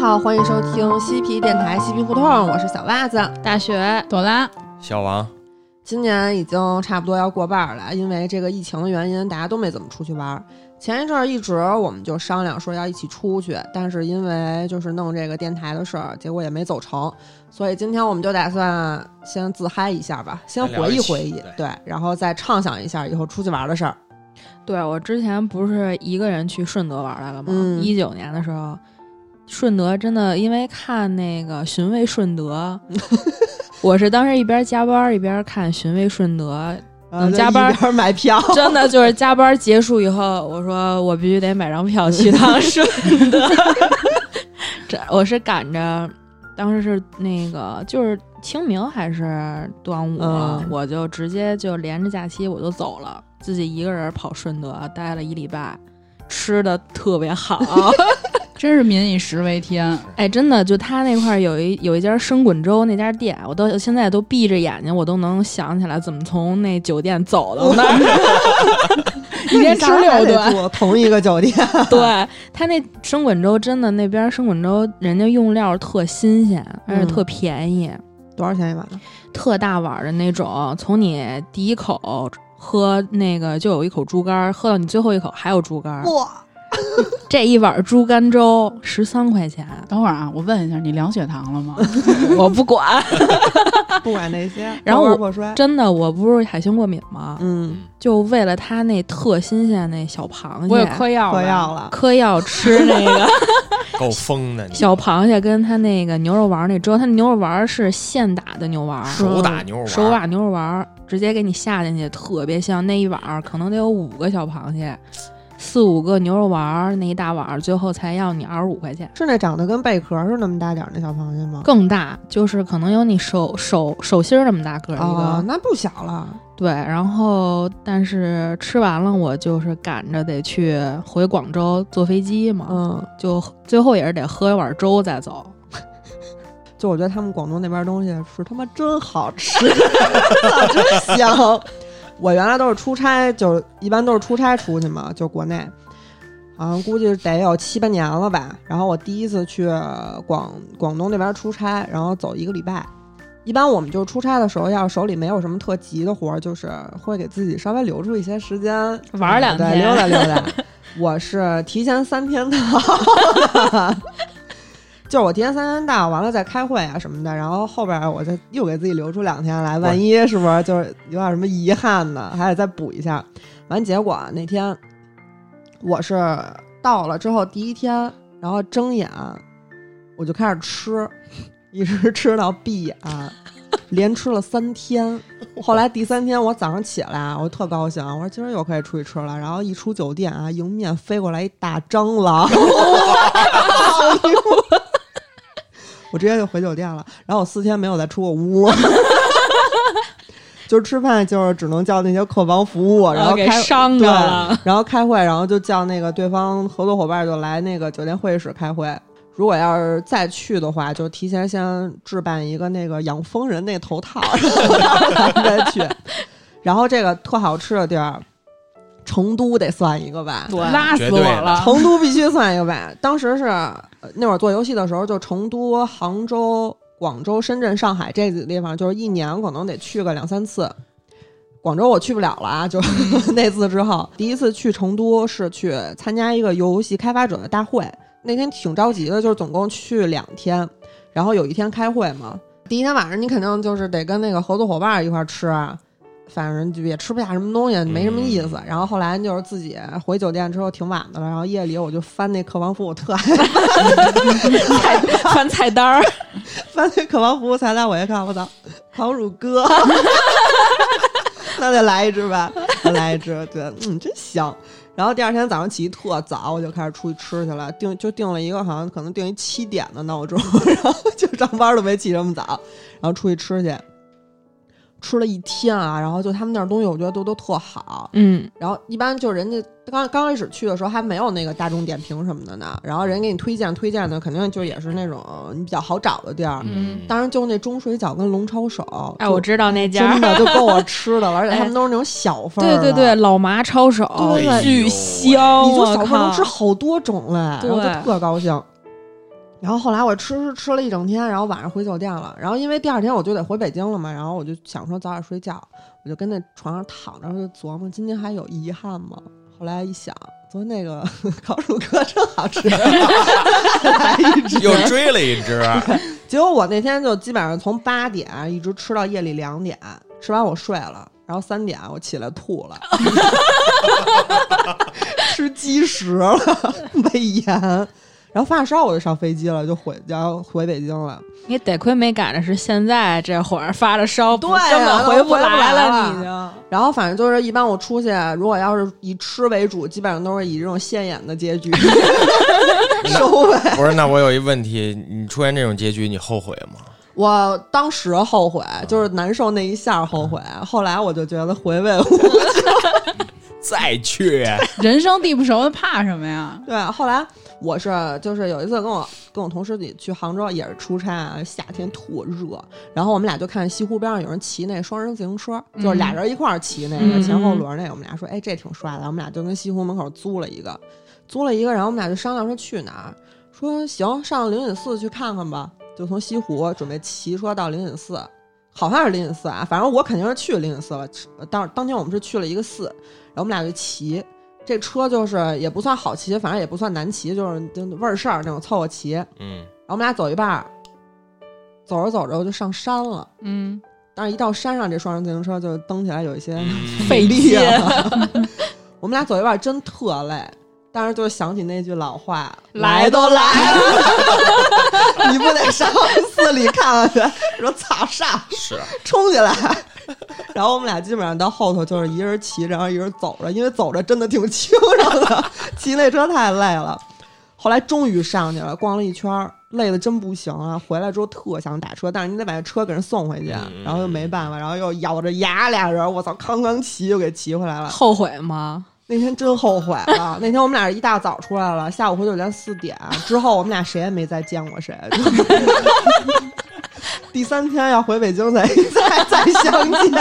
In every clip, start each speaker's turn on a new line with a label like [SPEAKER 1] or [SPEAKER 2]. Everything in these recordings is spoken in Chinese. [SPEAKER 1] 好，欢迎收听西皮电台西皮胡同，我是小袜子。
[SPEAKER 2] 大学朵拉，
[SPEAKER 3] 小王，
[SPEAKER 1] 今年已经差不多要过半儿了，因为这个疫情的原因，大家都没怎么出去玩儿。前一阵儿一直我们就商量说要一起出去，但是因为就是弄这个电台的事儿，结果也没走成。所以今天我们就打算先自嗨一下吧，先
[SPEAKER 3] 来聊
[SPEAKER 1] 回忆
[SPEAKER 3] 一起
[SPEAKER 1] 回忆，
[SPEAKER 3] 对
[SPEAKER 1] 对，然后再畅想一下以后出去玩的事儿。
[SPEAKER 2] 对我之前不是一个人去顺德玩来了吗
[SPEAKER 1] 嗯？
[SPEAKER 2] 一九、年的时候，顺德真的因为看那个《寻味顺德》，我是当时一边加班一边看《寻味顺德
[SPEAKER 1] 然后就
[SPEAKER 2] 加班儿，
[SPEAKER 1] 一边儿买票，》
[SPEAKER 2] 真的就是加班结束以后，我说我必须得买张票去趟顺德。这我是赶着，当时是那个就是清明还是端午啊，
[SPEAKER 1] 嗯
[SPEAKER 2] 我就直接就连着假期我就走了，自己一个人跑顺德待了一礼拜，吃的特别好，
[SPEAKER 4] 真是民以食为天。
[SPEAKER 2] 哎，真的就他那块儿有一有一家生滚粥那家店，我到现在都闭着眼睛我都能想起来怎么从那酒店走到 那儿， 一天吃六顿。
[SPEAKER 1] 顿，同一个酒店。
[SPEAKER 2] 对他那生滚粥真的那边生滚粥，人家用料特新鲜，而且特便宜，
[SPEAKER 1] 多少钱一碗呢？
[SPEAKER 2] 特大碗儿的那种，从你第一口喝那个就有一口猪肝儿，喝到你最后一口还有猪肝儿。
[SPEAKER 1] 哇，
[SPEAKER 2] 这一碗猪肝粥十三块钱，
[SPEAKER 4] 等会儿啊，我问一下，你量血糖了 吗？
[SPEAKER 2] 我不管。
[SPEAKER 1] 不管那些，
[SPEAKER 2] 然后
[SPEAKER 1] 破
[SPEAKER 2] 我
[SPEAKER 1] 罐破摔。
[SPEAKER 2] 真的，我不是海星过敏吗？
[SPEAKER 1] 嗯，
[SPEAKER 2] 就为了他那特新鲜那小螃蟹，
[SPEAKER 4] 我有嗑药了，
[SPEAKER 1] 嗑药了。
[SPEAKER 2] 嗑药吃那个
[SPEAKER 3] 够疯的你！
[SPEAKER 2] 小螃蟹，跟他那个牛肉丸儿那粥，他牛肉丸儿是现打的牛丸儿，
[SPEAKER 3] 手打牛肉丸，
[SPEAKER 2] 手把牛肉丸儿直接给你下进去，特别香。那一碗儿可能得有五个小螃蟹，四五个牛肉丸儿，那一大碗儿最后才要你二十五块钱，
[SPEAKER 1] 是那长得跟贝壳似的那么大点儿那小螃蟹吗？
[SPEAKER 2] 更大就是可能有你手手手心儿那么大个儿一个。
[SPEAKER 1] 哦，那不小了。
[SPEAKER 2] 对，然后但是吃完了，我就是赶着得去回广州坐飞机嘛，
[SPEAKER 1] 嗯，
[SPEAKER 2] 就最后也是得喝一碗粥再走。
[SPEAKER 1] 就我觉得他们广东那边东西是他妈真好吃， 真香。我原来都是出差，就是一般都是出差出去嘛，就国内，好像估计得有七八年了吧。然后我第一次去广广东那边出差，然后走一个礼拜。一般我们就是出差的时候，要是手里没有什么特急的活儿，就是会给自己稍微留出一些时间
[SPEAKER 2] 玩儿两
[SPEAKER 1] 对
[SPEAKER 2] 天
[SPEAKER 1] 溜达溜 达。我是提前三天到 的，就是我提前三天到，完了再开会啊什么的，然后后边我再又给自己留出两天来，万一是不是就是有点什么遗憾呢？还得再补一下。完结果那天我是到了之后第一天，然后睁眼我就开始吃，一直吃到闭眼，连吃了三天。后来第三天我早上起来啊，我特高兴，我说今儿又可以出去吃了。然后一出酒店啊，迎面飞过来一大蟑螂， 我直接就回酒店了。然后我四天没有再出过屋。 就是吃饭，就是只能叫那些客房服务，
[SPEAKER 4] 啊
[SPEAKER 1] 然后
[SPEAKER 2] 给
[SPEAKER 1] 开
[SPEAKER 2] 伤
[SPEAKER 1] 对
[SPEAKER 2] 着了。
[SPEAKER 1] 然后开会，然后就叫那个对方合作伙伴就来那个酒店会议室开会。如果要是再去的话，就提前先置办一个那个养蜂人那头套，然后咱们再去。然后这个特好吃的地儿，成都得算一个 吧。
[SPEAKER 4] 拉死我了！
[SPEAKER 1] 成都必须算一个吧。当时是呃那会儿做游戏的时候，就成都、杭州、广州、深圳、上海这几个地方，就是一年可能得去个两三次。广州我去不了了啊，就 那次之后，第一次去成都是去参加一个游戏开发者的大会，那天挺着急的，就是总共去两天，然后有一天开会嘛，第一天晚上你肯定就是得跟那个合作伙伴一块儿吃啊，反正就也吃不下什么东西，没什么意思。然后后来就是自己回酒店之后挺晚的了，然后夜里我就翻那客房服务特爱
[SPEAKER 2] 菜翻菜单儿，
[SPEAKER 1] 翻那客房服务菜单，我一看，我操，烤乳鸽， 那得来一只吧，来一只，对，嗯，真香。然后第二天早上起特早，我就开始出去吃去了，定就定了一个好像可能定一七点的闹钟， 然后就上班都没起这么早，然后出去吃去，吃了一天啊，然后就他们那儿东西我觉得都都特好，
[SPEAKER 2] 嗯，
[SPEAKER 1] 然后一般就是人家刚刚开始去的时候还没有那个大众点评什么的呢，然后人给你推荐推荐的，肯定就也是那种你比较好找的地儿。
[SPEAKER 2] 嗯
[SPEAKER 1] 当然就那中水饺跟龙抄手，
[SPEAKER 2] 哎，我
[SPEAKER 1] 就
[SPEAKER 2] 知道那
[SPEAKER 1] 真
[SPEAKER 2] 家儿，
[SPEAKER 1] 的就够我吃的了， 而且他
[SPEAKER 2] 哎
[SPEAKER 1] 们都是那种小份儿
[SPEAKER 2] 对
[SPEAKER 1] 的
[SPEAKER 2] 对对，，老麻抄手，
[SPEAKER 1] 对
[SPEAKER 3] 哎呦
[SPEAKER 2] 巨
[SPEAKER 3] 喂
[SPEAKER 2] 香，啊
[SPEAKER 1] 你就
[SPEAKER 2] 我
[SPEAKER 1] 小份儿能
[SPEAKER 2] 靠
[SPEAKER 1] 吃好多种嘞，然后就
[SPEAKER 2] 对
[SPEAKER 1] 特高兴。然后后来我吃吃吃了一整天，然后晚上回酒店了。然后因为第二天我就得回北京了嘛，然后我就想说早点睡觉，我就跟那床上躺着就琢磨今天还有遗憾吗？后来一想，昨天那个 烤乳鸽真好吃，来一只。
[SPEAKER 3] 又追了一只，啊
[SPEAKER 1] 结果我那天就基本上从八点一直吃到夜里两点，吃完我睡了，然后三点我起来吐了， 吃鸡食了，胃炎，然后发烧我就上飞机了，就回然后回北京了。
[SPEAKER 2] 你得亏没赶着是现在这会儿发着烧，
[SPEAKER 1] 对
[SPEAKER 2] 根
[SPEAKER 1] 呀
[SPEAKER 2] 本
[SPEAKER 1] 都
[SPEAKER 2] 回
[SPEAKER 1] 回不来
[SPEAKER 2] 来了，
[SPEAKER 1] 了
[SPEAKER 2] 你就
[SPEAKER 1] 然后反正就是，一般我出去，如果要是以吃为主，基本上都是以这种现眼的结局 收尾。
[SPEAKER 3] 不是？那我有一问题，你出现这种结局，你后悔吗？
[SPEAKER 1] 我当时后悔，就是难受那一下后悔。后来我就觉得回味无
[SPEAKER 3] 再去，
[SPEAKER 4] 人生地不熟的，怕什么呀？
[SPEAKER 1] 对，后来我是就是有一次跟我跟我同事去去杭州也是出差啊，夏天特热，然后我们俩就看西湖边上有人骑那双人自行车，就是俩人一块儿骑那个、
[SPEAKER 4] 嗯
[SPEAKER 1] 前后轮那个，我们俩说哎这挺帅的，我们俩就跟西湖门口租了一个，租了一个，然后我们俩就商量说去哪儿，说行上灵隐寺去看看吧，就从西湖准备骑车到灵隐寺。好像是灵隐寺啊，反正我肯定是去灵隐寺了。当当天我们是去了一个寺，然后我们俩就骑，这车就是也不算好骑，反正也不算难骑，就是就味儿事儿那种凑合骑。然
[SPEAKER 3] 嗯，
[SPEAKER 1] 后我们俩走一半儿，走着走着我就上山了，
[SPEAKER 4] 嗯，
[SPEAKER 1] 但是一到山上，这双人自行车就蹬起来有一些
[SPEAKER 3] 嗯
[SPEAKER 2] 费
[SPEAKER 1] 力
[SPEAKER 2] 劲
[SPEAKER 1] 了。我们俩走一半儿真特累，但是就想起那句老话，
[SPEAKER 2] 来
[SPEAKER 1] 都
[SPEAKER 2] 都
[SPEAKER 1] 来了， 你不得上寺里看看去？说操上，
[SPEAKER 3] 是啊
[SPEAKER 1] 冲起来！然后我们俩基本上到后头就是一人骑着，然后一人走着，因为走着真的挺轻省的，骑那车太累了。后来终于上去了，逛了一圈儿，累的真不行啊！回来之后特想打车，但是你得把这车给人送回去，
[SPEAKER 3] 嗯
[SPEAKER 1] 然后又没办法，然后又咬着牙，俩人我操，康康骑又给骑回来了。
[SPEAKER 2] 后悔吗？
[SPEAKER 1] 那天真后悔了，那天我们俩一大早出来了，下午回酒店四点之后，我们俩谁也没再见过谁。 第三天要回北京再 再再相见。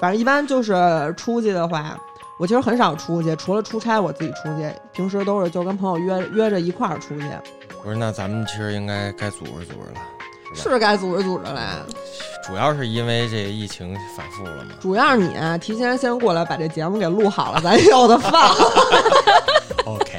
[SPEAKER 1] 反正一般就是出去的话，我其实很少出去，除了出差我自己出去，平时都是就跟朋友约约着一块儿出去，
[SPEAKER 3] 不是？那咱们其实应该该组织组织了，是吧
[SPEAKER 1] 是该组织组织了。
[SPEAKER 3] 主要是因为这疫情反复了嘛。
[SPEAKER 1] 主要是你啊提前先过来把这节目给录好了，咱有的放。
[SPEAKER 3] OK，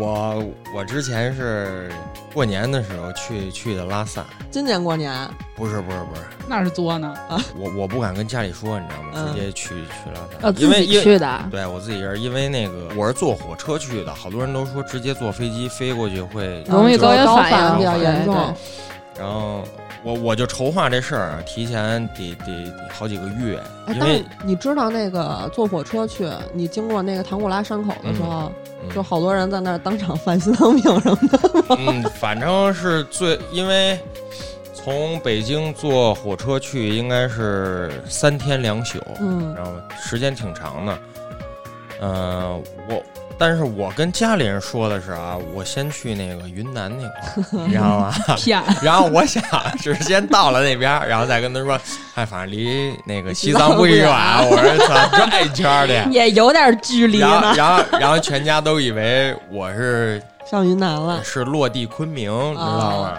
[SPEAKER 3] 我我之前是过年的时候去去的拉萨，
[SPEAKER 1] 今年过年，啊
[SPEAKER 3] 不是不是不是，
[SPEAKER 4] 那是作呢。
[SPEAKER 3] 我我不敢跟家里说，你知道吗？
[SPEAKER 1] 嗯
[SPEAKER 3] 直接去去拉萨，
[SPEAKER 2] 呃，
[SPEAKER 3] 因
[SPEAKER 2] 自
[SPEAKER 3] 为
[SPEAKER 2] 己
[SPEAKER 3] 因为
[SPEAKER 2] 去的，
[SPEAKER 3] 对我自己人，因为那个我是坐火车去的，好多人都说直接坐飞机飞过去会
[SPEAKER 2] 容易
[SPEAKER 1] 高
[SPEAKER 2] 高
[SPEAKER 1] 原
[SPEAKER 2] 原
[SPEAKER 1] 反
[SPEAKER 2] 反
[SPEAKER 1] 应
[SPEAKER 2] 应
[SPEAKER 1] 比较严重
[SPEAKER 2] 对对
[SPEAKER 3] 然后我我就筹划这事儿，啊提前得得得好几个月，
[SPEAKER 1] 哎，
[SPEAKER 3] 因
[SPEAKER 1] 但
[SPEAKER 3] 为
[SPEAKER 1] 是你知道那个坐火车去，你经过那个唐古拉山口的时候，就好多人在那儿当场犯心脏病什 么的。
[SPEAKER 3] 嗯，反正是最因为。从北京坐火车去应该是三天两宿，
[SPEAKER 1] 嗯
[SPEAKER 3] 然后时间挺长的。嗯、我但是我跟家里人说的是啊，我先去那个云南那块儿，你知道吗？
[SPEAKER 4] 骗，
[SPEAKER 3] 然后我想是先到了那边儿，然后再跟他说，哎，反正离那个西藏不远，我说操，转一圈儿的。
[SPEAKER 2] 也有点距离
[SPEAKER 3] 然
[SPEAKER 2] 呢
[SPEAKER 3] 后，。然后，然后全家都以为我是
[SPEAKER 1] 上云南了，
[SPEAKER 3] 是落地昆明，你知道吗？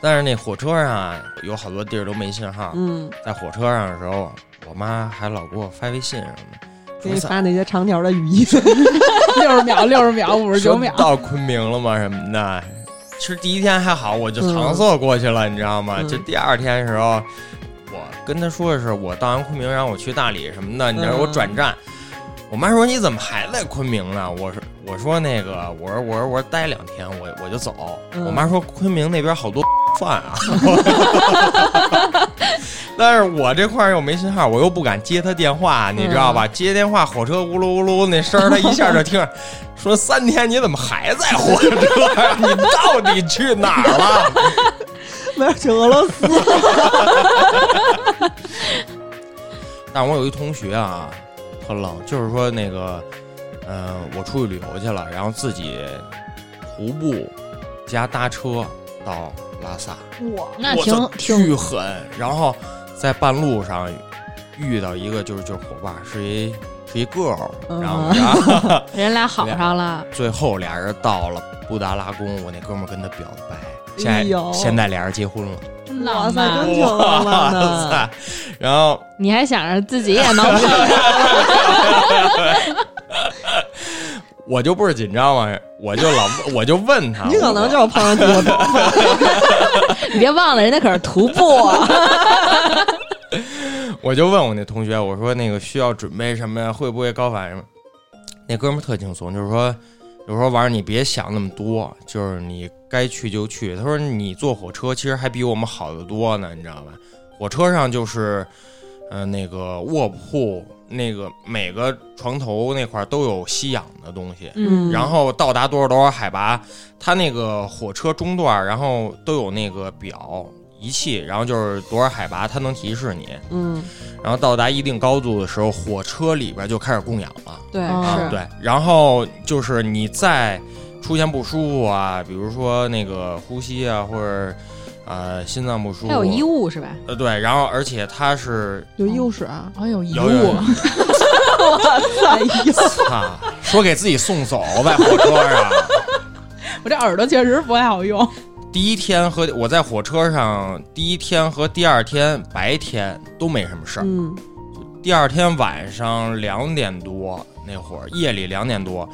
[SPEAKER 3] 但是那火车上啊，有好多地儿都没信号。
[SPEAKER 1] 嗯，
[SPEAKER 3] 在火车上的时候，我妈还老给我发微信什么的，
[SPEAKER 1] 给
[SPEAKER 3] 说
[SPEAKER 1] 你
[SPEAKER 3] 咱
[SPEAKER 1] 发那些长条的语音。
[SPEAKER 4] 六十 秒，六十秒，五十九
[SPEAKER 3] 说
[SPEAKER 4] 秒。
[SPEAKER 3] 到昆明了吗？什么的。其实第一天还好，我就搪塞过去了，你知道吗？
[SPEAKER 1] 嗯
[SPEAKER 3] 就第二天的时候，我跟他说的是，我到完昆明，让我去大理什么的，你知道
[SPEAKER 1] 嗯
[SPEAKER 3] 我转站。我妈说你怎么还在昆明呢？我说我说那个我说我说我说待两天我我就走。
[SPEAKER 1] 嗯
[SPEAKER 3] 我妈说昆明那边好多 饭啊，但是我这块儿又没信号，我又不敢接她电话，你知道吧？接电话火车咕噜咕噜那声儿，她一下就听着。 说三天你怎么还在火车 呀？你到底去哪儿了？
[SPEAKER 1] 没有去俄罗斯，
[SPEAKER 3] 但我有一同学啊，特愣，就是说那个，嗯、我出去旅游去了，然后自己徒步加搭车到拉萨，
[SPEAKER 1] 我
[SPEAKER 2] 那
[SPEAKER 3] 我
[SPEAKER 2] 挺
[SPEAKER 3] 操
[SPEAKER 2] 挺
[SPEAKER 3] 巨狠。然后在半路上遇到一个就是就是伙伴，是一是一 girl，
[SPEAKER 1] 嗯
[SPEAKER 3] 然后然后
[SPEAKER 2] 人俩好上了，
[SPEAKER 3] 最后俩人到了布达拉宫，我那哥们儿跟他表白，现
[SPEAKER 1] 哎
[SPEAKER 3] 在、
[SPEAKER 1] 呦
[SPEAKER 3] 现在俩人结婚了，
[SPEAKER 1] 哇
[SPEAKER 2] 浪
[SPEAKER 1] 塞，
[SPEAKER 2] 漫
[SPEAKER 1] 真挺浪漫
[SPEAKER 3] 哇
[SPEAKER 1] 的。
[SPEAKER 3] 塞！然后
[SPEAKER 2] 你还想着自己也 能碰上？
[SPEAKER 3] 我就倍儿紧张嘛，我就老我就问他，
[SPEAKER 1] 你可能就是碰上几个朋友
[SPEAKER 2] 你别忘了，人家可是徒步啊。
[SPEAKER 3] 我就问我那同学，我说那个需要准备什么呀？会不会高反什么？那哥们儿特轻松，就是说，就是说玩儿你别想那么多，就是你该去就去。他说你坐火车其实还比我们好得多呢，你知道吧？火车上就是，呃，那个卧铺，那个每个床头那块儿都有吸氧的东西，
[SPEAKER 1] 嗯
[SPEAKER 3] 然后到达多少多少海拔，它那个火车中段儿，然后都有那个表仪器，然后就是多少海拔，它能提示你。
[SPEAKER 1] 嗯，
[SPEAKER 3] 然后到达一定高度的时候，火车里边就开始供氧了。
[SPEAKER 1] 对，
[SPEAKER 4] 啊
[SPEAKER 2] 嗯
[SPEAKER 1] 是，
[SPEAKER 3] 对，然后就是你再出现不舒服啊，比如说那个呼吸啊，或者呃心脏不舒服，
[SPEAKER 2] 还有医务是吧？
[SPEAKER 3] 呃对，然后而且它是
[SPEAKER 1] 有医务室啊，
[SPEAKER 4] 还有遗
[SPEAKER 3] 有有
[SPEAKER 4] 物
[SPEAKER 3] 有，
[SPEAKER 1] 哎呦，
[SPEAKER 3] 啊，说给自己送走在火车啊上。
[SPEAKER 4] 我这耳朵确实不太好用。
[SPEAKER 3] 第一天和我在火车上，第一天和第二天白天都没什么事儿，
[SPEAKER 1] 嗯，
[SPEAKER 3] 第二天晚上两点多那会儿，夜里两点多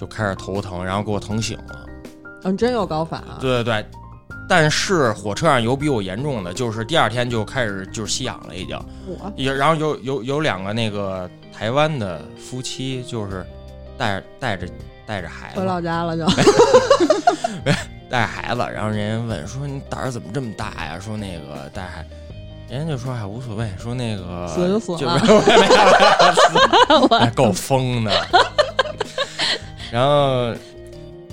[SPEAKER 3] 就开始头疼，然后给我疼醒了。
[SPEAKER 1] 嗯，真有高反啊，
[SPEAKER 3] 对对对，但是火车上有比我严重的，就是第二天就开始就是吸氧了，已经。
[SPEAKER 1] 我
[SPEAKER 3] 也然后有有有两个那个台湾的夫妻，就是带带着带着孩
[SPEAKER 1] 回
[SPEAKER 3] 子，
[SPEAKER 1] 老家了就，
[SPEAKER 3] 哎带着孩子，然后人家问说你胆儿怎么这么大呀？说那个带孩。人家就说哎无所谓，说那个
[SPEAKER 1] 死就死啊
[SPEAKER 3] 就
[SPEAKER 1] 了
[SPEAKER 3] 没有没有没 有死哎够疯的。然后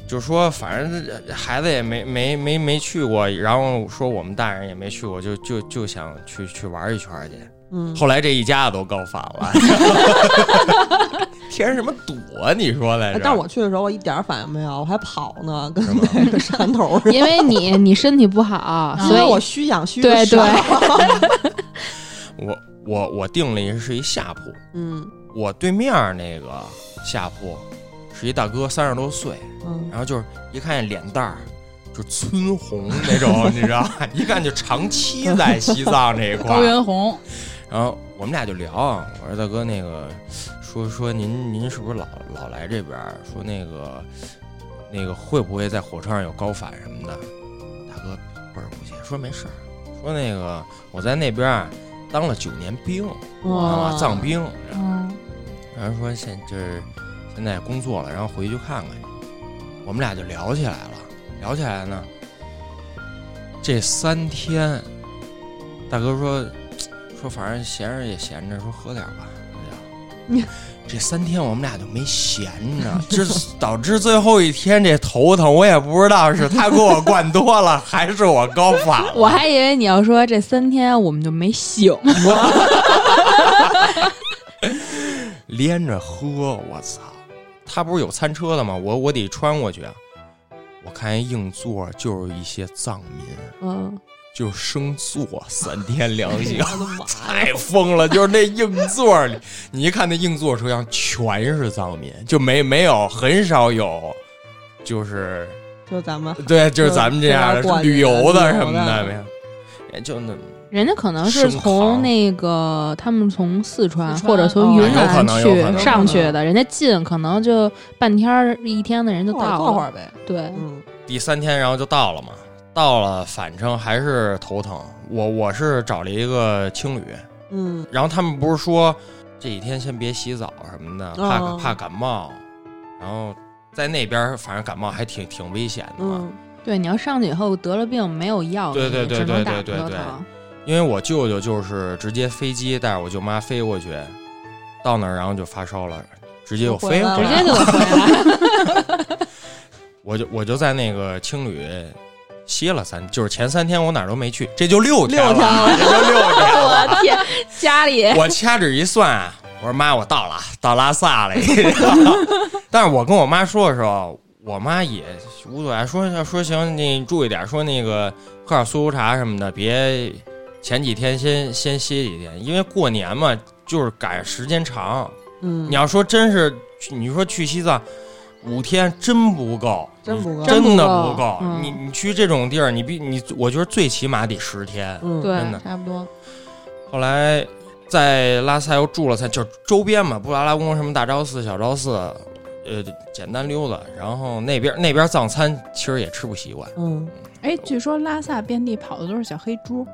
[SPEAKER 3] 就说反正这孩子也没没没没去过，然后说我们大人也没去过，就就就想去去玩一圈去。
[SPEAKER 1] 嗯，
[SPEAKER 3] 后来这一家子都高反了， 填什么赌啊？你说来
[SPEAKER 1] 哎
[SPEAKER 3] 着？
[SPEAKER 1] 但是我去的时候我一点儿反应没有，我还跑呢，跟那个山头上，
[SPEAKER 2] 因为你你身体不好，
[SPEAKER 1] 啊因
[SPEAKER 2] 所
[SPEAKER 1] 为
[SPEAKER 2] 以
[SPEAKER 1] 我虚氧虚
[SPEAKER 2] 对
[SPEAKER 1] 的
[SPEAKER 2] 对
[SPEAKER 1] 少，
[SPEAKER 3] 我我我订了一是一下铺，
[SPEAKER 1] 嗯
[SPEAKER 3] 我对面儿那个下铺是一大哥，三十多岁，
[SPEAKER 1] 嗯，
[SPEAKER 3] 然后就是一看见脸蛋儿就皴红那种，你知道吧，一看就长期在西藏这一块
[SPEAKER 4] 高
[SPEAKER 3] 儿。
[SPEAKER 4] 原红，
[SPEAKER 3] 然后我们俩就聊，我说大哥那个，说说您您是不是老老来这边儿？说那个那个会不会在火车上有高反什么的？大哥倍儿不屑，说没事儿，说那个我在那边儿当了九年兵，啊
[SPEAKER 1] 哇，
[SPEAKER 3] 藏兵，然后
[SPEAKER 4] 嗯，
[SPEAKER 3] 然后说现就是现在工作了，然后回去看看去。我们俩就聊起来了，聊起来呢，这三天，大哥说说反正闲着也闲着，说喝点吧，喝点吧。这三天我们俩就没闲着，这导致最后一天这头疼，我也不知道是他给我灌多了，还是我高反了。
[SPEAKER 2] 我还以为你要说这三天我们就没醒，
[SPEAKER 3] 连着喝，我操！他不是有餐车的吗？我我得穿过去。啊我看一硬座就是一些藏民，
[SPEAKER 1] 嗯，
[SPEAKER 3] 就生坐三天两 宿，
[SPEAKER 1] 哎我的妈，
[SPEAKER 3] 太疯了！就是那硬座里，你一看那硬座车厢全是藏民，就没没有很少有，就是
[SPEAKER 1] 就咱们
[SPEAKER 3] 对，就是咱们这样
[SPEAKER 1] 就是
[SPEAKER 3] 的
[SPEAKER 1] 旅
[SPEAKER 3] 旅
[SPEAKER 1] 游
[SPEAKER 3] 游
[SPEAKER 1] 的
[SPEAKER 3] 的什么
[SPEAKER 1] 旅游的
[SPEAKER 3] 的没有，哎就那
[SPEAKER 2] 人家可能是
[SPEAKER 3] 生蚝
[SPEAKER 2] 从那个他们从四川
[SPEAKER 4] 四川
[SPEAKER 2] 或者从
[SPEAKER 3] 哦
[SPEAKER 2] 云
[SPEAKER 3] 有可
[SPEAKER 2] 南
[SPEAKER 3] 能有可能
[SPEAKER 2] 去上去的，人家近可能就半天儿一天的人就
[SPEAKER 1] 坐会儿
[SPEAKER 2] 到
[SPEAKER 1] 坐会
[SPEAKER 2] 了。
[SPEAKER 1] 儿呗，
[SPEAKER 2] 对，
[SPEAKER 1] 嗯，
[SPEAKER 3] 第三天，然后就到了嘛。到了，反正还是头疼。我我是找了一个青旅，
[SPEAKER 1] 嗯，
[SPEAKER 3] 然后他们不是说这几天先别洗澡什么的，怕、
[SPEAKER 1] 哦
[SPEAKER 3] 怕感冒。然后在那边儿，反正感冒还挺挺危险的嘛。
[SPEAKER 1] 嗯，
[SPEAKER 2] 对，你要上去以后得了病没有药，
[SPEAKER 3] 对对
[SPEAKER 2] 你
[SPEAKER 3] 对
[SPEAKER 2] 只能
[SPEAKER 3] 对
[SPEAKER 2] 打
[SPEAKER 3] 对对
[SPEAKER 2] 葡萄
[SPEAKER 3] 对
[SPEAKER 2] 糖
[SPEAKER 3] 因为我舅舅就是直接飞机带着我舅妈飞过去，到那儿然后就发烧了，直接又飞
[SPEAKER 1] 就回来
[SPEAKER 3] 回
[SPEAKER 2] 直
[SPEAKER 1] 了
[SPEAKER 3] 来
[SPEAKER 2] 接就回来。
[SPEAKER 3] 我就我就在那个青旅歇了三，就是前三天我哪儿都没去，这就六天了，
[SPEAKER 1] 六天了
[SPEAKER 3] 这就六天了。
[SPEAKER 2] 我 天，家里
[SPEAKER 3] 我掐指一算啊，我说妈，我到了，到拉萨了。 但是我跟我妈说的时候，我妈也无所谓，说说行，你注意点，说那个喝点酥油茶什么的，别前几天先先歇几天，因为过年嘛，就是赶时间长。
[SPEAKER 1] 嗯，
[SPEAKER 3] 你要说真是，去你说去西藏，五天真不够，
[SPEAKER 1] 真不够
[SPEAKER 3] 真的
[SPEAKER 2] 真
[SPEAKER 3] 不
[SPEAKER 2] 不
[SPEAKER 3] 够
[SPEAKER 2] 够。嗯
[SPEAKER 3] 你你去这种地儿，你必你，我觉得最起码得十天。
[SPEAKER 1] 嗯，
[SPEAKER 4] 对
[SPEAKER 3] 真的，
[SPEAKER 4] 差不多。
[SPEAKER 3] 后来在拉萨又住了三，就是周边嘛，布达拉宫什么大昭寺、小昭寺，呃，简单溜达。然后那边那边藏餐其实也吃不习惯，
[SPEAKER 1] 嗯，
[SPEAKER 4] 哎，据说拉萨遍地跑的都是小黑猪，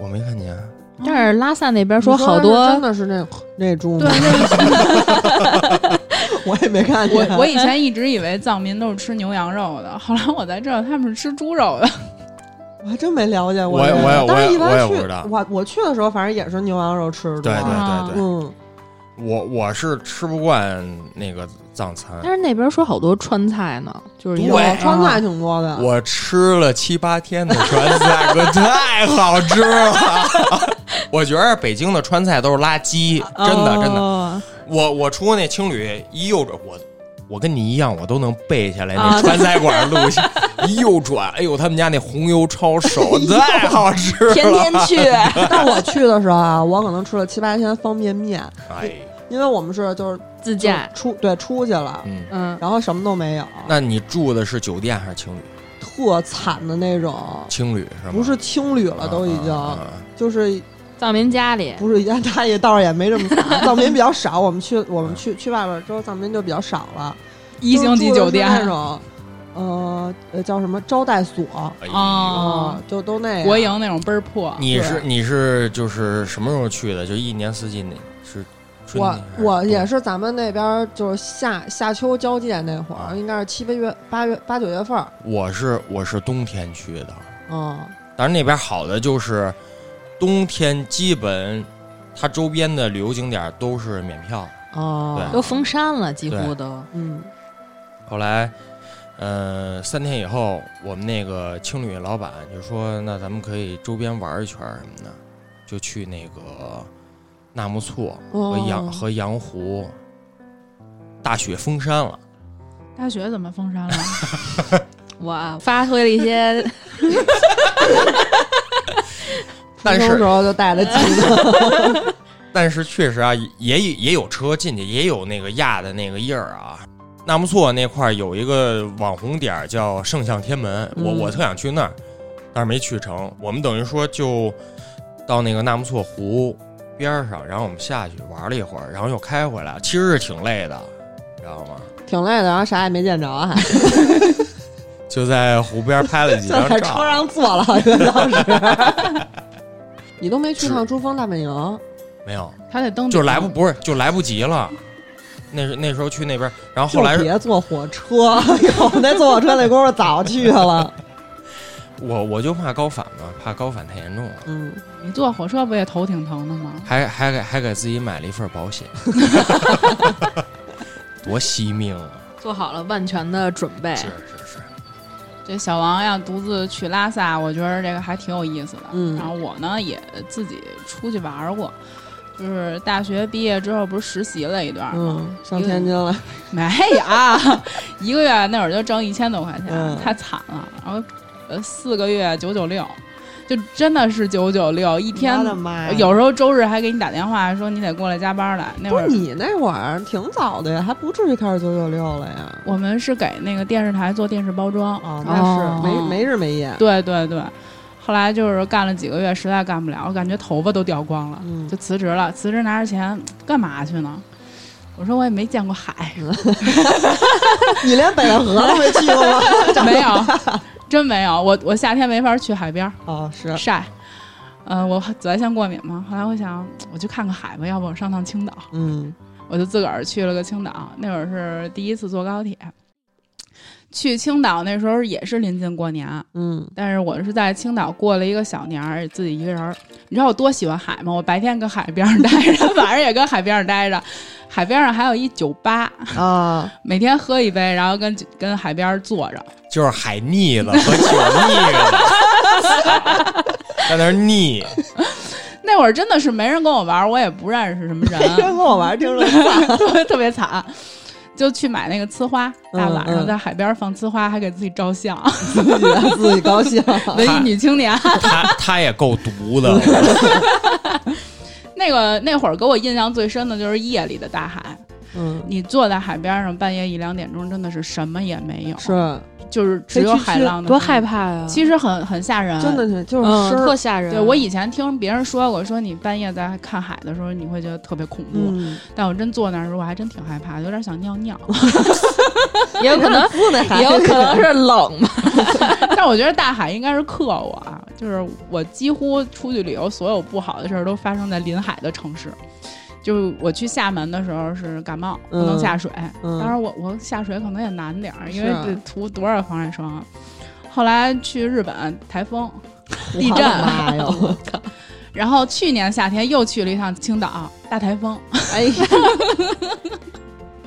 [SPEAKER 3] 我没看见。啊
[SPEAKER 4] 嗯
[SPEAKER 2] 但是拉萨那边
[SPEAKER 1] 你
[SPEAKER 2] 好
[SPEAKER 1] 的是真
[SPEAKER 2] 多，
[SPEAKER 1] 的是那那猪吗
[SPEAKER 4] 对，？那
[SPEAKER 1] 我也没看见。
[SPEAKER 4] 我我以前一直以为藏民都是吃牛羊肉的，后来我才知道他们是吃猪肉的。
[SPEAKER 1] 我还真没了解过
[SPEAKER 3] 我
[SPEAKER 1] 这
[SPEAKER 3] 也
[SPEAKER 1] 个。
[SPEAKER 3] 我也
[SPEAKER 1] 当
[SPEAKER 3] 我
[SPEAKER 1] 时
[SPEAKER 3] 也
[SPEAKER 1] 一
[SPEAKER 3] 我也
[SPEAKER 1] 般去
[SPEAKER 3] 不知道
[SPEAKER 1] 我我去的时候，反正也是牛羊肉吃的
[SPEAKER 3] 对
[SPEAKER 1] 多。
[SPEAKER 3] 对对对，
[SPEAKER 1] 嗯，
[SPEAKER 3] 我我是吃不惯那个藏餐，
[SPEAKER 2] 但是那边说好多川菜呢，就是
[SPEAKER 3] 对
[SPEAKER 2] 有
[SPEAKER 1] 我川菜
[SPEAKER 2] 啊
[SPEAKER 1] 挺多的。
[SPEAKER 3] 我吃了七八天的川菜，可太好吃了。 我觉得北京的川菜都是垃圾，真的真的。
[SPEAKER 2] 哦
[SPEAKER 3] 我我出那青旅一右转，我我跟你一样，我都能背下来那
[SPEAKER 2] 啊
[SPEAKER 3] 川菜馆路线。一右转，哎呦，他们家那红油抄手太好吃了。
[SPEAKER 2] 天天去，
[SPEAKER 1] 但我去的时候啊，我可能吃了七八 天方便面，
[SPEAKER 3] 哎，
[SPEAKER 1] 因为我们是就是
[SPEAKER 2] 自
[SPEAKER 1] 就
[SPEAKER 2] 驾，
[SPEAKER 1] 出对出去了，
[SPEAKER 3] 嗯，
[SPEAKER 2] 嗯，
[SPEAKER 1] 然后什么都没有，
[SPEAKER 3] 那你住的是酒店还是青旅？
[SPEAKER 1] 特惨的那种，
[SPEAKER 3] 青旅是吗？
[SPEAKER 1] 不是青旅
[SPEAKER 3] 啊，
[SPEAKER 1] 了，都已
[SPEAKER 3] 啊啊
[SPEAKER 1] 经
[SPEAKER 3] 啊
[SPEAKER 1] 就是
[SPEAKER 2] 藏民家里，
[SPEAKER 1] 不是一家大爷，倒是也没这么 惨。藏民比较少，我们去 我们去去外边之后，藏民就比较少了，
[SPEAKER 4] 一星级酒店
[SPEAKER 1] 就是住的是那种，呃呃叫什么招待所啊、
[SPEAKER 3] 哎
[SPEAKER 4] 啊
[SPEAKER 3] 呦。
[SPEAKER 1] 就都那样
[SPEAKER 4] 国。营那种倍儿破，
[SPEAKER 3] 你
[SPEAKER 1] 对
[SPEAKER 3] 是你是就是什么时候去的？就一年四季那是春
[SPEAKER 1] 我
[SPEAKER 3] 天还
[SPEAKER 1] 我也
[SPEAKER 3] 是
[SPEAKER 1] 是咱们那边就是夏夏秋交界那会
[SPEAKER 3] 啊
[SPEAKER 1] 儿，应该是七八月八月八九月份儿，
[SPEAKER 3] 冬我是我是冬天去的，
[SPEAKER 2] 哦
[SPEAKER 1] 嗯，
[SPEAKER 3] 但是那边好的就是冬天基本它周边的旅游景点都是免票。
[SPEAKER 1] 哦，
[SPEAKER 2] 都封山了，几乎
[SPEAKER 3] 对
[SPEAKER 2] 都。
[SPEAKER 1] 嗯，
[SPEAKER 3] 后来，呃，三天以后，我们那个青旅老板就说：“那咱们可以周边玩一圈儿什么的，就去那个纳木错和羊、
[SPEAKER 1] 哦
[SPEAKER 3] 和羊湖，大雪封山了。”
[SPEAKER 4] 大学怎么封山了？
[SPEAKER 2] 我发挥了一些，
[SPEAKER 3] 但
[SPEAKER 1] 初中
[SPEAKER 3] 是
[SPEAKER 1] 时候就带着几个，
[SPEAKER 3] 但是确实啊，也也有车进去，也有那个压的那个印儿啊。纳木错那块儿有一个网红点儿叫圣象天门，我
[SPEAKER 1] 嗯
[SPEAKER 3] 我特想去那儿，但是没去成。我们等于说就到那个纳木错湖边儿上，然后我们下去玩了一会儿，然后又开回来，其实是挺累的，你知道吗？
[SPEAKER 1] 挺累的，然后啥也没见着，还
[SPEAKER 3] 就在湖边拍了几
[SPEAKER 1] 就
[SPEAKER 3] 张
[SPEAKER 1] 在车
[SPEAKER 3] 照，
[SPEAKER 1] 上坐了好像当时。你都没去趟珠峰大本营，
[SPEAKER 3] 没有，
[SPEAKER 4] 他得登顶，
[SPEAKER 3] 就来不不是就来不及了。那是那时候去那边，然后后来
[SPEAKER 1] 就别坐火车，有那坐火车那功夫早去了。
[SPEAKER 3] 我我就怕高反嘛，怕高反太严重了。
[SPEAKER 1] 嗯，
[SPEAKER 4] 你坐火车不也头挺疼的吗？
[SPEAKER 3] 还还给还给自己买了一份保 险，多惜命啊！
[SPEAKER 2] 做好了万全的准备。
[SPEAKER 3] 是是，
[SPEAKER 4] 这小王要独自去拉萨，我觉得这个还挺有意思的。
[SPEAKER 1] 嗯
[SPEAKER 4] 然后我呢也自己出去玩儿过，就是大学毕业之后不是实习了一段儿吗？
[SPEAKER 1] 嗯，上天津了，
[SPEAKER 4] 没有， 一个月那会儿就挣一千多块钱，
[SPEAKER 1] 嗯
[SPEAKER 4] 太惨了。然后呃四个月九九六，就真的是九九六，一天
[SPEAKER 1] 我的哎妈呀！
[SPEAKER 4] 有时候周日还给你打电话说你得过来加班来。那
[SPEAKER 1] 不
[SPEAKER 4] 会儿
[SPEAKER 1] 是你那会儿挺早的呀，还不至于开始九九六了呀？
[SPEAKER 4] 我们是给那个电视台做电视包装，
[SPEAKER 1] 哦，
[SPEAKER 4] 然后
[SPEAKER 1] 那
[SPEAKER 2] 哦
[SPEAKER 1] 是没没日没夜。
[SPEAKER 4] 对对对，后来就是干了几个月，实在干不了，我感觉头发都掉光了，
[SPEAKER 1] 嗯
[SPEAKER 4] 就辞职了。辞职拿着钱干嘛去呢？我说我也没见过海，
[SPEAKER 1] 你连北戴河都没去过吗？
[SPEAKER 4] 没有，真没有。我我夏天没法去海边儿
[SPEAKER 1] 哦，是
[SPEAKER 4] 晒，呃，我紫外线过敏嘛。后来我想，我去看看海吧，要不我上趟青岛。
[SPEAKER 1] 嗯，
[SPEAKER 4] 我就自个儿去了个青岛，那会儿是第一次坐高铁。去青岛那时候也是临近过年，
[SPEAKER 1] 嗯
[SPEAKER 4] 但是我是在青岛过了一个小年儿，自己一个人儿。你知道我多喜欢海吗？我白天跟海边上待着， 晚上也跟海边上待着。海边上还有一酒吧，
[SPEAKER 1] 啊，
[SPEAKER 4] 每天喝一杯，然后跟跟海边坐着。
[SPEAKER 3] 就是海腻了和酒腻了，在那儿腻。
[SPEAKER 4] 那会儿真的是没人跟我玩儿，我也不认识什么
[SPEAKER 1] 天 跟
[SPEAKER 4] 人，
[SPEAKER 1] 我玩儿，听着
[SPEAKER 4] 特别惨。就去买那个呲花，大晚
[SPEAKER 1] 嗯
[SPEAKER 4] 上
[SPEAKER 1] 嗯
[SPEAKER 4] 在海边放呲花，还给自己照相，
[SPEAKER 1] 自己自己高兴。
[SPEAKER 4] 文艺女青年。
[SPEAKER 3] 他他也够毒的，
[SPEAKER 4] 那个那会儿给我印象最深的就是夜里的大海，
[SPEAKER 1] 嗯，
[SPEAKER 4] 你坐在海边上，半夜一两点钟，真的是什么也没有，
[SPEAKER 1] 是，
[SPEAKER 4] 就是只有海浪的声音，
[SPEAKER 2] 多害怕呀！
[SPEAKER 4] 其实很很吓人，
[SPEAKER 1] 真的是就是
[SPEAKER 2] 嗯，
[SPEAKER 1] 声
[SPEAKER 2] 特
[SPEAKER 1] 儿，
[SPEAKER 2] 吓人。
[SPEAKER 4] 对我以前听别人说过，说你半夜在看海的时候，你会觉得特别恐怖。
[SPEAKER 1] 嗯，
[SPEAKER 4] 但我真坐那儿的时候，我还真挺害怕的，有点想尿 尿。
[SPEAKER 2] 也有可啊 能，
[SPEAKER 1] 服那孩
[SPEAKER 2] 也有可能是冷吧。
[SPEAKER 4] 但我觉得大海应该是克我啊，就是我几乎出去旅游，所有不好的事儿都发生在临海的城市。就是我去厦门的时候是感冒，不能
[SPEAKER 1] 嗯
[SPEAKER 4] 下水。
[SPEAKER 1] 嗯
[SPEAKER 4] 当然我我下水可能也难点儿，因为
[SPEAKER 1] 是
[SPEAKER 4] 得涂多少防晒霜啊。后来去日本台风，地
[SPEAKER 1] 我
[SPEAKER 4] 震
[SPEAKER 1] 的妈 哟！
[SPEAKER 4] 然后去年夏天又去了一趟青岛，大台风。
[SPEAKER 1] 哎呀，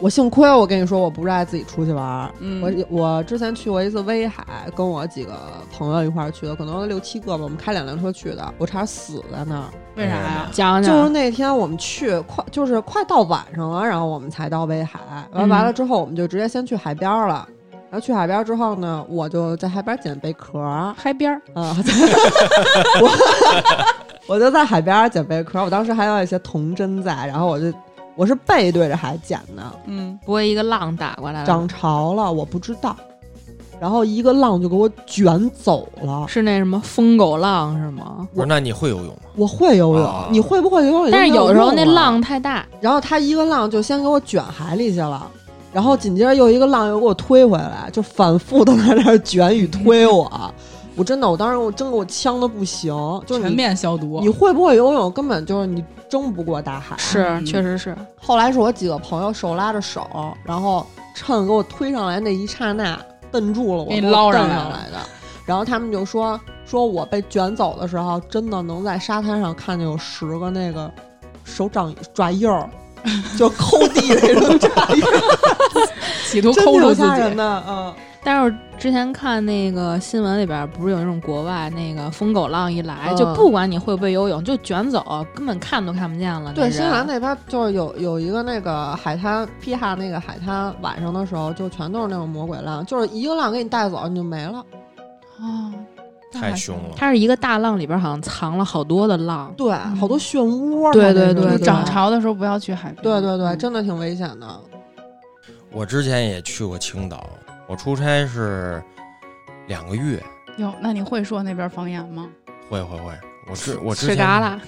[SPEAKER 1] 我幸亏我跟你说，我不热爱自己出去玩儿。
[SPEAKER 4] 嗯，
[SPEAKER 1] 我我之前去过一次威海，跟我几个朋友一块儿去的，可能六七个吧，我们开两辆车去的，我差点死在那儿。
[SPEAKER 4] 为啥呀？
[SPEAKER 2] 讲
[SPEAKER 1] 就是
[SPEAKER 2] 讲，
[SPEAKER 1] 那天我们去快，就是快到晚上了，然后我们才到威海。完
[SPEAKER 4] 嗯
[SPEAKER 1] 完了之后，我们就直接先去海边儿了。然后去海边儿之后呢，我就在海边儿捡贝壳儿，
[SPEAKER 4] 嗨边儿，
[SPEAKER 1] 啊，我 我 就在海边儿捡贝壳儿，我当时还有一些童真在，然后我就我是背对着海捡的，
[SPEAKER 4] 嗯，
[SPEAKER 2] 不会一个浪打过来了，
[SPEAKER 1] 涨潮了我不知道，然后一个浪就给我卷走了。
[SPEAKER 2] 是那什么疯狗浪是吗？
[SPEAKER 3] 不是，那你会游泳吗？
[SPEAKER 1] 我会游泳，
[SPEAKER 3] 啊
[SPEAKER 1] 你会不会游泳？
[SPEAKER 2] 但是有
[SPEAKER 1] 有
[SPEAKER 2] 时候那
[SPEAKER 1] 用了，
[SPEAKER 2] 浪太大，
[SPEAKER 1] 然后他一个浪就先给我卷海里去了。然后紧接着又一个浪又给我推回来，就反复的在那儿 卷与推我，我真的，我当时我真给我呛的不行，就是
[SPEAKER 4] 全
[SPEAKER 1] 你
[SPEAKER 4] 面消毒。
[SPEAKER 1] 你会不会游泳根本就是你争不过大海，
[SPEAKER 2] 是
[SPEAKER 4] 嗯
[SPEAKER 2] 确实是，
[SPEAKER 1] 后来是我几个朋友手拉着手，然后趁给我推上来那一刹那，蹬住了我，
[SPEAKER 4] 给你
[SPEAKER 1] 给我
[SPEAKER 4] 捞上
[SPEAKER 1] 蹬
[SPEAKER 4] 来
[SPEAKER 1] 上
[SPEAKER 4] 了
[SPEAKER 1] 来的。然后他们就说，说我被卷走的时候，真的能在沙滩上看见有十个那个手掌爪印儿，就抠地那种爪印儿，
[SPEAKER 4] 企图
[SPEAKER 1] 真
[SPEAKER 4] 抠住
[SPEAKER 1] 挺
[SPEAKER 4] 自
[SPEAKER 1] 吓人
[SPEAKER 4] 己，
[SPEAKER 1] 的。嗯，
[SPEAKER 2] 但是我之前看那个新闻里边儿，不是有那种国外那个疯狗浪一来，
[SPEAKER 1] 嗯
[SPEAKER 2] 就不管你会不会游泳，就卷走，根本看都看不见了。
[SPEAKER 1] 对，
[SPEAKER 2] 那
[SPEAKER 1] 新
[SPEAKER 2] 人
[SPEAKER 1] 西兰那边就是有有一个那个海滩，皮哈那个海滩，晚上的时候就全都是那种魔鬼浪，就是一个浪给你带走，你就没了。
[SPEAKER 4] 啊，
[SPEAKER 3] 太凶了。
[SPEAKER 2] 它是一个大浪里边儿好像藏了好多的浪，
[SPEAKER 1] 对，好多漩涡。
[SPEAKER 2] 对
[SPEAKER 1] 它那
[SPEAKER 2] 对
[SPEAKER 1] 是
[SPEAKER 2] 对
[SPEAKER 4] 就
[SPEAKER 2] 对
[SPEAKER 4] 是涨潮的时候不要去海边。
[SPEAKER 1] 对对对，
[SPEAKER 4] 嗯
[SPEAKER 1] 真的挺危险的。
[SPEAKER 3] 我之前也去过青岛，我出差是两个月，
[SPEAKER 4] 哟，那你会说那边方言吗？
[SPEAKER 3] 会会会，我之我之
[SPEAKER 2] 吃嘎
[SPEAKER 3] 前
[SPEAKER 2] 啦，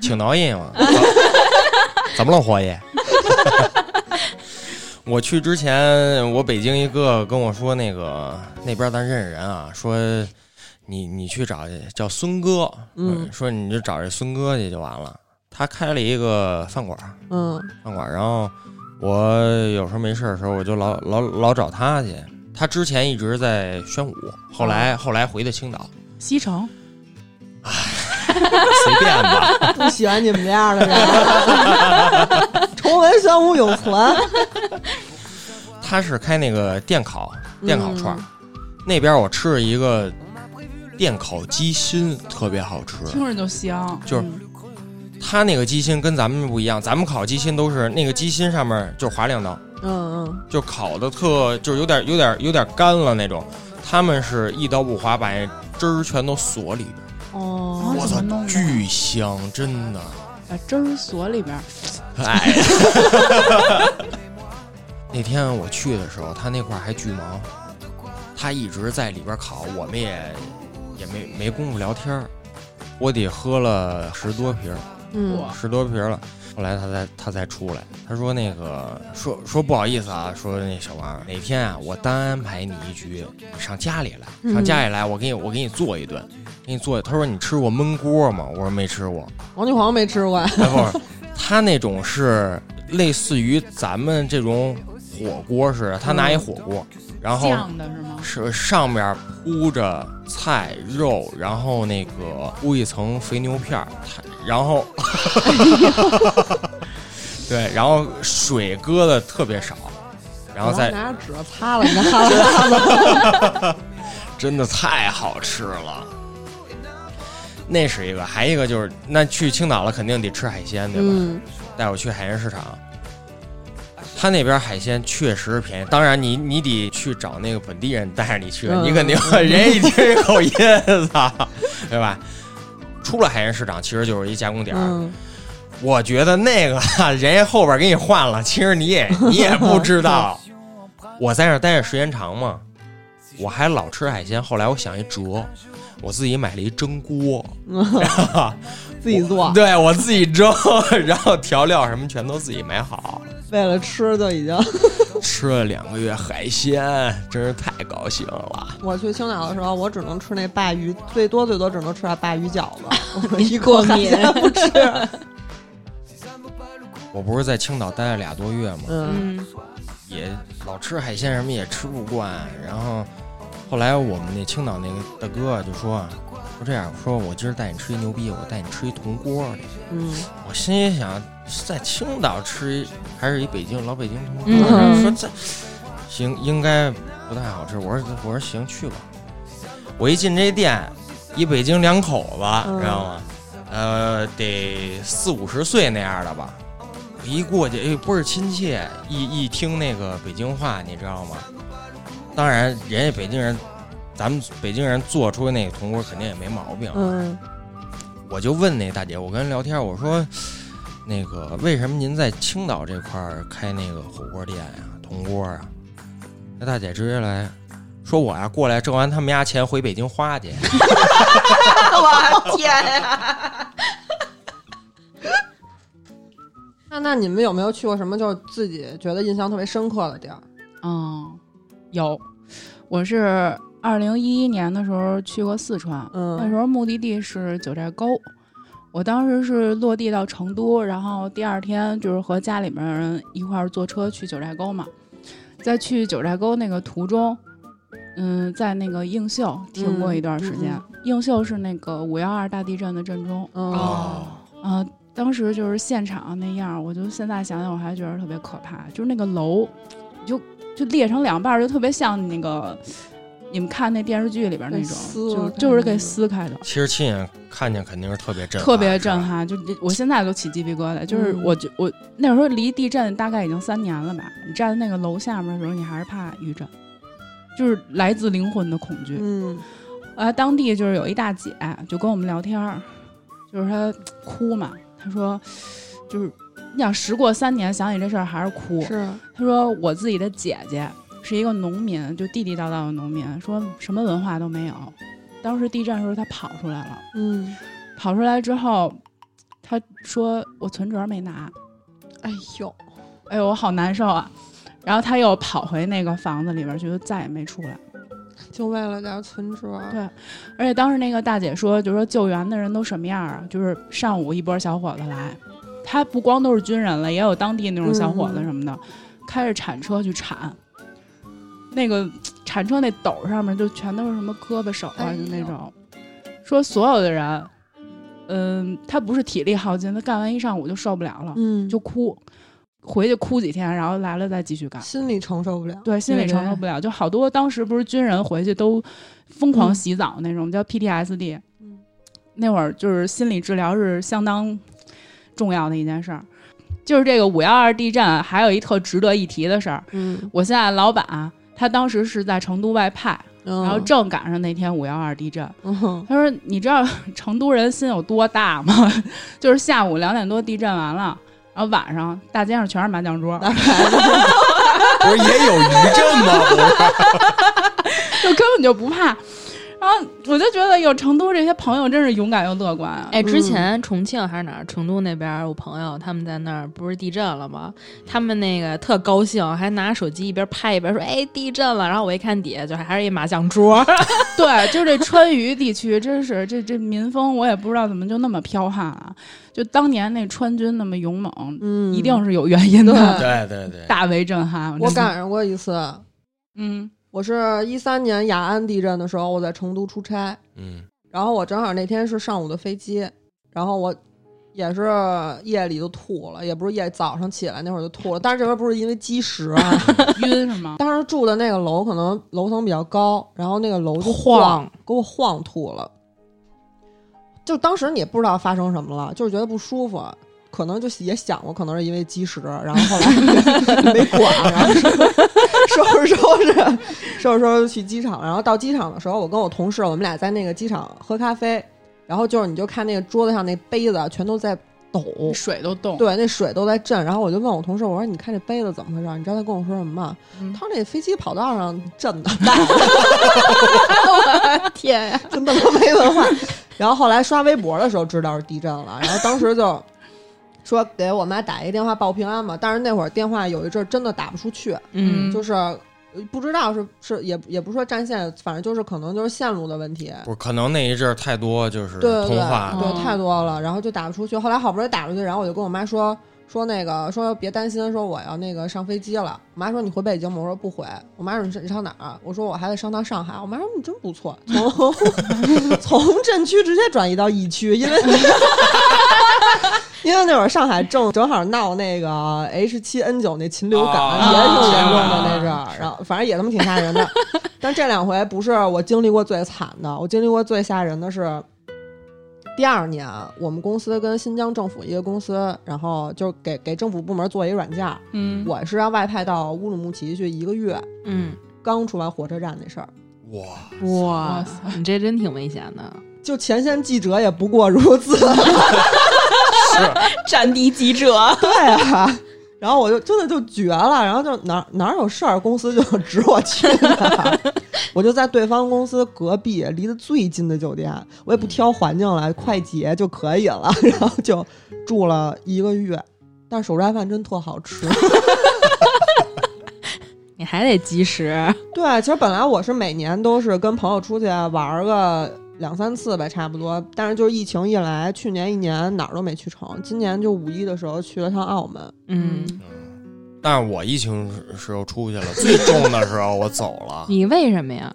[SPEAKER 3] 请导演嘛，怎么了，火爷？ 我去之前，我北京一个跟我说那个那边咱认识人啊，说你你去找叫孙哥，
[SPEAKER 1] 嗯，
[SPEAKER 3] 说你就找这孙哥去就完了。他开了一个饭馆，
[SPEAKER 1] 嗯
[SPEAKER 3] 饭馆，然后我有时候没事儿的时候，我就老老老找他去。他之前一直在宣武，后来后来回的青岛，
[SPEAKER 4] 西城，
[SPEAKER 3] 随便吧。
[SPEAKER 1] 不喜欢你们这样的人。 重文玄武永存。
[SPEAKER 3] 他是开那个电烤电烤串儿，那边我吃了一个电烤鸡心，特别好吃。
[SPEAKER 4] 听着就香。嗯
[SPEAKER 3] 就是他那个鸡心跟咱们不一样，咱们烤鸡心都是那个鸡心上面就划两刀，
[SPEAKER 1] 嗯嗯
[SPEAKER 3] 就烤的特就是有点有点有点干了那种。他们是一刀不划，把那汁儿全都锁里边，
[SPEAKER 1] 哦
[SPEAKER 4] 我
[SPEAKER 3] 我
[SPEAKER 4] 怎
[SPEAKER 3] 操
[SPEAKER 4] 么弄，的
[SPEAKER 3] 巨香，真的。
[SPEAKER 4] 把汁儿锁里边儿，
[SPEAKER 3] 哎， 那天我去的时候，他那块儿还巨忙，他一直在里边烤，我们也也没没工夫聊天儿。我得喝了十多瓶儿，
[SPEAKER 1] 嗯
[SPEAKER 4] 哇，
[SPEAKER 3] 十多瓶儿了。后来他才他才出来，他说那个说说不好意思啊，说那小王哪天啊我单安排你一局，你上家里来，上家里来，我给你我给你做一顿，给你做。他说你吃过焖锅吗？我说没吃过。
[SPEAKER 1] 王金黄没吃过。
[SPEAKER 3] 然后他那种是类似于咱们这种火锅似的，他拿一火锅，然后
[SPEAKER 4] 酱的是吗？
[SPEAKER 3] 是上面铺着菜肉，然后那个铺一层肥牛片儿，它然后，对，然后水搁的特别少，然后再
[SPEAKER 1] 拿着纸擦了，你看哈喇哈喇。
[SPEAKER 3] 真的太好吃了。那是一个，还一个就是，那去青岛了肯定得吃海鲜，对吧？
[SPEAKER 1] 嗯，
[SPEAKER 3] 带我去海鲜市场，他那边海鲜确实便宜。当然你，你得去找那个本地人带着你去，
[SPEAKER 1] 嗯
[SPEAKER 3] 你肯定 人家一听这口音，操，对吧？出了海鲜市场，其实就是一加工点儿。
[SPEAKER 1] 嗯
[SPEAKER 3] 我觉得那个 人家后边给你换了，其实你也你也不知道。我在那儿待着时间长嘛，我还老吃海鲜。后来我想一辙，我自己买了一 蒸锅，
[SPEAKER 1] 自己做，
[SPEAKER 3] 对我自己蒸， 然后调料什么全都自己买好。
[SPEAKER 1] 为了吃就已经。
[SPEAKER 3] 吃了两个月海鲜，真是太高兴了。
[SPEAKER 1] 我去青岛的时候，我只能吃那鲅鱼，最多最多只能吃点鲅鱼饺 子，我一口
[SPEAKER 2] 过
[SPEAKER 1] 海
[SPEAKER 2] 敏
[SPEAKER 1] 鲜不 吃。
[SPEAKER 3] 我不是在青岛待了俩多月吗？
[SPEAKER 1] 嗯，
[SPEAKER 2] 嗯，
[SPEAKER 3] 也老吃海鲜什么也吃不惯，然后后来我们那青岛那个大哥就说啊，说这样，说我今儿带你吃一牛逼，我带你吃一铜锅去。
[SPEAKER 1] 嗯，
[SPEAKER 3] 我心里想，在青岛吃一还是一北京老北京铜锅，
[SPEAKER 2] 嗯
[SPEAKER 3] 然后说这行应该不太好吃。我说我说行去吧。我一进这店，一北京两口子，
[SPEAKER 1] 嗯
[SPEAKER 3] 知道吗？呃，得四五十岁那样的吧。我一过去，哎，倍儿亲切，一一听那个北京话，你知道吗？当然，人家北京人，咱们北京人做出那个铜锅肯定也没毛病。
[SPEAKER 1] 嗯，
[SPEAKER 3] 我就问那大姐，我跟人聊天，我说，那个为什么您在青岛这块儿开那个火锅店呀、铜锅啊？那大姐直接来说我呀、过来挣完他们家钱回北京花去。
[SPEAKER 1] 我天啊呀！那那你们有没有去过什么就是自己觉得印象特别深刻的地儿？
[SPEAKER 4] 嗯，有，我是二零一一年的时候去过四川，
[SPEAKER 1] 嗯
[SPEAKER 4] 那时候目的地是九寨沟。我当时是落地到成都，然后第二天就是和家里面人一块儿坐车去九寨沟嘛。在去九寨沟那个途中，嗯，在那个映秀停过一段时间。
[SPEAKER 1] 嗯
[SPEAKER 4] 映秀是那个五幺二大地震的震中，
[SPEAKER 1] 哦，
[SPEAKER 4] 呃，当时就是现场那样儿，我就现在想想我还觉得特别可怕，就是那个楼，就就裂成两半儿，就特别像那个你们看那电视剧里边儿那
[SPEAKER 1] 被
[SPEAKER 4] 种，
[SPEAKER 1] 撕
[SPEAKER 4] 就
[SPEAKER 1] 了看
[SPEAKER 4] 就是
[SPEAKER 1] 着那
[SPEAKER 4] 给
[SPEAKER 1] 种
[SPEAKER 4] 撕开的，
[SPEAKER 3] 其实亲眼看见肯定是特别震撼，
[SPEAKER 4] 特别震
[SPEAKER 3] 是吧。
[SPEAKER 4] 撼。就我现在都起鸡皮疙瘩，就是
[SPEAKER 1] 嗯
[SPEAKER 4] 我就我那时候离地震大概已经三年了吧，你站在那个楼下面的时候，你还是怕余震，就是来自灵魂的恐惧。
[SPEAKER 1] 嗯
[SPEAKER 4] 啊，当地就是有一大姐就跟我们聊天儿，就是她哭嘛，她说，就是你想时过三年想起这事儿还是哭。
[SPEAKER 1] 是，
[SPEAKER 4] 她说我自己的姐姐是一个农民，就地地道道的农民，说什么文化都没有。当时地震的时候她跑出来了，
[SPEAKER 1] 嗯，
[SPEAKER 4] 跑出来之后，她说我存折没拿，
[SPEAKER 1] 哎呦，
[SPEAKER 4] 哎呦我好难受啊。然后她又跑回那个房子里边去，就再也没出来。
[SPEAKER 1] 就为了点存折，
[SPEAKER 4] 对而且当时那个大姐说，就说救援的人都什么样啊？就是上午一波小伙子来，他不光都是军人了，也有当地那种小伙子什么的，开着铲车去铲。那个嗯铲车那斗上面就全都是什么胳膊手啊，
[SPEAKER 1] 哎呦
[SPEAKER 4] 就那种。说所有的人，嗯，他不是体力耗尽，他干完一上午就受不了了，
[SPEAKER 1] 嗯，
[SPEAKER 4] 就哭，回去哭几天，然后来了再继续干。
[SPEAKER 1] 心里承受不了。
[SPEAKER 4] 对，心里
[SPEAKER 2] 对
[SPEAKER 4] 承
[SPEAKER 2] 对
[SPEAKER 4] 受不了。就好多当时不是军人回去都疯狂
[SPEAKER 1] 嗯
[SPEAKER 4] 洗澡那种，叫 PTSD。
[SPEAKER 1] 嗯
[SPEAKER 4] 那会儿就是心理治疗是相当重要的一件事儿。就是这个五幺二地震，还有一特值得一提的事儿。
[SPEAKER 1] 嗯，
[SPEAKER 4] 我现在老板啊、他当时是在成都外派，
[SPEAKER 1] 然
[SPEAKER 4] 然后正赶上那天五幺二地震。
[SPEAKER 1] 嗯
[SPEAKER 4] 他说：“你知道 成都人心有多大吗？ 就是下午两点多地震完了，然后晚上大街上全是麻将桌。”
[SPEAKER 3] 不是也有余震吗？不是
[SPEAKER 4] 就根本就不怕。然后我就觉得有成都这些朋友真是勇敢又乐观啊！
[SPEAKER 2] 哎，之
[SPEAKER 1] 嗯
[SPEAKER 2] 前重庆还是哪儿，成都那边儿，我朋友他们在那儿不是地震了吗？他们那个特高兴，还拿手机一边拍一边说：“哎，地震了！”然后我一看底下就还是一麻将桌，
[SPEAKER 4] 对，就这川渝地区，真是这这民风，我也不知道怎么就那么彪悍啊！就当年那川军那么勇猛，
[SPEAKER 1] 嗯，
[SPEAKER 4] 一定是有原因的，
[SPEAKER 1] 对
[SPEAKER 3] 对对对，
[SPEAKER 4] 大为震撼。啊
[SPEAKER 1] 我
[SPEAKER 4] 真的
[SPEAKER 1] 赶上过一次，
[SPEAKER 4] 嗯
[SPEAKER 1] 我是一三年雅安地震的时候，我在成都出差，
[SPEAKER 3] 嗯，
[SPEAKER 1] 然后我正好那天是上午的飞机，然后我也是夜里就吐了，也不是夜早上起来那会儿就吐了，但是这边不是因为积食啊，
[SPEAKER 4] 晕是吗？
[SPEAKER 1] 当时住的那个楼可能楼层比较高，然后那个楼就
[SPEAKER 2] 晃
[SPEAKER 1] 给我晃吐了。就当时你也不知道发生什么了，就是觉得不舒服，啊可能就也想过可能是因为积食，然后后来 没管，然后收拾收拾收拾收拾去机场，然后到机场的时候，我跟我同啊事我们俩在那个机场喝咖啡，然后就是你就看那个桌子上那杯子全都在抖，抖，
[SPEAKER 4] 水都冻，
[SPEAKER 1] 对，那水都在震。然后我就问我同事，我说你看这杯子怎么回事？你知道他跟我说什么吗？
[SPEAKER 4] 嗯
[SPEAKER 1] 他说那飞机跑道上震的，
[SPEAKER 2] 天呀！
[SPEAKER 1] 真他妈没文化。 然后后来刷微博的时候知道是地震了，然后当时就说给我妈打一电话报平安嘛。但是那会儿电话有一阵儿真的打不出去，
[SPEAKER 4] 嗯
[SPEAKER 1] 就是呃不知道是是也也不是说占线，反正就是可能就是线路的问题。
[SPEAKER 3] 不是，可能那一阵儿太多就是
[SPEAKER 1] 对对
[SPEAKER 3] 通
[SPEAKER 1] 对，
[SPEAKER 3] 话啊了，
[SPEAKER 1] 对
[SPEAKER 4] 嗯
[SPEAKER 1] 太多了，然后就打不出去。后来好不容易打出去，然后我就跟我妈说说那个说别担心，说我要那个上飞机了。我妈说你回北京吗？我说不回。我妈说你上你上哪儿？啊我说我还得上趟上海。我妈说你真不错，从 从镇区直接转移到疫区，因为因为那会儿上海正正好闹那个 H 七 N 九那禽流感，
[SPEAKER 3] 啊
[SPEAKER 1] 也挺严重的那阵儿，然后反正也他妈挺吓 人的。但这两回不是我经历过最惨的，我经历过最吓人的是第二年，我们公司跟新疆政府一个公司，然后就给给政府部门做一软件儿，
[SPEAKER 4] 嗯，
[SPEAKER 1] 我是要外派到乌鲁木齐去一个月，
[SPEAKER 2] 嗯，
[SPEAKER 1] 刚出完火车站那事儿，
[SPEAKER 3] 哇，
[SPEAKER 2] 哇
[SPEAKER 4] 哇塞，
[SPEAKER 2] 你这真挺危险的，
[SPEAKER 1] 就前线记者也不过如此。
[SPEAKER 2] 战地记者。
[SPEAKER 1] 对啊，然后我就真的就绝了，然后就哪哪儿有事儿，公司就指我去的，我就在对方公司隔壁，离得最近的酒店，我也不挑环境了，快捷就可以了， 然后就住了一个月，但是手抓饭真特好吃。
[SPEAKER 2] 你还得及 时，
[SPEAKER 1] 对，其实本来我是每年都是跟朋友出去玩儿个两三次呗，差不多。但是就是疫情一来，去年一年哪儿都没去成，今年就五一的时候去了趟澳门。
[SPEAKER 2] 嗯，
[SPEAKER 3] 嗯，但是我疫情时候出去了，最重的时候我走 了。
[SPEAKER 2] 你为什么呀？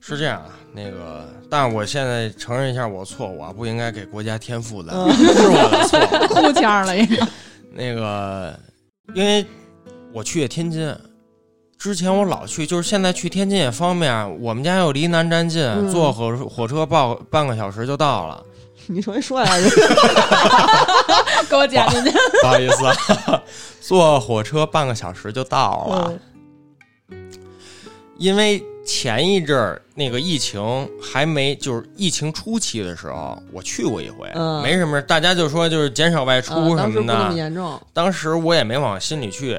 [SPEAKER 3] 是这样，啊，那个，但是我现在承认一下我错误啊，不应该给国家添负担，
[SPEAKER 1] 嗯
[SPEAKER 3] 是我的错。
[SPEAKER 4] 哭腔儿了，应该
[SPEAKER 3] 那个，因为我去的天津，之前我老去，就是现在去天津也方便，啊我们家又离南站近，
[SPEAKER 1] 嗯
[SPEAKER 3] 坐火火车报半个小时就到了。
[SPEAKER 1] 你重新说来着。
[SPEAKER 4] 给我讲 进去。
[SPEAKER 3] 不好意思，啊， 坐火车半个小时就到了。
[SPEAKER 1] 嗯
[SPEAKER 3] 因为前一阵儿那个疫情还没，就是疫情初期的时候，我去过一回，
[SPEAKER 1] 嗯
[SPEAKER 3] 没什么事儿，大家就说就是减少外出
[SPEAKER 1] 嗯
[SPEAKER 3] 什
[SPEAKER 1] 当时
[SPEAKER 3] 么
[SPEAKER 1] 不
[SPEAKER 3] 的。
[SPEAKER 1] 那么严重，
[SPEAKER 3] 当时我也没往心里去，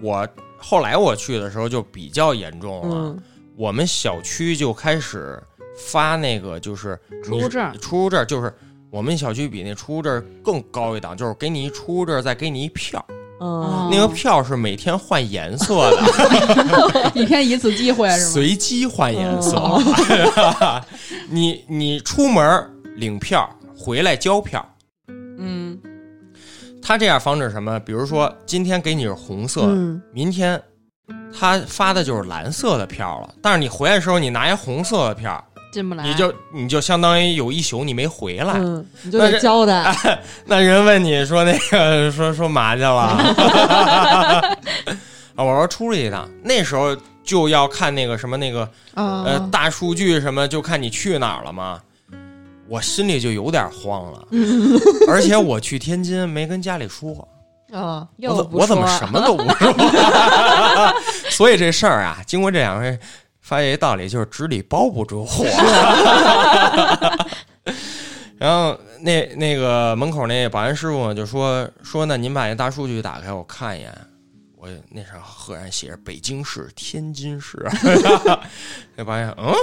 [SPEAKER 3] 我后来我去的时候就比较严重了。
[SPEAKER 1] 嗯，
[SPEAKER 3] 我们小区就开始发那个就是
[SPEAKER 2] 出
[SPEAKER 3] 你
[SPEAKER 2] 入证
[SPEAKER 3] 出入证就是我们小区比那出入证更高一档，就是给你一出入证，再给你一票。
[SPEAKER 1] 嗯，
[SPEAKER 2] 哦
[SPEAKER 3] 那个票是每天换颜色的，
[SPEAKER 4] 一天一次机会是吗？
[SPEAKER 3] 随机换颜色。 你你出门领票，回来交票。
[SPEAKER 4] 嗯，
[SPEAKER 3] 他这样防止什么？比如说今天给你是红色的，
[SPEAKER 1] 嗯
[SPEAKER 3] 明天他发的就是蓝色的票了。但是你回来的时候，你拿一红色的票，
[SPEAKER 2] 进不来，
[SPEAKER 3] 你就你就相当于有一宿你没回来。
[SPEAKER 1] 嗯，你就
[SPEAKER 3] 那啊
[SPEAKER 1] 得
[SPEAKER 3] 是
[SPEAKER 1] 交代，
[SPEAKER 3] 那人问你说那个 说说嘛去了？ 啊，我说出去一趟。那时候就要看那个什么那个呃
[SPEAKER 1] 啊，
[SPEAKER 3] 大数据什么，就看你去哪儿了嘛。我心里就有点慌了，而且我去天津没跟家里说，呃
[SPEAKER 1] 啊，
[SPEAKER 2] 又
[SPEAKER 3] 我怎
[SPEAKER 2] 不
[SPEAKER 3] 我怎么
[SPEAKER 2] 说
[SPEAKER 3] 什么都不说？ 所以这事儿啊，经过这两回，发现一道理，就是纸里包不住 火。然后那那个门口那保安师傅就说说那您把那大数据打开，我看一眼。我那上赫然写着北京市、天津市。 那保安想嗯，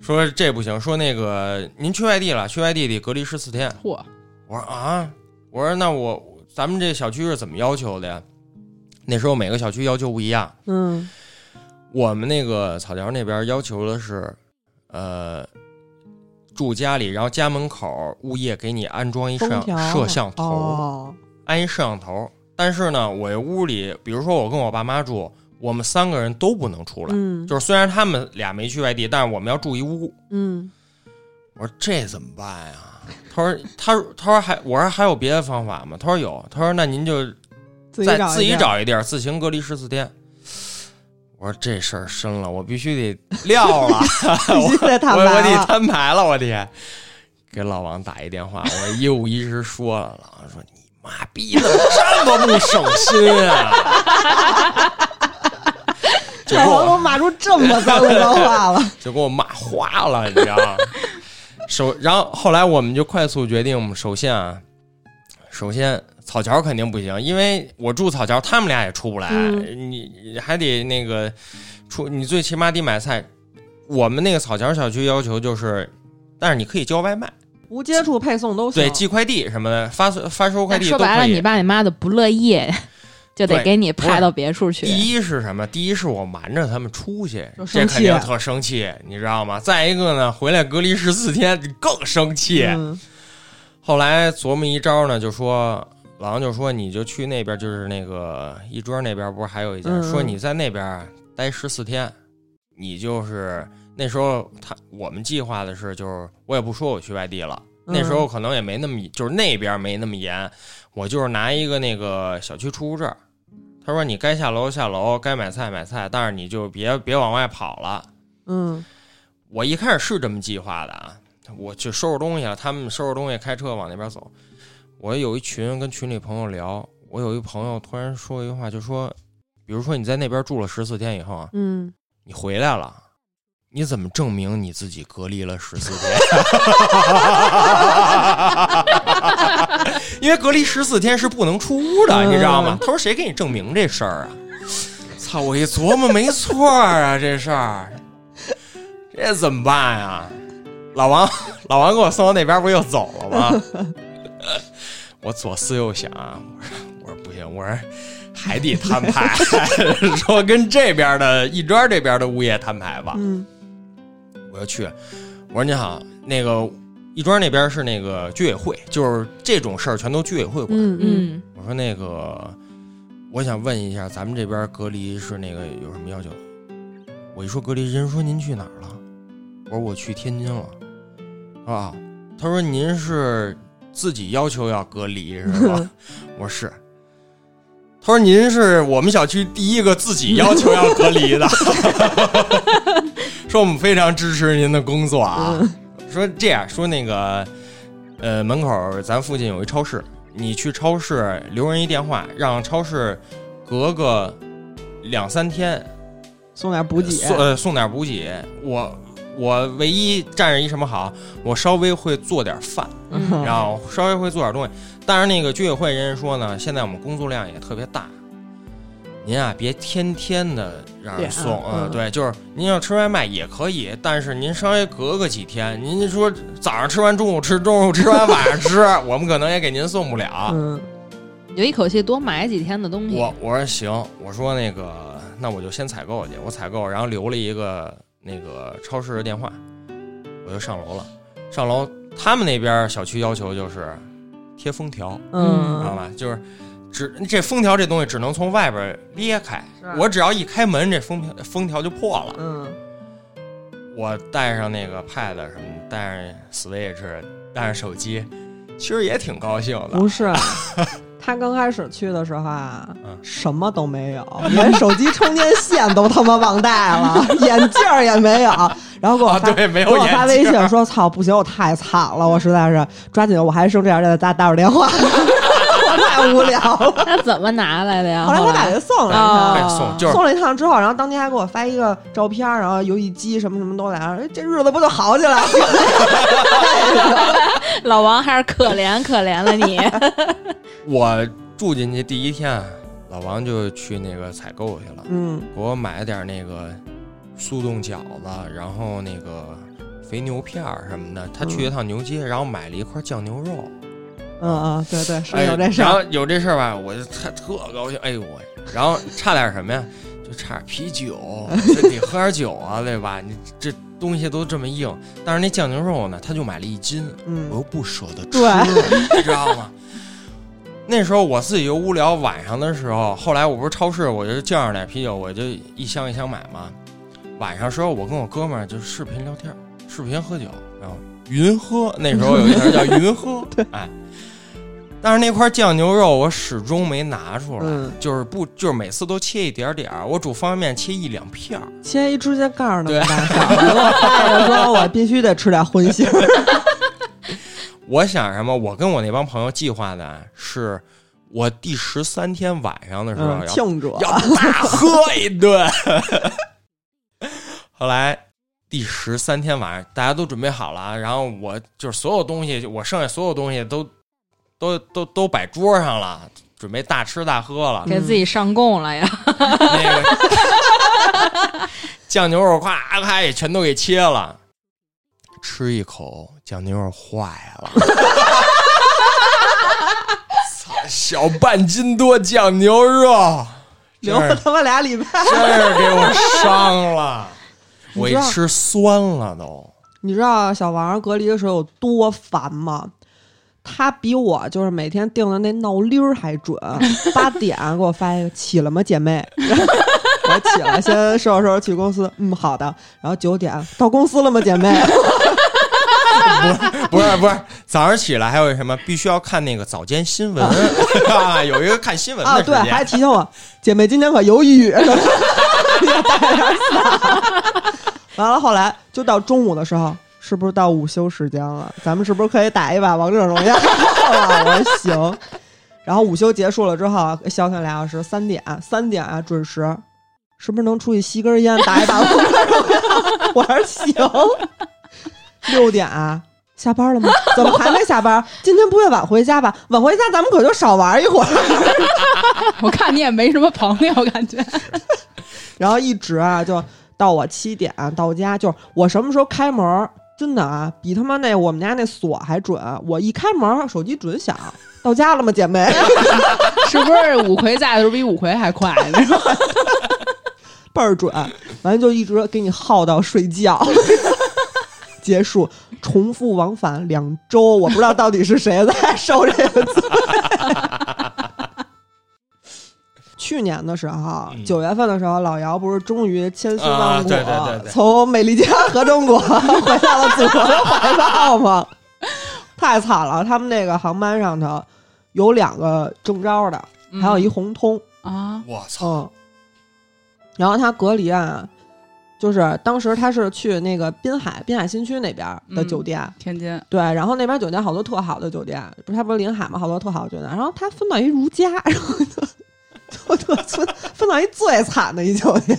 [SPEAKER 3] 说这不行，说那个您去外地了，去外地得隔离十四天。
[SPEAKER 4] 嚯，
[SPEAKER 3] 我说啊，我说那我咱们这小区是怎么要求的呀？那时候每个小区要求不一样，
[SPEAKER 1] 嗯
[SPEAKER 3] 我们那个草桥那边要求的是，呃，住家里，然后家门口物业给你安装一摄
[SPEAKER 1] 封条
[SPEAKER 3] 摄像头，
[SPEAKER 1] 哦，
[SPEAKER 3] 安一摄像头。但是呢，我屋里，比如说我跟我爸妈住，我们三个人都不能出来，
[SPEAKER 1] 嗯
[SPEAKER 3] 就是虽然他们俩没去外地，但是我们要住一屋。
[SPEAKER 1] 嗯
[SPEAKER 3] 我说这怎么办呀？他说他说他说还我说还有别的方法吗？他说有，他说那您就
[SPEAKER 1] 自
[SPEAKER 3] 再
[SPEAKER 1] 己找
[SPEAKER 3] 自己
[SPEAKER 1] 一
[SPEAKER 3] 找一地儿自行隔离十四天。我说这事儿深了，我必须得撂了，
[SPEAKER 1] 地儿， 必须得
[SPEAKER 3] 我
[SPEAKER 1] 坦
[SPEAKER 3] 我
[SPEAKER 1] 白
[SPEAKER 3] 得
[SPEAKER 1] 了，
[SPEAKER 3] 摊牌了，我得给老王打一电话，我一五一十说了，老王说你妈逼怎么这么不省心啊！
[SPEAKER 1] 太
[SPEAKER 3] 就给
[SPEAKER 1] 王
[SPEAKER 3] 我
[SPEAKER 1] 哎龙骂出这么脏的脏话了，
[SPEAKER 3] 就给我骂 花了，你知道吗？首，然后后来我们就快速决定，我们首先啊，首先草桥肯定不行，因为我住草桥，他们俩也出不来，
[SPEAKER 1] 嗯
[SPEAKER 3] 你还得那个出，你最起码得买菜。我们那个草桥小区要求就是，但是你可以叫外卖，
[SPEAKER 1] 无接触配送都行。
[SPEAKER 3] 对，寄快递什么的，发送发收快递
[SPEAKER 2] 哎说
[SPEAKER 3] 都
[SPEAKER 2] 白了，
[SPEAKER 3] 可
[SPEAKER 2] 你
[SPEAKER 3] 以。
[SPEAKER 2] 爸你妈的不乐意，就得
[SPEAKER 3] 对
[SPEAKER 2] 给你
[SPEAKER 3] 不是
[SPEAKER 2] 派到别处去。啊
[SPEAKER 3] 第一是什么？第一是我瞒着他们出去
[SPEAKER 1] 就，生
[SPEAKER 3] 这肯
[SPEAKER 1] 气
[SPEAKER 3] 定特生气，你知道吗？再一个呢，回来隔离十四天更生气。
[SPEAKER 1] 嗯，
[SPEAKER 3] 后来琢磨一招呢，就说老王就说你就去那边，就是那个一桌那边不是还有一家，
[SPEAKER 1] 嗯
[SPEAKER 3] 说你在那边待十四天，你就是那时候他我们计划的是，就是我也不说我去外地了。
[SPEAKER 1] 嗯
[SPEAKER 3] 那时候可能也没那么，就是那边没那么严，我就是拿一个那个小区出入证。他说你该下楼下楼，该买菜买菜，但是你就别别往外跑了。
[SPEAKER 1] 嗯
[SPEAKER 3] 我一开始是这么计划的啊，我去收拾东西了，啊他们收拾东西开车往那边走。我有一群跟群里朋友聊，我有一朋友突然说一句话，就说，比如说你在那边住了十四天以后啊，
[SPEAKER 1] 嗯，
[SPEAKER 3] 你回来了，你怎么证明你自己隔离了十四天？ 因为隔离十四天是不能出屋的，你知道吗？他说谁给你证明这事儿啊？操！我一琢磨，没错儿啊，这事儿，这怎么办呀？老王，老王给我送到那边，不又走了吗？ 我左思右想，啊我说，我说不行，我说还得摊牌， 说跟这边的亦庄这边的物业摊牌吧。
[SPEAKER 1] 嗯
[SPEAKER 3] 我就去，我说您好，那个亦庄那边是那个居委会，就是这种事儿全都居委会管。
[SPEAKER 1] 嗯嗯
[SPEAKER 2] 嗯，
[SPEAKER 3] 我说那个，我想问一下，咱们这边隔离是那个有什么要求？我一说隔离，人说您去哪儿了？我说我去天津了。啊，他说您是自己要求要隔离是吧？我说是。他说您是我们小区第一个自己要求要隔离的， 说我们非常支持您的工作啊。
[SPEAKER 1] 嗯
[SPEAKER 3] 说这样说那个，呃，门口儿咱附近有一超市，你去超市留人一电话，让超市隔个两三天
[SPEAKER 1] 送点补给。
[SPEAKER 3] 送呃送点补给。我我唯一占着一什么好，我稍微会做点饭，
[SPEAKER 2] 嗯
[SPEAKER 3] 然后稍微会做点东西。但是那个居委会人家说呢，现在我们工作量也特别大。您啊，别天天的让人
[SPEAKER 1] 点
[SPEAKER 3] 送，
[SPEAKER 1] 嗯
[SPEAKER 3] 呃对，就是您要吃外卖也可以，但是您稍微隔个几天，您说早上吃完，中午吃，中午吃完，晚上吃，我们可能也给您送不了。
[SPEAKER 1] 嗯
[SPEAKER 2] 你就一口气多买几天的东西。
[SPEAKER 3] 我我说行，我说那个，那我就先采购去，我采购，然后留了一个那个超市的电话，我就上楼了。上楼，他们那边小区要求就是贴封条，知道
[SPEAKER 1] 嗯
[SPEAKER 3] 吧？就是只这封条这东西只能从外边裂开
[SPEAKER 1] 是啊，
[SPEAKER 3] 我只要一开门，这封条封条就破了。
[SPEAKER 1] 嗯
[SPEAKER 3] 我带上那个 pad 什么，带上 Switch，带上手机，其实也挺高兴的。
[SPEAKER 1] 不 是。他刚开始去的时候啊
[SPEAKER 3] 嗯，
[SPEAKER 1] 什么都没有，连手机充电线都他妈忘带 了，眼镜儿也没有，然后给我
[SPEAKER 3] 啊，
[SPEAKER 1] 发
[SPEAKER 3] 对，没
[SPEAKER 1] 给
[SPEAKER 3] 有
[SPEAKER 1] 我发微
[SPEAKER 3] 眼镜
[SPEAKER 1] 信说：“操，不行，我太惨了，我实在是抓紧，我还是生这样的，打打会儿 电话，我太无聊了。
[SPEAKER 2] 那怎么拿来的”呀？
[SPEAKER 1] 后来我给他送了
[SPEAKER 2] 啊
[SPEAKER 1] 一
[SPEAKER 3] 对
[SPEAKER 1] 趟。
[SPEAKER 3] 送就是
[SPEAKER 1] 送了一趟之后，然后当天还给我发一个照片，然后游戏机什么什么都来了，哎这日子不就好起来了？
[SPEAKER 2] 老王还是可怜可怜了 你。
[SPEAKER 3] 我住进去第一天，啊老王就去那个采购去了，
[SPEAKER 1] 嗯
[SPEAKER 3] 给我买了点那个速冻饺子，然后那个肥牛片儿什么的。他去一趟牛街，然后买了一块酱牛肉。
[SPEAKER 1] 嗯嗯，对对，是
[SPEAKER 3] 哎
[SPEAKER 1] 有这事
[SPEAKER 3] 然
[SPEAKER 1] 儿。
[SPEAKER 3] 后有这事儿吧，我就特特高兴。哎呦我，然后差点什么呀？就差点啤酒， 这得喝点酒啊，对吧？你这东西都这么硬，但是那酱牛肉呢，他就买了一斤，我
[SPEAKER 1] 嗯
[SPEAKER 3] 又不舍得吃，
[SPEAKER 1] 对
[SPEAKER 3] 你知道吗？那时候我自己又无聊，晚上的时候，后来我不是超市，我就叫上点啤酒，我就一箱一箱买嘛。晚上时候，我跟我哥们儿就视频聊天，视频喝酒，然后云喝。那时候有一条叫 云喝，哎，但是那块酱牛肉我始终没拿出来，
[SPEAKER 1] 嗯
[SPEAKER 3] 就是不就是每次都切一点点儿，我煮方便面切一两片儿。
[SPEAKER 1] 切一指甲盖儿那么
[SPEAKER 3] 对
[SPEAKER 1] 大小，给我带着说，我必须得吃点荤 腥儿。
[SPEAKER 3] 我想什么？我跟我那帮朋友计划的是，我第十三天晚上的时候
[SPEAKER 1] 嗯，
[SPEAKER 3] 要
[SPEAKER 1] 庆祝。
[SPEAKER 3] 要大喝一顿。 后来第十三天晚上，大家都准备好了啊，然后我就是所有东西，我剩下所有东西都都都都摆桌上了，准备大吃大喝了。
[SPEAKER 2] 给自己上供了呀，
[SPEAKER 3] 那个酱牛肉咵咔也全都给切了，吃一口酱牛肉坏了，操，小半斤多酱牛肉，真
[SPEAKER 1] 留了
[SPEAKER 3] 是
[SPEAKER 1] 他妈俩礼拜。
[SPEAKER 3] 真是给我伤了，我一
[SPEAKER 1] 你知道
[SPEAKER 3] 吃酸了都，
[SPEAKER 1] 你知道小王隔离的时候有多烦吗？他比我就是每天定的那闹铃儿还 准，八点给我发一个起了吗，姐妹？ 我起了，先收拾收拾去公司。嗯，好的。然后九点到公司了吗，姐妹？
[SPEAKER 3] 不是不是，早上起来还有什么必须要看那个早间新闻 啊，有一个看新闻的
[SPEAKER 1] 啊，
[SPEAKER 3] 时
[SPEAKER 1] 对，
[SPEAKER 3] 间，
[SPEAKER 1] 还提醒我，姐妹今天可有雨， 你也带点伞。完了，后来就到中午的时候，是不是到午休时间了？咱们是不是可以打一把王者荣耀 了？我说行。然后午休结束了之后，消停俩小时，三点，三点啊准时，是不是能出去吸根烟，打一把王者荣耀？ 我说行。六点啊，下班了吗？怎么还没下班？今天不会晚回家吧？晚回家咱们可就少玩一会儿。
[SPEAKER 4] 我看你也没什么朋友，感觉
[SPEAKER 1] 然后一直啊，就到我七点啊到家，就是我什么时候开门儿，真的啊，比他妈那我们家那锁还准。啊我一开门儿，手机准响，到家了吗，姐妹？
[SPEAKER 4] 是不是五魁在的时候比五魁还 快？那种
[SPEAKER 1] 倍儿准，完了就一直给你耗到睡觉。结束，重复往返两周，我不知道到底是谁在受这个罪。去年的时候，
[SPEAKER 3] 嗯
[SPEAKER 1] 九月份的时候，老姚不是终于千辛万苦、
[SPEAKER 3] 啊对对对对
[SPEAKER 1] 从美利坚合众国回到了祖国的怀抱吗？ 太惨了，他们那个航班上头有两个中招的，还有一红通。
[SPEAKER 4] 嗯啊，
[SPEAKER 3] 我操，
[SPEAKER 1] 嗯，然后他隔离啊，就是当时他是去那个滨海滨海新区那边
[SPEAKER 3] 嗯
[SPEAKER 1] 的酒店，
[SPEAKER 4] 天津
[SPEAKER 1] 对，然后那边酒店好多特好的酒店，不是他不是临海嘛，好多特好的酒店，然后他分到一如家，然后就就特分分到一最惨的一酒店，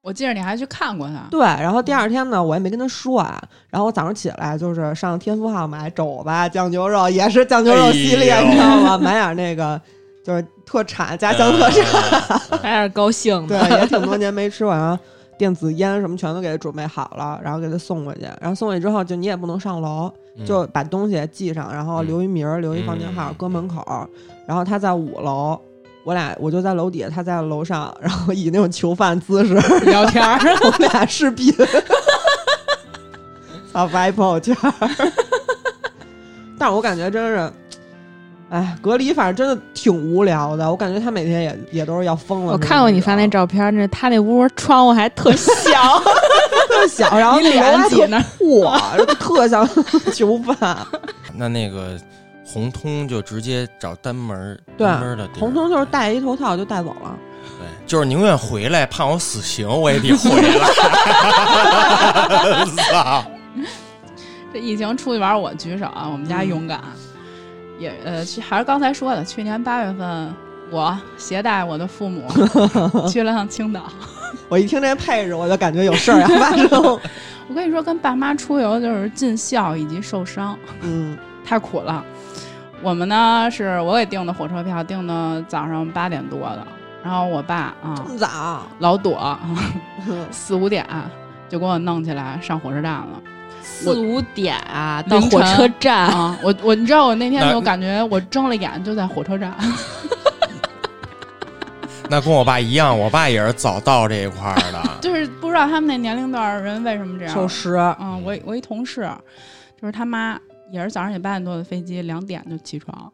[SPEAKER 4] 我记着你还去看过他，
[SPEAKER 1] 对，然后第二天呢，我也没跟他说啊，然后我早上起来就是上天福号买肘子、酱牛肉，也是酱牛肉系列，
[SPEAKER 3] 哎呦哎
[SPEAKER 1] 你知道吗？买点那个就是特产家乡特产。
[SPEAKER 3] 呃
[SPEAKER 2] 还点高兴
[SPEAKER 1] 对
[SPEAKER 2] 的。，
[SPEAKER 1] 也挺 多年没吃完啊。电子烟什么全都给他准备好了，然后给他送过去。然后送过去之后，就你也不能上楼，
[SPEAKER 3] 嗯
[SPEAKER 1] 就把东西记上，然后
[SPEAKER 3] 嗯
[SPEAKER 1] 留一名儿，留一房间号，
[SPEAKER 3] 嗯
[SPEAKER 1] 搁门口。然后他在五楼，我俩我就在楼底下，他在楼上，然后以那种囚犯姿势
[SPEAKER 4] 聊天儿
[SPEAKER 1] 我们俩视频，啊，发一朋友圈儿。 但是我感觉真是，哎，隔离反正真的挺无聊的。我感觉他每天也也都是要疯了。
[SPEAKER 2] 我看过你发那
[SPEAKER 1] 照。
[SPEAKER 2] 照片，那他那屋窗户还特小，
[SPEAKER 1] 特小，然后
[SPEAKER 4] 你
[SPEAKER 1] 那
[SPEAKER 4] 脸挤那儿，
[SPEAKER 1] 我特 像囚犯。
[SPEAKER 3] 那那个红通就直接找单门儿
[SPEAKER 1] 对啊
[SPEAKER 3] 单门儿的地儿
[SPEAKER 1] 红彤就是戴一头套就带走了，
[SPEAKER 3] 对，就是宁愿回来判我死刑，我也得回 来。操！
[SPEAKER 4] 这疫情出去玩，我举手啊，我们家勇敢，也呃，去还是刚才说的，去年八月份，我携带我的父母去了趟青岛。
[SPEAKER 1] 我一听这配置，我就感觉有事儿要发生。
[SPEAKER 4] 我跟你说，跟爸妈出游就是尽孝以及受伤，
[SPEAKER 1] 嗯，
[SPEAKER 4] 太苦了。我们呢是我给订的火车票，订的早上八点多的，然后我爸啊、
[SPEAKER 1] 这么早，
[SPEAKER 4] 老躲
[SPEAKER 1] 嗯
[SPEAKER 4] 四五点就给我弄起来上火车站了。
[SPEAKER 2] 四五点啊，到
[SPEAKER 4] 凌晨
[SPEAKER 2] 火车站，
[SPEAKER 4] 啊，我我你知道我那天
[SPEAKER 3] 那
[SPEAKER 4] 就感觉我睁了眼就在火车站，
[SPEAKER 3] 那跟我爸一样，我爸也是早到这一块儿的。
[SPEAKER 4] 就是不知道他们那年龄段儿人为什么这样。
[SPEAKER 1] 受湿，
[SPEAKER 4] 嗯，我我一同事，就是他妈也是早上也八点多的飞机，两点就起床，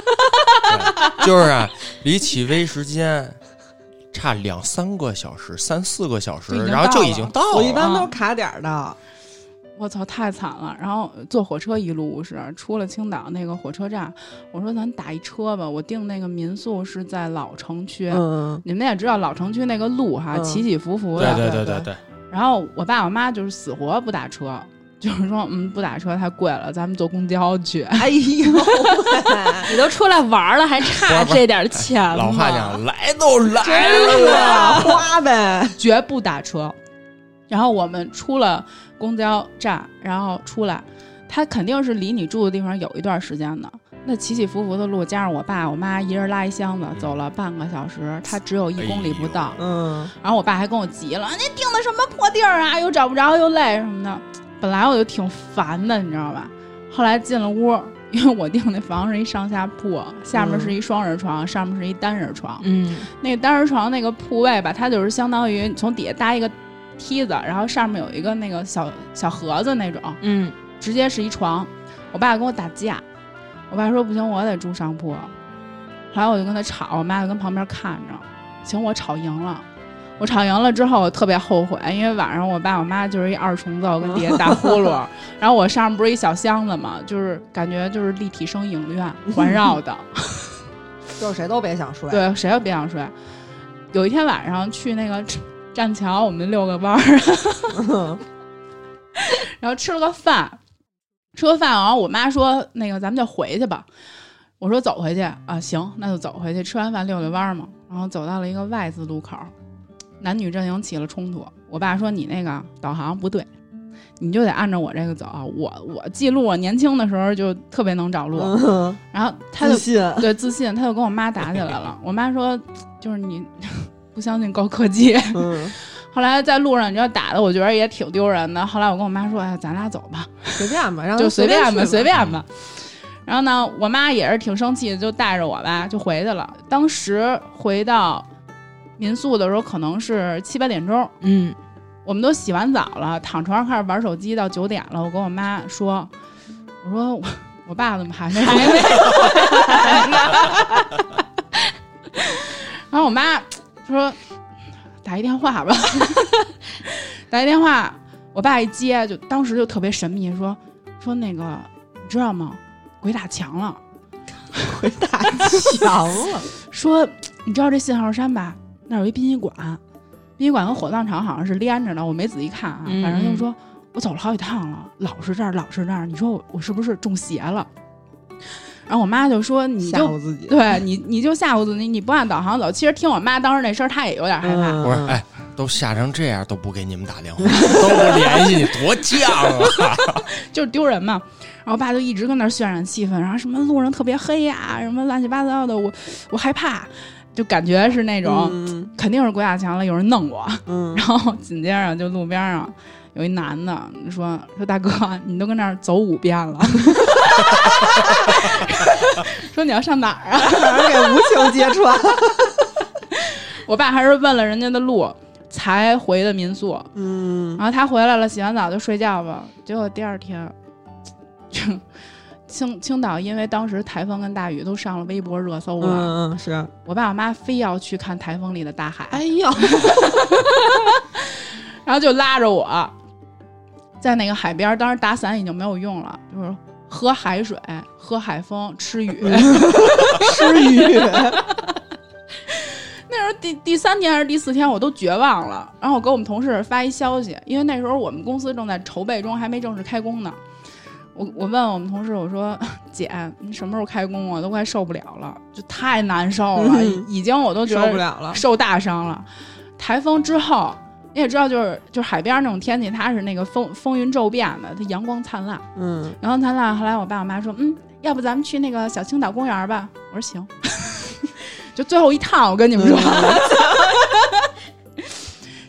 [SPEAKER 3] 就是啊，离起飞时间差两三个小时、三四个小时
[SPEAKER 4] 就已，经
[SPEAKER 3] 然后就已经到
[SPEAKER 1] 我一
[SPEAKER 3] 了。
[SPEAKER 1] 般都是卡点儿的。
[SPEAKER 4] 我操，太惨了。然后坐火车一路无事，出了青岛那个火车站，我说咱打一车吧，我订那个民宿是在老城区。
[SPEAKER 1] 嗯，
[SPEAKER 4] 你们也知道老城区那个路哈，
[SPEAKER 1] 嗯
[SPEAKER 4] 起起伏伏的。
[SPEAKER 3] 对对对
[SPEAKER 1] 对
[SPEAKER 3] 对，
[SPEAKER 4] 然后我爸我妈就是死活不打车，就是说嗯不打车太贵了，咱们坐公交去。
[SPEAKER 1] 哎呦喂，
[SPEAKER 2] 你都出来玩了，还差这点钱吗？
[SPEAKER 3] 老话 讲，来都来
[SPEAKER 1] 真
[SPEAKER 3] 了，
[SPEAKER 1] 的花呗，
[SPEAKER 4] 绝不打车。然后我们出了公交站，然后出来，他肯定是离你住的地方有一段时间的。那起起伏伏的路，加上我爸我妈一人拉一箱子，走了半个小时，他只有一公里不到。
[SPEAKER 1] 嗯，
[SPEAKER 4] 然后我爸还跟我急了：“你定的什么破地儿啊？又找不着，又累什么的。”本来我就挺烦的，你知道吧？后来进了屋，因为我订那房是一上下铺，下面是一双人床，上面是一单人床。
[SPEAKER 2] 嗯，
[SPEAKER 4] 那个单人床那个铺位吧，它就是相当于从底下搭一个梯子，然后上面有一个那个小小盒子那种，
[SPEAKER 2] 嗯，
[SPEAKER 4] 直接是一床。我爸跟我打架，我爸说不行，我得住上铺。后来我就跟他吵，我妈就跟旁边看着。行，我吵赢了。我吵赢了之后，我特别后悔，因为晚上我爸我妈就是一二重奏，跟底下打呼噜。然后我上面不是一小箱子嘛，就是感觉就是立体声影院环绕的。
[SPEAKER 1] 就是谁都别想睡。
[SPEAKER 4] 对，谁也别想睡。有一天晚上去那个栈桥，我们遛个弯儿，
[SPEAKER 1] 嗯，
[SPEAKER 4] 然后吃了个饭，吃个饭，然后我妈说那个咱们就回去吧。我说走回去啊，行，那就走回去。吃完饭遛遛弯儿嘛，然后走到了一个 Y 字路口，男女阵营起了冲突。我爸说你那个导航不对，你就得按照我这个走。啊我我记录我年轻的时候就特别能找路，
[SPEAKER 1] 嗯
[SPEAKER 4] 然后他就
[SPEAKER 1] 自信，
[SPEAKER 4] 对自信，他就跟我妈打起来了。 我妈说，就是你 不相信高科技。
[SPEAKER 1] 嗯，
[SPEAKER 4] 后来在路上，你知道打的，我觉得也挺丢人的。后来我跟我妈说，哎，咱俩走吧，
[SPEAKER 1] 随便吧，让他
[SPEAKER 4] 就啊随便吧，
[SPEAKER 1] 去
[SPEAKER 4] 随便吧。然后呢，我妈也是挺生气的，就带着我吧，就回去了。当时回到民宿的时候，可能是七八点钟，
[SPEAKER 2] 嗯，
[SPEAKER 4] 我们都洗完澡了，躺床上开始玩手机，到九点了。我跟我妈说：“我说我我爸怎么还没回来 然后我妈说：“打一电话吧， 打一电话。”我爸一接，就当时就特别神秘，说：“说那个你知道吗？鬼打墙了。
[SPEAKER 1] 回大墙了。
[SPEAKER 4] 说你知道这信号山吧？那儿有一殡仪馆，殡仪馆跟火葬场好像是连着的，我没仔细看啊。
[SPEAKER 2] 嗯
[SPEAKER 4] 反正就是说我走了好几趟了，老是这儿，老是那儿。你说我我是不是中邪了？然后我妈就说你
[SPEAKER 1] 吓
[SPEAKER 4] 就
[SPEAKER 1] 唬自己，
[SPEAKER 4] 对你你就吓唬自己，你不按导航走。其实听我妈当时那声儿，她也有点害怕。
[SPEAKER 1] 嗯
[SPEAKER 3] 不是，哎，都吓成这样都不给你们打电话，都不联系你，多犟啊！
[SPEAKER 4] 就是丢人嘛。然后我爸就一直跟那儿渲染气氛，然后什么路上特别黑呀、什么乱七八糟的，我我害怕，就感觉是那种、
[SPEAKER 1] 嗯
[SPEAKER 4] 肯定是鬼打墙了，有人弄我。
[SPEAKER 1] 嗯
[SPEAKER 4] 然后紧接着就路边上有一男的说说大哥，你都跟那儿走五遍了， 说你要上哪儿啊？
[SPEAKER 1] 让人给无情揭穿。
[SPEAKER 4] 我爸还是问了人家的路才回的民宿，
[SPEAKER 1] 嗯，
[SPEAKER 4] 然后他回来了，洗完澡就睡觉吧。结果第二天， 青青岛因为当时台风跟大雨都上了微博热搜了，
[SPEAKER 1] 嗯嗯是，
[SPEAKER 4] 我爸我妈非要去看台风里的大海，
[SPEAKER 1] 哎呦，
[SPEAKER 4] 然后就拉着我在那个海边儿，当时打伞已经没有用了，就是喝海水、喝海风、吃雨。
[SPEAKER 1] 嗯吃 鱼，
[SPEAKER 4] 那时候第第三天还是第四天，我都绝望了。然后我给我们同事发一消息，因为那时候我们公司正在筹备中，还没正式开工呢。我我问我们同事，我说：“姐，你什么时候开工啊？我都快受不了了，就太难受了，
[SPEAKER 1] 嗯
[SPEAKER 4] 已经我都觉
[SPEAKER 1] 受
[SPEAKER 4] 得
[SPEAKER 1] 不了了。
[SPEAKER 4] 受大伤了。台风之后，你也知道，就是就是海边那种天气，它是那个风风云骤变的，它阳光灿烂，
[SPEAKER 1] 嗯，
[SPEAKER 4] 阳光灿烂。后来我爸我妈说，嗯，要不咱们去那个小青岛公园吧？我说行， 就最后一趟，我跟你们说。
[SPEAKER 2] 嗯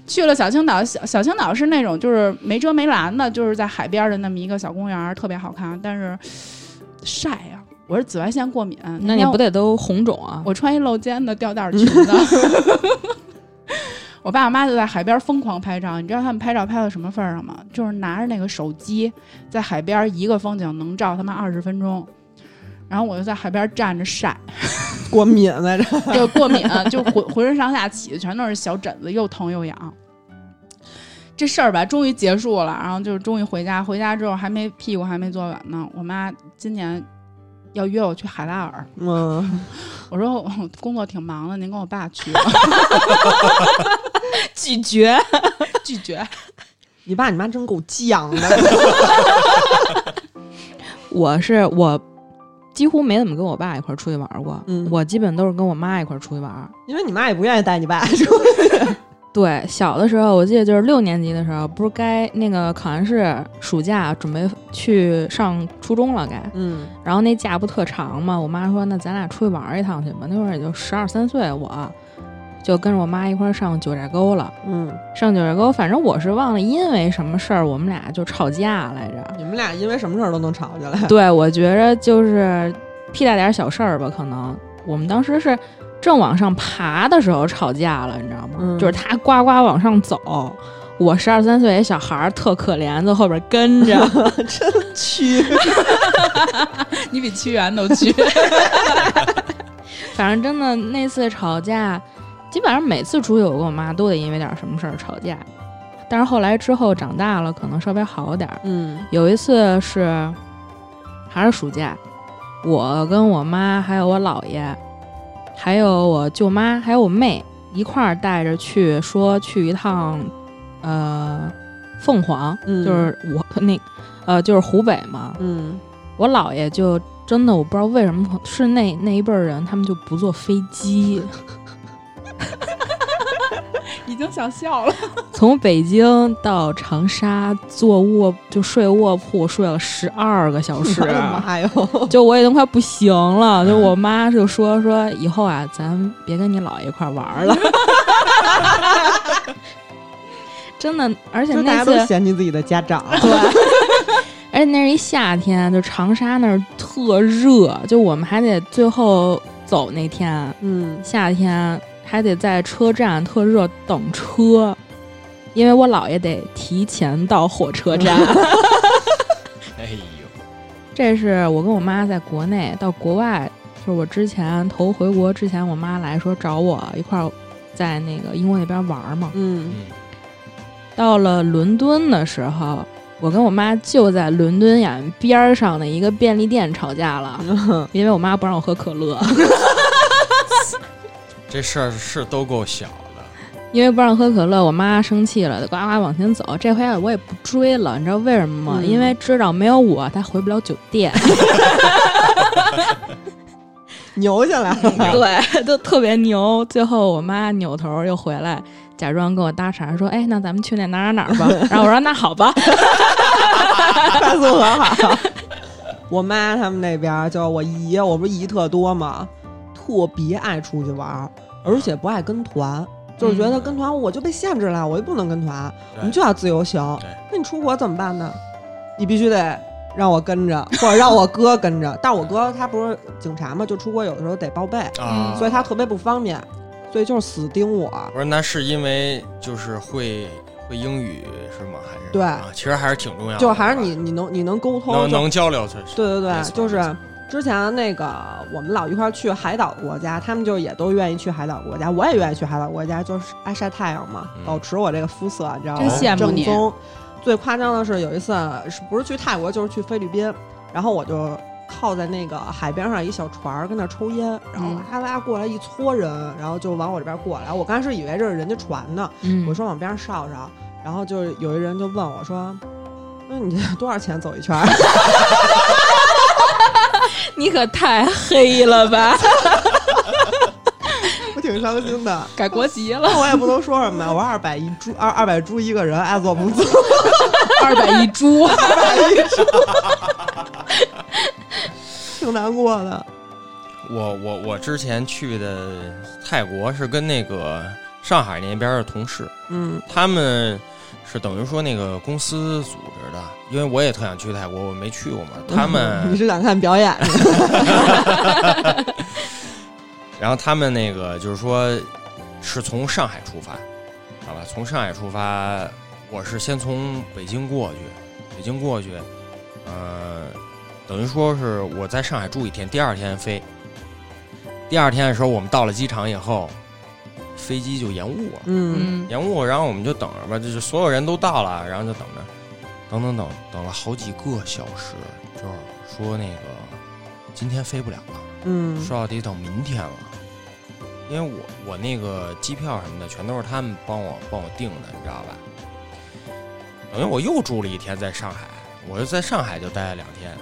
[SPEAKER 4] 去了小青岛，小小青岛是那种就是没遮没拦的，就是在海边的那么一个小公园，特别好看，但是晒呀、我是紫外线过敏，
[SPEAKER 2] 那你
[SPEAKER 4] 天
[SPEAKER 2] 不得都红肿啊？
[SPEAKER 4] 我穿一露肩的吊带儿裙子。 我爸我妈就在海边疯狂拍照，你知道他们拍照拍到什么份儿上吗？就是拿着那个手机在海边一个风景能照他妈二十分钟，然后我就在海边站着晒，
[SPEAKER 1] 过敏来着，
[SPEAKER 4] 就过敏，啊就浑浑身上下起的全都是小疹子，又疼又痒。这事儿吧，终于结束了，然后就是终于回家。回家之后还没屁股还没坐稳呢，我妈今年要约我去海拉尔，
[SPEAKER 1] 嗯，
[SPEAKER 4] 我说我工作挺忙的，您跟我爸去吧，
[SPEAKER 2] 拒绝，
[SPEAKER 4] 拒绝。
[SPEAKER 1] 你爸你妈真够犟的，
[SPEAKER 2] 我是我几乎没怎么跟我爸一块儿出去玩儿过，
[SPEAKER 1] 嗯
[SPEAKER 2] 我基本都是跟我妈一块儿出去玩儿。
[SPEAKER 1] 因为你妈也不愿意带你爸出
[SPEAKER 2] 对，小的时候我记得就是六年级的时候，不是该那个考完试暑假准备去上初中了该，
[SPEAKER 1] 嗯
[SPEAKER 2] 然后那假不特长嘛，我妈说那咱俩出去玩一趟去吧。那会儿也就十二三岁，我就跟着我妈一块儿上九寨沟了。
[SPEAKER 1] 嗯，
[SPEAKER 2] 上九寨沟，反正我是忘了因为什么事儿，我们俩就吵架来着。
[SPEAKER 1] 你们俩因为什么事儿都能吵起来？
[SPEAKER 2] 对，我觉着就是屁大点儿小事儿吧，可能我们当时是正往上爬的时候吵架了，你知道吗？
[SPEAKER 1] 嗯
[SPEAKER 2] 就是他呱呱往上走，我十二三岁一小孩儿特可怜，在后边跟
[SPEAKER 1] 啊
[SPEAKER 2] 着。
[SPEAKER 1] 去，
[SPEAKER 4] 你比屈原都屈。
[SPEAKER 2] 反正真的那次吵架，基本上每次出去我跟我妈都得因为点儿什么事儿吵架。但是后来之后长大了，可能稍微好点儿。
[SPEAKER 1] 嗯
[SPEAKER 2] 有一次是还是暑假，我跟我妈还有我姥爷，还有我舅妈还有我妹一块儿带着去说去一趟，呃，凤凰，
[SPEAKER 1] 嗯
[SPEAKER 2] 就是我那呃就是湖北嘛。
[SPEAKER 1] 嗯
[SPEAKER 2] 我姥爷就真的我不知道为什么是那那一辈儿人，他们就不坐飞 机，
[SPEAKER 4] 已经想笑了。
[SPEAKER 2] 从北京到长沙坐卧就睡卧铺睡了十二个小时啊
[SPEAKER 1] 我。的妈哟，
[SPEAKER 2] 就我已经快不行了，就我妈就说说以后啊，咱别跟你姥爷一块儿玩 儿了。真的，而且
[SPEAKER 1] 就大
[SPEAKER 2] 那
[SPEAKER 1] 家
[SPEAKER 2] 次
[SPEAKER 1] 都嫌弃自己的家长。
[SPEAKER 2] 对，而且那是一夏天，就长沙那儿特热，就我们还得最后走那天
[SPEAKER 1] 嗯
[SPEAKER 2] 夏天还得在车站特热等车，因为我姥爷得提前到火车站。
[SPEAKER 3] 哎呦，
[SPEAKER 2] 这是我跟我妈在国内到国外，就是我之前头回国之前，我妈来说找我一块儿在那个英国那边玩儿嘛。
[SPEAKER 1] 嗯
[SPEAKER 2] 到了伦敦的时候，我跟我妈就在伦敦眼边儿上的一个便利店吵架了，
[SPEAKER 1] 嗯
[SPEAKER 2] 因为我妈不让我喝可乐，
[SPEAKER 3] 这事儿是都够小的，
[SPEAKER 2] 因为不让喝可乐，我妈生气了，呱呱往前走。这回啊我也不追了，你知道为什么吗？
[SPEAKER 1] 嗯
[SPEAKER 2] 因为知道没有我，她回不了酒店。
[SPEAKER 1] 牛起来了。
[SPEAKER 4] 啊
[SPEAKER 2] 对， 都特别牛。最后我妈扭头又回来，假装跟我搭茬说：“哎，那咱们去那哪哪哪儿 吧。”然后我说：“那好吧。
[SPEAKER 1] 快速和好。 我妈他们那边儿就是我姨，我不是姨特多嘛，特别爱出去玩儿，而且不爱跟团，就是觉得跟团我就被限制了，我就不能跟团，
[SPEAKER 3] 对
[SPEAKER 1] 你就要自由行
[SPEAKER 3] 对。
[SPEAKER 1] 那你出国怎么办呢？你必须得让我跟着，或者让我哥跟着。但我哥他不是警察嘛，就出国有的时候得报备，
[SPEAKER 3] 啊。
[SPEAKER 1] 嗯所以他特别不方便，所以就是死盯我。
[SPEAKER 3] 不是，那是因为就是会会英语是吗？还是
[SPEAKER 1] 对
[SPEAKER 3] 啊，其实还是挺重要的，
[SPEAKER 1] 就还是你
[SPEAKER 3] 吧
[SPEAKER 1] 你能你能沟通，就
[SPEAKER 3] 能能交流才是。
[SPEAKER 1] 对对
[SPEAKER 3] 没
[SPEAKER 1] 对，
[SPEAKER 3] 错
[SPEAKER 1] 就是
[SPEAKER 3] 没错
[SPEAKER 1] 之前那个我们老一块儿去海岛国家，他们就也都愿意去海岛国家，我也愿意去海岛国家，就是爱晒太阳嘛，
[SPEAKER 3] 嗯
[SPEAKER 1] 保持我这个肤色，你知道吗？
[SPEAKER 4] 真羡慕
[SPEAKER 1] 正
[SPEAKER 4] 你
[SPEAKER 1] 宗。最夸张的是有一次，是不是去泰国就是去菲律宾，然后我就靠在那个海边上一小船儿跟那儿抽烟，然后
[SPEAKER 4] 嗯
[SPEAKER 1] 哇哇过来一撮人，然后就往我这边过来。我刚开始以为这是人家船呢，”
[SPEAKER 2] 嗯
[SPEAKER 1] 我说往边上烧烧，然后就是有一人就问我说：“那你这多少钱走一圈儿？”：“
[SPEAKER 2] 你可太黑了吧
[SPEAKER 1] 我挺伤心的。
[SPEAKER 4] 改国籍了，
[SPEAKER 1] 那我也不能说什么呀，我二百一猪，二二百猪一个人，爱做不做，
[SPEAKER 4] 二百一 株。
[SPEAKER 1] 二百一猪，挺难过的。
[SPEAKER 3] 我我我之前去的泰国是跟那个上海那边的同事，
[SPEAKER 1] 嗯
[SPEAKER 3] 他们是等于说那个公司组织的，因为我也特想去泰国，我没去过嘛。他
[SPEAKER 1] 你
[SPEAKER 3] 们，
[SPEAKER 1] 是想看表演去？
[SPEAKER 3] 然后他们那个就是说是从上海出发，好吧，从上海出发，我是先从北京过去，北京过去，呃，等于说是我在上海住一天，第二天飞。第二天的时候，我们到了机场以后，飞机就延误了。
[SPEAKER 1] 嗯
[SPEAKER 2] 嗯
[SPEAKER 3] 延误，然后我们就等着吧，就是所有人都到了，然后就等着，等等等，等了好几个小时，就是说那个今天飞不了了，
[SPEAKER 1] 嗯
[SPEAKER 3] 说到底等明天了，因为我我那个机票什么的全都是他们帮我帮我订的，你知道吧？等于我又住了一天在上海，我就在上海就待了两天，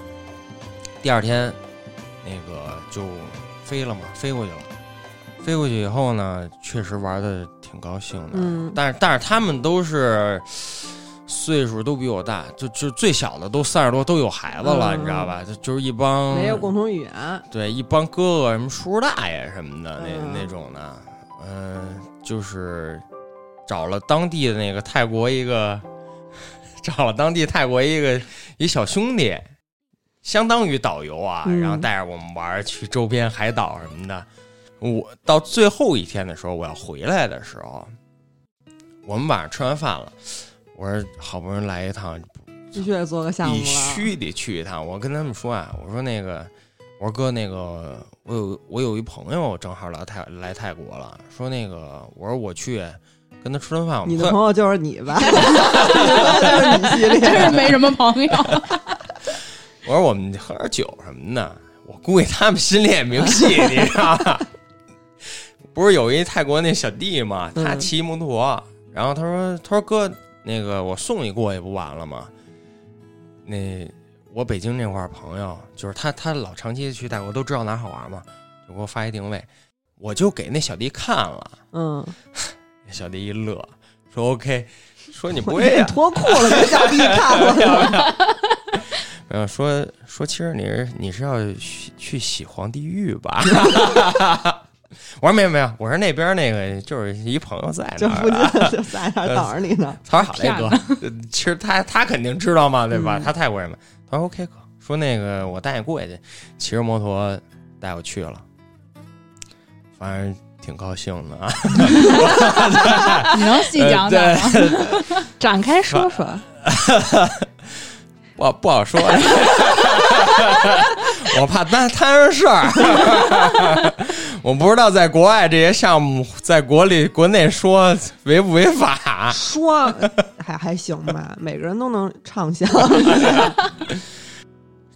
[SPEAKER 3] 第二天那个就飞了嘛，飞过去了。飞过去以后呢，确实玩的挺挺高兴的。
[SPEAKER 1] 嗯
[SPEAKER 3] 但是但是他们都是岁数都比我大，就就最小的都三十多，都有孩子了，
[SPEAKER 1] 嗯
[SPEAKER 3] 你知道吧？就就是一帮
[SPEAKER 1] 没有共同语言，
[SPEAKER 3] 对一帮哥哥什么叔叔大爷什么的那、
[SPEAKER 1] 嗯
[SPEAKER 3] 那种的，嗯、就是找了当地的那个泰国一个， 找了当地泰国一个一小兄弟，相当于导游啊，
[SPEAKER 1] 嗯
[SPEAKER 3] 然后带着我们玩儿去周边海岛什么的。我到最后一天的时候，我要回来的时候，我们晚上吃完饭了，我说好不容易来一趟，
[SPEAKER 1] 必须得做个项目
[SPEAKER 3] 必
[SPEAKER 1] 了。
[SPEAKER 3] 须得去一趟。我跟他们说啊，我说那个，我说哥，那个我有我有一朋友正好来泰来泰国了，说那个我说我去跟他吃顿饭，我
[SPEAKER 1] 你
[SPEAKER 3] 们
[SPEAKER 1] 的
[SPEAKER 3] 喝
[SPEAKER 1] 朋友就是你 吧，就是你系列，
[SPEAKER 4] 真是没什么朋 友。
[SPEAKER 3] 我说我们喝点酒什么的，我估计他们心里也明细，你知道吧？不是有一泰国那小弟嘛，他
[SPEAKER 1] 嗯
[SPEAKER 3] 骑摩托，然后他说他说哥，那个我送你过去不完了吗？那我北京那块儿朋友，就是他他老长期去泰国，都知道哪儿好玩嘛，就给我发一定位，我就给那小弟看了，
[SPEAKER 1] 嗯，
[SPEAKER 3] 那小弟一乐，说 OK，说你不
[SPEAKER 1] 我
[SPEAKER 3] 会啊呀、
[SPEAKER 1] 脱裤了给 小弟看了，
[SPEAKER 3] 没有呃说说，其实你是你是要去去洗黄帝玉吧？ 我说没有没有，我说那边那个就是一朋友在那
[SPEAKER 1] 这
[SPEAKER 3] 儿
[SPEAKER 1] 附
[SPEAKER 3] 啊，
[SPEAKER 1] 近就在那儿等着你呢。
[SPEAKER 3] 他说好嘞
[SPEAKER 4] 骗
[SPEAKER 3] 哥，其实他他肯定知道嘛，对吧？
[SPEAKER 1] 嗯
[SPEAKER 3] 他泰国人嘛，他说 OK 哥，说那个我带你过去，骑着摩托带我去了，反正挺高兴的啊。
[SPEAKER 4] 你能细讲讲
[SPEAKER 3] 呃
[SPEAKER 4] 吗？
[SPEAKER 2] 展开说说，
[SPEAKER 3] 不好不好说， 我怕担摊上事儿。我不知道在国外这些项目在国里国内说违不违法。
[SPEAKER 1] 说还还行吧，每个人都能畅想。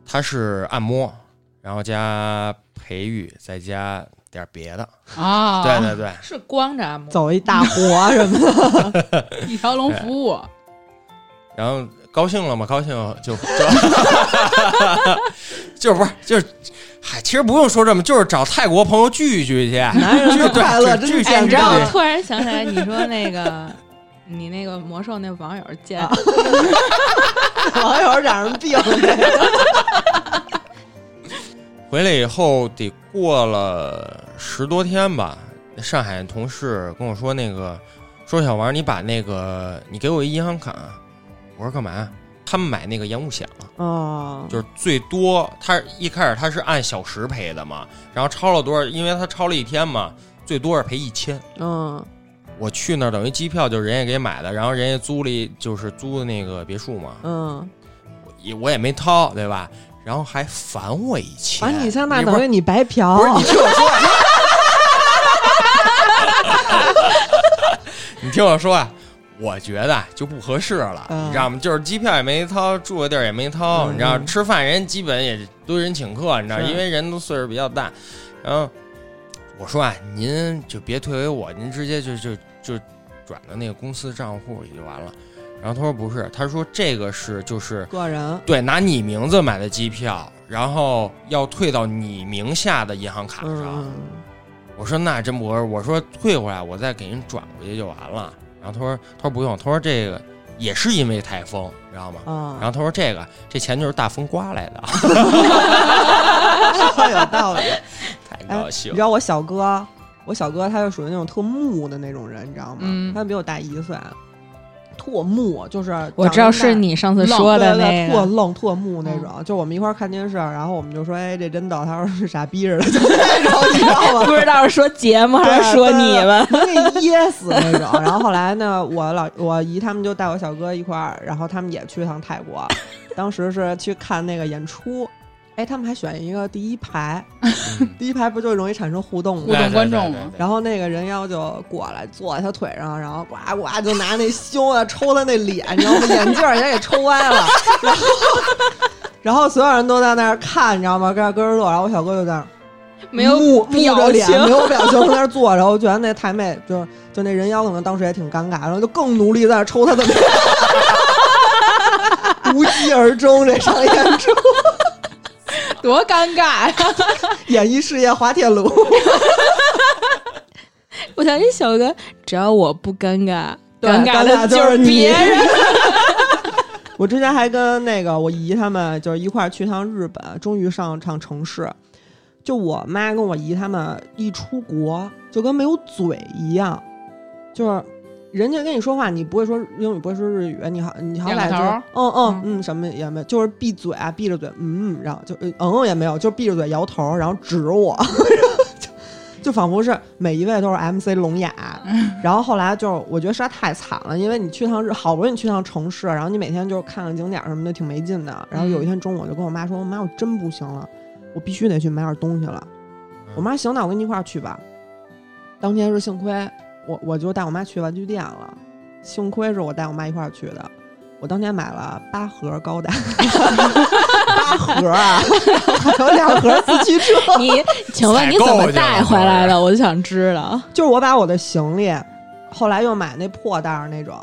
[SPEAKER 3] 它是按摩，然后加培育，再加点别的。
[SPEAKER 2] 哦
[SPEAKER 4] 啊，
[SPEAKER 3] 对对对，
[SPEAKER 2] 是光着按啊摩，
[SPEAKER 1] 走一大活什么的，
[SPEAKER 4] 一条龙服务，
[SPEAKER 3] 然后高兴了吗？高兴 就就就不是就是，嗨，其实不用说这么，就是找泰国朋友聚一聚去。
[SPEAKER 1] 男人的
[SPEAKER 3] 对
[SPEAKER 1] 快乐
[SPEAKER 3] 就
[SPEAKER 1] 真
[SPEAKER 3] 就
[SPEAKER 1] 简
[SPEAKER 2] 哎，
[SPEAKER 1] 单。
[SPEAKER 2] 你知道，
[SPEAKER 3] 对
[SPEAKER 2] 我突然想起来，你说那个你那个魔兽那网友见，
[SPEAKER 1] 啊网友染上病 了，
[SPEAKER 3] 回来以后得过了十多天吧，上海的同事跟我说那个，说小王，你把那个你给我一银行卡，我说干嘛？他们买那个延误险了，
[SPEAKER 1] 哦，
[SPEAKER 3] 就是最多他一开始他是按小时赔的嘛，然后超了多少？因为他超了一天嘛，最多是赔一千。
[SPEAKER 1] 嗯
[SPEAKER 3] 我去那儿等于机票就是人家给买的，然后人家租了一就是租的那个别墅嘛，
[SPEAKER 1] 嗯，
[SPEAKER 3] 我也我也没掏，对吧？然后还返我一千，
[SPEAKER 1] 把啊你像那
[SPEAKER 3] 不是
[SPEAKER 1] 等于你白嫖
[SPEAKER 3] 不，是 你听我说，你听我说啊，我觉得啊就不合适了，
[SPEAKER 1] 嗯
[SPEAKER 3] 你知道吗？就是机票也没掏，住的地儿也没掏，
[SPEAKER 1] 嗯
[SPEAKER 3] 你知道，吃饭人基本也都人请客，你知道，
[SPEAKER 1] 是
[SPEAKER 3] 因为人都岁数比较大，然后我说啊，您就别退回我，您直接就就就转到那个公司账户里就完了。然后他说不是，他说这个是就是
[SPEAKER 1] 个人
[SPEAKER 3] 对，拿你名字买的机票，然后要退到你名下的银行卡上。
[SPEAKER 1] 嗯
[SPEAKER 3] 我说那真不合适，我说退回来，我再给您转回去就完了。然后他说他说不用，他说这个也是因为台风，你知道吗？
[SPEAKER 1] 啊，
[SPEAKER 3] 然后他说这个这钱就是大风刮来的，
[SPEAKER 1] 说有道理。
[SPEAKER 3] 太
[SPEAKER 1] 哎
[SPEAKER 3] 高，兴
[SPEAKER 1] 你知。道我小哥，我小哥他就属于那种特木的那种人，你知道吗？
[SPEAKER 4] 嗯
[SPEAKER 1] 他比我大一岁，特木，就是
[SPEAKER 2] 我知道是你上次说的那
[SPEAKER 1] 特
[SPEAKER 2] 个，嗯
[SPEAKER 1] 愣特木那种。就我们一块儿看电视，然后我们就说：“哎，这真逗。”他说：“是傻逼似的。”就那种，你知道吗？
[SPEAKER 2] 不知道是说节目还是说你 们，
[SPEAKER 1] 能给噎死那种。然后后来呢，我老我姨他们就带我小哥一块儿，然后他们也去一趟泰 国，当时是去看那个演出。哎，他们还选一个第一排，
[SPEAKER 3] 嗯
[SPEAKER 1] 第一排不就容易产生互动吗？
[SPEAKER 4] 互动观众嘛
[SPEAKER 1] 然后那个人妖就过来坐在他腿上，然后呱呱就拿那胸啊抽他那脸，你知道吗？眼镜儿也给抽歪了， 然后然后所有人都在那儿看，你知道吗？跟那儿咯咯乐，然后我小哥就在那儿
[SPEAKER 2] 没有
[SPEAKER 1] 木木着
[SPEAKER 2] 表
[SPEAKER 1] 脸，
[SPEAKER 2] 情
[SPEAKER 1] 没有表情在那儿坐着。我觉得那太妹就是就那人妖可能当时也挺尴尬，然后就更努力在那儿抽他的脸， 无疾而终这场演出，
[SPEAKER 2] 多尴尬呀！
[SPEAKER 1] 演艺事业滑铁卢。
[SPEAKER 2] 我想这小哥只要我不尴尬，
[SPEAKER 1] 对
[SPEAKER 2] 尴
[SPEAKER 1] 尴尬
[SPEAKER 2] 的
[SPEAKER 1] 就是
[SPEAKER 2] 是
[SPEAKER 1] 你
[SPEAKER 2] 别人。
[SPEAKER 1] 我之前还跟那个我姨他们就是一块儿去趟日本，终于上趟城市。就我妈跟我姨他们一出国，就跟没有嘴一样，就是人家跟你说话，你不会说英语，不会说日语，你好，你好歹
[SPEAKER 4] 两
[SPEAKER 1] 就
[SPEAKER 4] 个头
[SPEAKER 1] 是
[SPEAKER 4] 儿
[SPEAKER 1] 嗯嗯嗯，什么也没有，就是闭嘴啊，闭着嘴，嗯，然后就嗯嗯也没有，就闭着嘴摇头，然后指我，然后就就仿佛是每一位都是 MC 聋哑，然后后来就是，我觉得实在太惨了，因为你去趟日，好不容易去趟城市，然后你每天就是看看景点什么的，挺没劲的。然后有一天中午，我就跟我妈说：“妈，我真不行了，我必须得去买点东西了。”我妈行，那我跟你一块儿去吧。当天是幸亏我我就带我妈去玩具店了，幸亏是我带我妈一块儿去的。我当天买了八盒高达， 八盒啊，还有两盒四驱车。
[SPEAKER 2] 你，请问你怎
[SPEAKER 3] 采购去
[SPEAKER 2] 么
[SPEAKER 3] 了
[SPEAKER 2] 带回来的？我就想知道。
[SPEAKER 1] 就是我把我的行李，后来又买那破袋儿那种，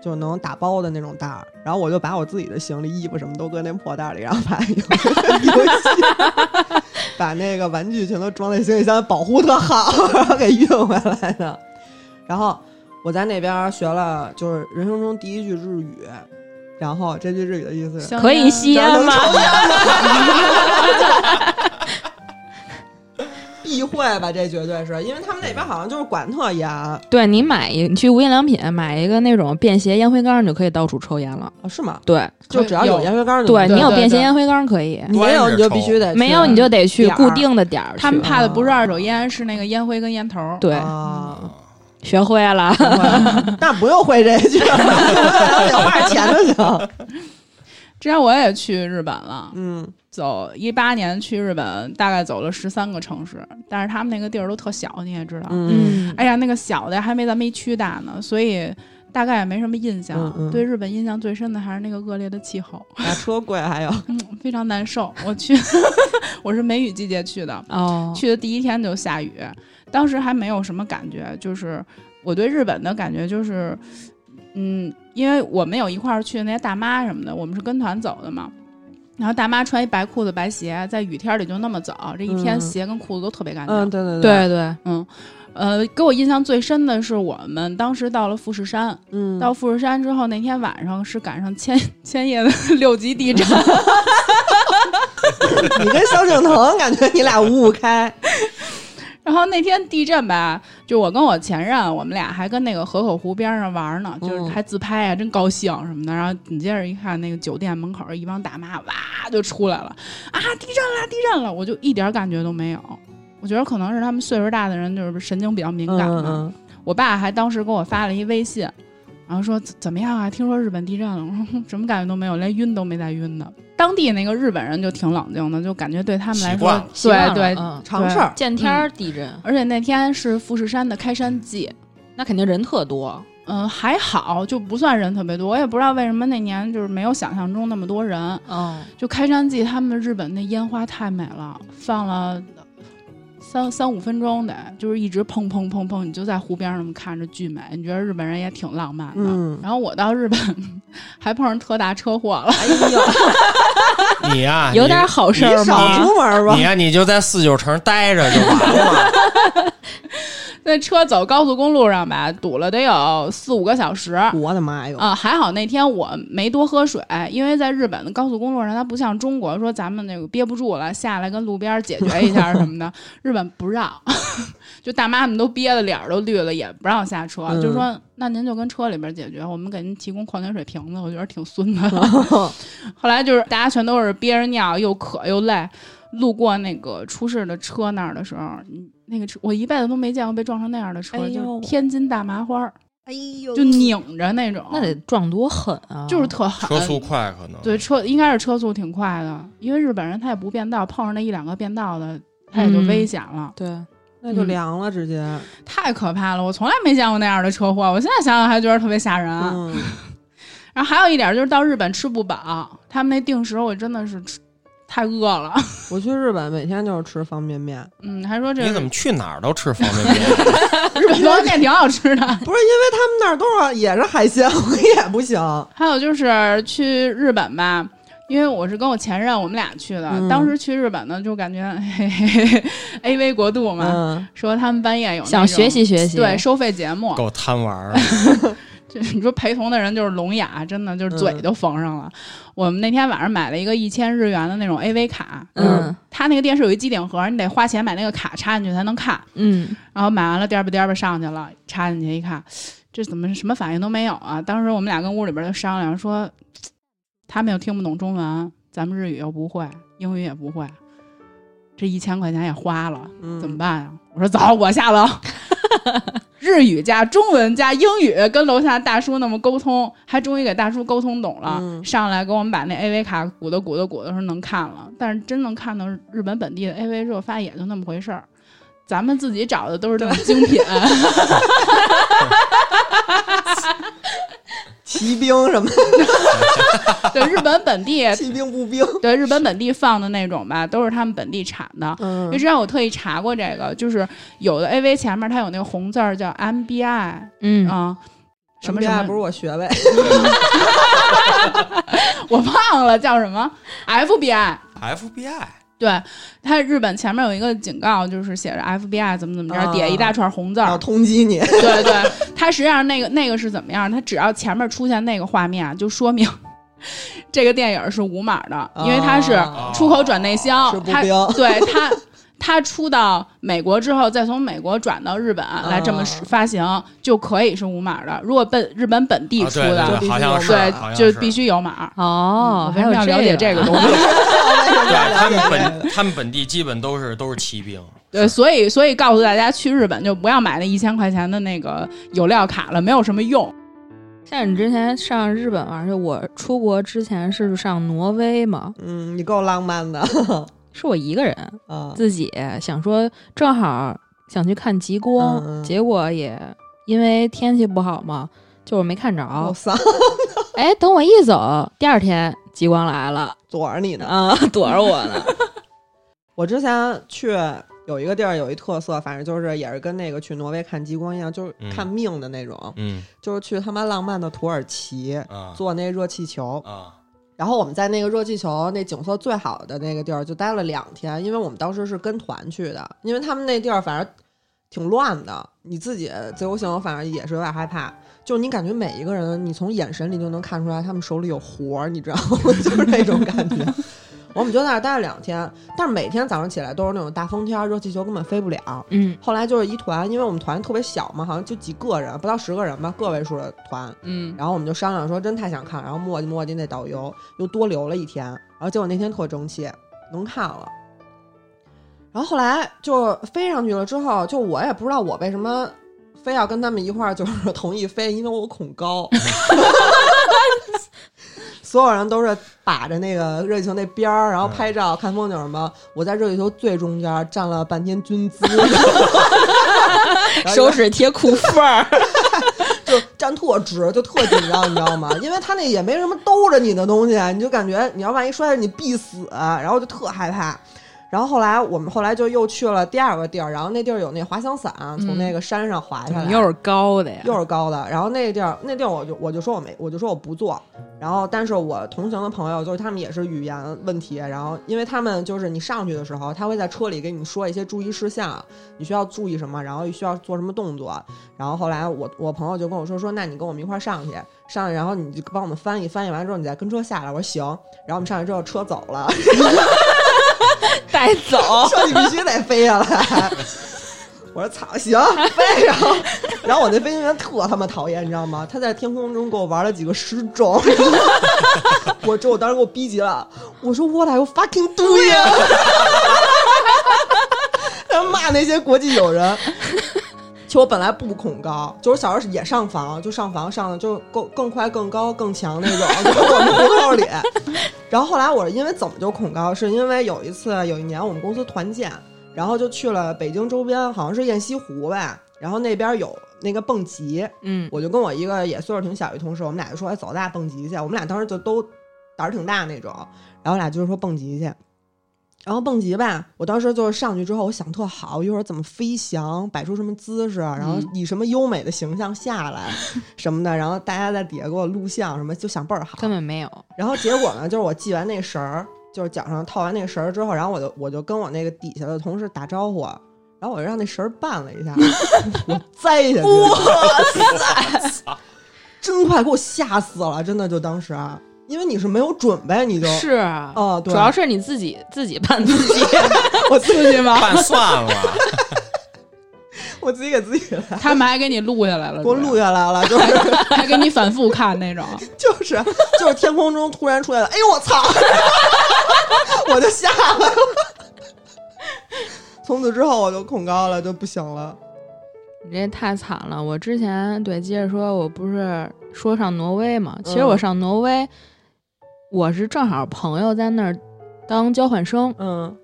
[SPEAKER 1] 就能打包的那种袋儿，然后我就把我自己的行李、衣服什么都搁那破袋儿里，然后把游游戏、把那个玩具全都装在行李箱，保护特好，然后给运回来的。然后我在那边儿学了，就是人生中第一句日语，然后这句日语的
[SPEAKER 4] 嗯
[SPEAKER 1] 意思是。
[SPEAKER 2] 可以吸
[SPEAKER 1] 这
[SPEAKER 2] 烟
[SPEAKER 1] 儿能
[SPEAKER 2] 吗？
[SPEAKER 1] 抽烟吗 避讳吧，这绝对是因为他们那边好像就是管特严啊，
[SPEAKER 2] 对你买一，你去无印良品买一个那种便携烟灰缸，你就可以到处抽烟了。
[SPEAKER 1] 是吗？
[SPEAKER 2] 对，
[SPEAKER 1] 就只要有
[SPEAKER 4] 有
[SPEAKER 1] 烟灰缸，
[SPEAKER 2] 对
[SPEAKER 1] 就
[SPEAKER 2] 你有
[SPEAKER 4] 对
[SPEAKER 2] 便携
[SPEAKER 4] 对
[SPEAKER 2] 烟灰缸可以，
[SPEAKER 1] 你也有你就必须得去，
[SPEAKER 2] 没有你就得去
[SPEAKER 1] 点儿
[SPEAKER 2] 固定的点儿去。
[SPEAKER 4] 他们怕的不是二手烟，是那个烟灰跟烟头儿。
[SPEAKER 2] 对
[SPEAKER 1] 啊，
[SPEAKER 3] 嗯
[SPEAKER 2] 学会了，
[SPEAKER 1] 那不用会这一句，得花点钱就行。
[SPEAKER 4] 之前我也去日本了，
[SPEAKER 1] 嗯，
[SPEAKER 4] 走一八年去日本，大概走了十三个城市，但是他们那个地儿都特小，你也知道。
[SPEAKER 1] 嗯，
[SPEAKER 4] 哎呀，那个小的还没咱们一区大呢，所以大概也没什么印象。
[SPEAKER 1] 嗯嗯
[SPEAKER 4] 对日本印象最深的还是那个恶劣的气候，
[SPEAKER 1] 打哎车贵还有，
[SPEAKER 4] 嗯，非常难受。我去， 我是梅雨季节去的，
[SPEAKER 2] 哦，
[SPEAKER 4] 去的第一天就下雨，当时还没有什么感觉，就是我对日本的感觉就是，嗯，因为我们有一块儿去的那些大妈什么的，我们是跟团走的嘛。然后大妈穿一白裤子白鞋，在雨天里就那么走，这一天
[SPEAKER 1] 嗯
[SPEAKER 4] 鞋跟裤子都特别干净。
[SPEAKER 1] 嗯，对对，
[SPEAKER 2] 对对，
[SPEAKER 4] 嗯，呃，给我印象最深的是我们当时到了富士山，
[SPEAKER 1] 嗯，
[SPEAKER 4] 到富士山之后那天晚上是赶上千 千叶的六级地 震，
[SPEAKER 1] 你跟萧敬腾感觉你俩五五开，
[SPEAKER 4] 然后那天地震吧，就我跟我前任，我们俩还跟那个河口湖边上玩呢，就是
[SPEAKER 1] 嗯
[SPEAKER 4] 还自拍啊，真高兴什么的。然后紧接着一看，那个酒店门口一帮大妈哇就出来了，啊，地震了，地震了！我就一点感觉都没有。我觉得可能是他们岁数大的人，就是神经比较敏
[SPEAKER 1] 嗯
[SPEAKER 4] 感嘛。
[SPEAKER 1] 嗯
[SPEAKER 4] 我爸还当时给我发了一微信，然后说怎怎么样啊？听说日本地震了，我说哼什么感觉都没有，连晕都没带晕的。当地那个日本人就挺冷静的，就感觉对他们来
[SPEAKER 3] 习惯
[SPEAKER 4] 说
[SPEAKER 3] 了，
[SPEAKER 2] 习惯
[SPEAKER 4] 对
[SPEAKER 2] 了
[SPEAKER 4] 对，
[SPEAKER 2] 嗯
[SPEAKER 1] 常事儿，
[SPEAKER 2] 见天儿地震，
[SPEAKER 4] 而且那天是富士山的开山季，
[SPEAKER 2] 那肯定人特多。
[SPEAKER 4] 嗯、还好就不算人特别多，我也不知道为什么那年就是没有想象中那么多人。
[SPEAKER 2] 嗯，
[SPEAKER 4] 就开山季，他们日本那烟花太美了，放了三三五分钟得，就是一直砰砰砰砰，你就在湖边上那么看着，巨美。你觉得日本人也挺浪漫的。
[SPEAKER 1] 嗯
[SPEAKER 4] 然后我到日本还碰上特大车祸了，
[SPEAKER 1] 哎呦，
[SPEAKER 3] 啊你 呀、
[SPEAKER 2] 有点好事儿
[SPEAKER 1] 你
[SPEAKER 2] 吗？
[SPEAKER 1] 少出门吧
[SPEAKER 3] 你，呀、你就在四九城待着就完了。
[SPEAKER 4] 那车走高速公路上吧，堵了得有四五个小时。
[SPEAKER 1] 我的妈哟，
[SPEAKER 4] 啊，还好那天我没多喝水，因为在日本的高速公路上，它不像中国说咱们那个憋不住了，下来跟路边儿解决一下什么的，日本不让， 就大妈们都憋得脸儿都绿了，也不让下车，就
[SPEAKER 1] 嗯
[SPEAKER 4] 说那您就跟车里边解决，我们给您提供矿泉水瓶子，我觉得挺孙子的。后来就是大家全都是憋着尿，又渴又累，路过那个出事的车那儿的时候，嗯那个车我一辈子都没见过被撞成那样的车，
[SPEAKER 1] 哎
[SPEAKER 4] 就
[SPEAKER 1] 呦
[SPEAKER 4] 是天津大麻花儿，
[SPEAKER 1] 哎呦
[SPEAKER 4] 就拧着那种，
[SPEAKER 2] 那得撞多狠啊！
[SPEAKER 4] 就是特
[SPEAKER 3] 嗯
[SPEAKER 4] 狠，
[SPEAKER 3] 车速啊快可能。
[SPEAKER 4] 对，车应该是车速挺快的，因为日本人他也不变道，碰上那一两个变道的，他也就
[SPEAKER 2] 嗯
[SPEAKER 4] 危险了，
[SPEAKER 2] 对，
[SPEAKER 1] 那就凉了，直接，
[SPEAKER 4] 太可怕了！我从来没见过那样的车祸，我现在想想还觉得特别吓人。啊
[SPEAKER 1] 嗯，
[SPEAKER 4] 然后还有一点就是到日本吃不饱，他们那定时我真的是吃太饿了，
[SPEAKER 1] 我去日本每天就是吃方便面，
[SPEAKER 4] 嗯，还说这
[SPEAKER 3] 你怎么去哪儿都吃方便面？
[SPEAKER 4] 日本方便面挺好吃的。
[SPEAKER 1] 不是因为他们 那儿都是也是海鲜，我也不行。
[SPEAKER 4] 还有就是去日本吧，因为我是跟我前任我们俩去的，
[SPEAKER 1] 嗯
[SPEAKER 4] 当时去日本呢，就感觉 嘿嘿嘿 A V 国度嘛，
[SPEAKER 1] 嗯，
[SPEAKER 4] 说他们半夜有那
[SPEAKER 2] 想
[SPEAKER 4] 种
[SPEAKER 2] 学习学习，
[SPEAKER 4] 对收费节目，
[SPEAKER 3] 够贪玩儿了，
[SPEAKER 4] 这你说陪同的人就是聋哑，真的就是嘴
[SPEAKER 1] 嗯
[SPEAKER 4] 都缝上了。我们那天晚上买了一个一千日元的那种 AV 卡，
[SPEAKER 2] 嗯
[SPEAKER 4] 它那个电视有一机顶盒，你得花钱买那个卡插进去才能看。
[SPEAKER 2] 嗯
[SPEAKER 4] 然后买完了颠吧颠吧上去了，插进去一看，这怎么什么反应都没有啊？当时我们俩跟屋里边就商量说，他们又听不懂中文，咱们日语又不会，英语也不会，这一千块钱也花了，
[SPEAKER 1] 嗯
[SPEAKER 4] 怎么办呀、我说走，我下楼。 日语加中文加英语，跟楼下大叔那么沟通，还终于给大叔沟通懂了。
[SPEAKER 1] 嗯
[SPEAKER 4] 上来给我们把那 AV 卡鼓捣鼓捣鼓捣说能看了，但是真能看到日本本地的 AV 热发也就那么回事儿。咱们自己找的都是这种精品，
[SPEAKER 1] 骑兵什么 的，
[SPEAKER 4] 对日本本地，
[SPEAKER 1] 骑兵步兵，
[SPEAKER 4] 对日本本地放的那种吧，都是他们本地产的。
[SPEAKER 1] 嗯
[SPEAKER 4] 因为之前我特意查过这个，就是有的 AV 前面它有那个红字儿叫 MBI 啊、
[SPEAKER 2] 嗯，
[SPEAKER 4] 什么什么
[SPEAKER 1] 不是我学位，
[SPEAKER 4] 我忘了叫什么 FBI。
[SPEAKER 3] FBI
[SPEAKER 4] 对，它日本前面有一个警告，就是写着 FBI 怎么怎么
[SPEAKER 1] 啊
[SPEAKER 4] 着，底下一大串红字
[SPEAKER 1] 要
[SPEAKER 4] 儿。
[SPEAKER 1] 通缉你。
[SPEAKER 4] 对对，它实际上那个那个是怎么样？它只要前面出现那个画面，啊就说明这个电影是无码的， 因为它是
[SPEAKER 1] 啊
[SPEAKER 3] 哦
[SPEAKER 4] 出口转内销
[SPEAKER 1] 是，步
[SPEAKER 4] 它
[SPEAKER 1] 兵
[SPEAKER 4] 对它。它出到美国之后，再从美国转到日本来这
[SPEAKER 1] 啊
[SPEAKER 4] 么发行，就可以是无码的。如果本日本本地
[SPEAKER 3] 啊
[SPEAKER 4] 出
[SPEAKER 3] 对对
[SPEAKER 4] 的，
[SPEAKER 3] 对
[SPEAKER 1] 就必须
[SPEAKER 3] 好像
[SPEAKER 1] 有
[SPEAKER 3] 是
[SPEAKER 1] 码
[SPEAKER 3] 好像
[SPEAKER 4] 就是必须有码。
[SPEAKER 2] 哦，
[SPEAKER 4] 嗯我
[SPEAKER 2] 还
[SPEAKER 4] 非常
[SPEAKER 2] 有
[SPEAKER 4] 要了解这
[SPEAKER 2] 这
[SPEAKER 4] 个
[SPEAKER 2] 个
[SPEAKER 4] 东 西。
[SPEAKER 3] 对他们
[SPEAKER 1] 对
[SPEAKER 3] 本他们本地基本都是都是骑兵，
[SPEAKER 4] 对，呃所以所以告诉大家，去日本就不要买那一千块钱的那个有料卡了，没有什么用。
[SPEAKER 2] 像你之前上日本玩去，我出国之前是上挪威嘛，
[SPEAKER 1] 嗯，你够浪漫的
[SPEAKER 2] 是我一个人
[SPEAKER 1] 啊！
[SPEAKER 2] 自己想说，正好想去看极光，
[SPEAKER 1] 嗯嗯
[SPEAKER 2] 结果也因为天气不好嘛，就我没看着。
[SPEAKER 1] 好丧，
[SPEAKER 2] 哎，等我一走，第二天极光来了
[SPEAKER 1] 躲着你呢。
[SPEAKER 2] 啊，躲着我呢。
[SPEAKER 1] 我之前去有一个地儿有一特色，反正就是也是跟那个去挪威看极光一样，就是
[SPEAKER 3] 嗯
[SPEAKER 1] 看命的那种，
[SPEAKER 3] 嗯
[SPEAKER 1] 就是去他妈浪漫的土耳其
[SPEAKER 3] 啊
[SPEAKER 1] 坐那热气球，
[SPEAKER 3] 啊
[SPEAKER 1] 然后我们在那个热气球那景色最好的那个地儿就待了两天，因为我们当时是跟团去的，因为他们那地儿反正挺乱的，你自己自由行反正也是有点害怕。就你感觉每一个人，你从眼神里就能看出来他们手里有活儿，你知道吗？ 就是那种感觉。我们就在那儿待了两天，但是每天早上起来都是那种大风天，热气球根本飞不了。
[SPEAKER 2] 嗯
[SPEAKER 1] 后来就是一团，因为我们团特别小嘛，好像就几个人，不到十个人吧，个位数的团。
[SPEAKER 4] 嗯，
[SPEAKER 1] 然后我们就商量说，真太想看，然后磨叽磨叽那导游又多留了一天，然后结果那天特争气，能看了。然后后来就飞上去了之后，就我也不知道我为什么非要跟他们一块儿，就是同意飞，因为我恐高。 所有人都是把着那个热气球那边儿，然后拍照、看风景什么。我在热气球最中间站了半天军姿， 然后
[SPEAKER 2] 手指贴裤缝儿，
[SPEAKER 1] 就站特直，就特紧张，你知道吗？因为他那也没什么兜着你的东西，啊你就感觉你要万一摔着你必死，啊然后就特害怕。然后后来我们后来就又去了第二个地儿，然后那地儿有那滑翔伞，从那个山上滑下来，
[SPEAKER 2] 嗯又是高的呀，
[SPEAKER 1] 又是高的。然后那个地儿，那地儿我就我就说我没，我就说我不做。然后，但是我同行的朋友就是他们也是语言问题，然后因为他们就是你上去的时候，他会在车里给你说一些注意事项，你需要注意什么，然后需要做什么动作。然后后来我我朋友就跟我说说，那你跟我们一块儿上去，上去然后你就帮我们翻译，翻译完之后你再跟车下来。我说行。然后我们上去之后车走了，
[SPEAKER 2] 带走。
[SPEAKER 1] 说你必须得飞下来。我说操，行，飞上。然后我那飞行员特他妈讨厌，你知道吗？他在天空中给我玩了几个失重， 我这我当时给我逼急了，我说 What are you fucking doing？他骂那些国际友人。其实我本来不恐高，就是小时候也上房，就上房上的就更更快、更高、更强那种，就我们胡同里。然后后来我是因为怎么就恐高，是因为有一次有一年我们公司团建，然后就去了北京周边，好像是雁西湖吧，然后那边有那个蹦极，
[SPEAKER 2] 嗯
[SPEAKER 1] 我就跟我一个也岁数挺小一同事，我们俩就说哎走，咱俩蹦极去。我们俩当时就都胆儿挺大那种，然后我俩就是说蹦极去。然后蹦极吧，我当时就是上去之后，我想特好，一会儿怎么飞翔，摆出什么姿势，然后
[SPEAKER 4] 嗯
[SPEAKER 1] 以什么优美的形象下来什么的，然后大家在底下给我录像什么，就想倍儿好。
[SPEAKER 2] 根本没有。
[SPEAKER 1] 然后结果呢，就是我系完那绳儿，就是脚上套完那绳儿之后，然后我就我就跟我那个底下的同事打招呼，然后我就让那绳儿绊了一下， 我栽下去了，哇塞，真快给我吓死了，真的就当时，啊因为你是没有准备，你就。
[SPEAKER 2] 是啊，
[SPEAKER 1] 哦，对，
[SPEAKER 2] 主要是你自己自己办自 己。
[SPEAKER 1] 我自己 吗？
[SPEAKER 3] 拌蒜 了，
[SPEAKER 1] 我自己给自己来，
[SPEAKER 4] 他们还给你录下来了，
[SPEAKER 1] 给我
[SPEAKER 4] 主要
[SPEAKER 1] 录下来了，就是
[SPEAKER 4] 还给你反复看那种。
[SPEAKER 1] 就是就是天空中突然出来了，哎呦我操！ 我就吓了。 从此之后我就恐高了，就不行了。
[SPEAKER 2] 你这太惨了！我之前对接着说，我不是说上挪威嘛？其实我上挪威，我是正好朋友在那儿当交换生，
[SPEAKER 1] 嗯，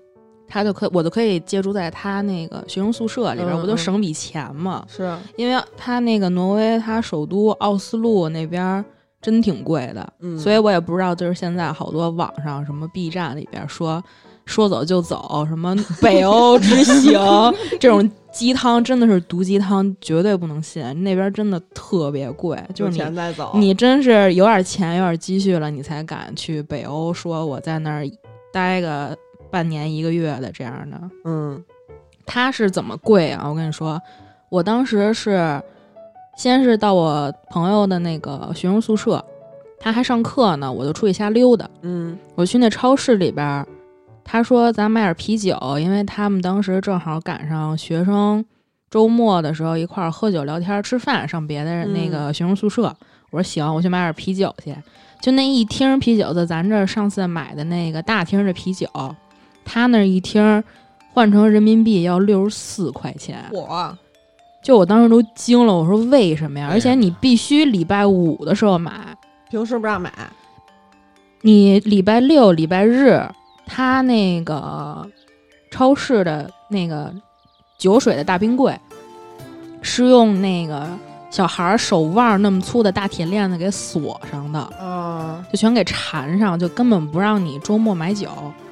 [SPEAKER 2] 他就可我就可以借住在他那个学生宿舍里边，
[SPEAKER 1] 嗯
[SPEAKER 2] 不就省笔钱嘛？
[SPEAKER 1] 是，啊
[SPEAKER 2] 因为他那个挪威，他首都奥斯陆那边儿真挺贵的，
[SPEAKER 1] 嗯
[SPEAKER 2] 所以我也不知道，就是现在好多网上什么 B 站里边说说走就走，什么北欧之行这种鸡汤，真的是毒鸡汤，绝对不能信。那边真的特别贵，就
[SPEAKER 1] 有
[SPEAKER 2] 是你
[SPEAKER 1] 钱再走。
[SPEAKER 2] 你真是有点钱，有点积蓄了，你才敢去北欧，说我在那儿待个半年一个月的这样的。
[SPEAKER 1] 嗯
[SPEAKER 2] 它是怎么贵啊？我跟你说，我当时是先是到我朋友的那个学生宿舍，他还上课呢，我就出去瞎溜达。
[SPEAKER 1] 嗯
[SPEAKER 2] 我去那超市里边儿，他说咱买点啤酒，因为他们当时正好赶上学生周末的时候一块儿喝酒、聊天、吃饭，上别的
[SPEAKER 1] 嗯
[SPEAKER 2] 那个学生宿舍。我说行，我去买点啤酒去。就那一听啤酒，在咱这儿上次买的那个大听的啤酒，他那一听换成人民币要六十四块钱。
[SPEAKER 1] 我
[SPEAKER 2] 就我当时都惊了，我说为什么呀？
[SPEAKER 3] 哎呀
[SPEAKER 2] 而且你必须礼拜五的时候买，
[SPEAKER 1] 平时不让买，
[SPEAKER 2] 你礼拜六、礼拜日，他那个超市的那个酒水的大冰柜是用那个小孩儿手腕儿那么粗的大铁链子给锁上的，
[SPEAKER 1] 啊，
[SPEAKER 2] 就全给缠上，就根本不让你周末买酒。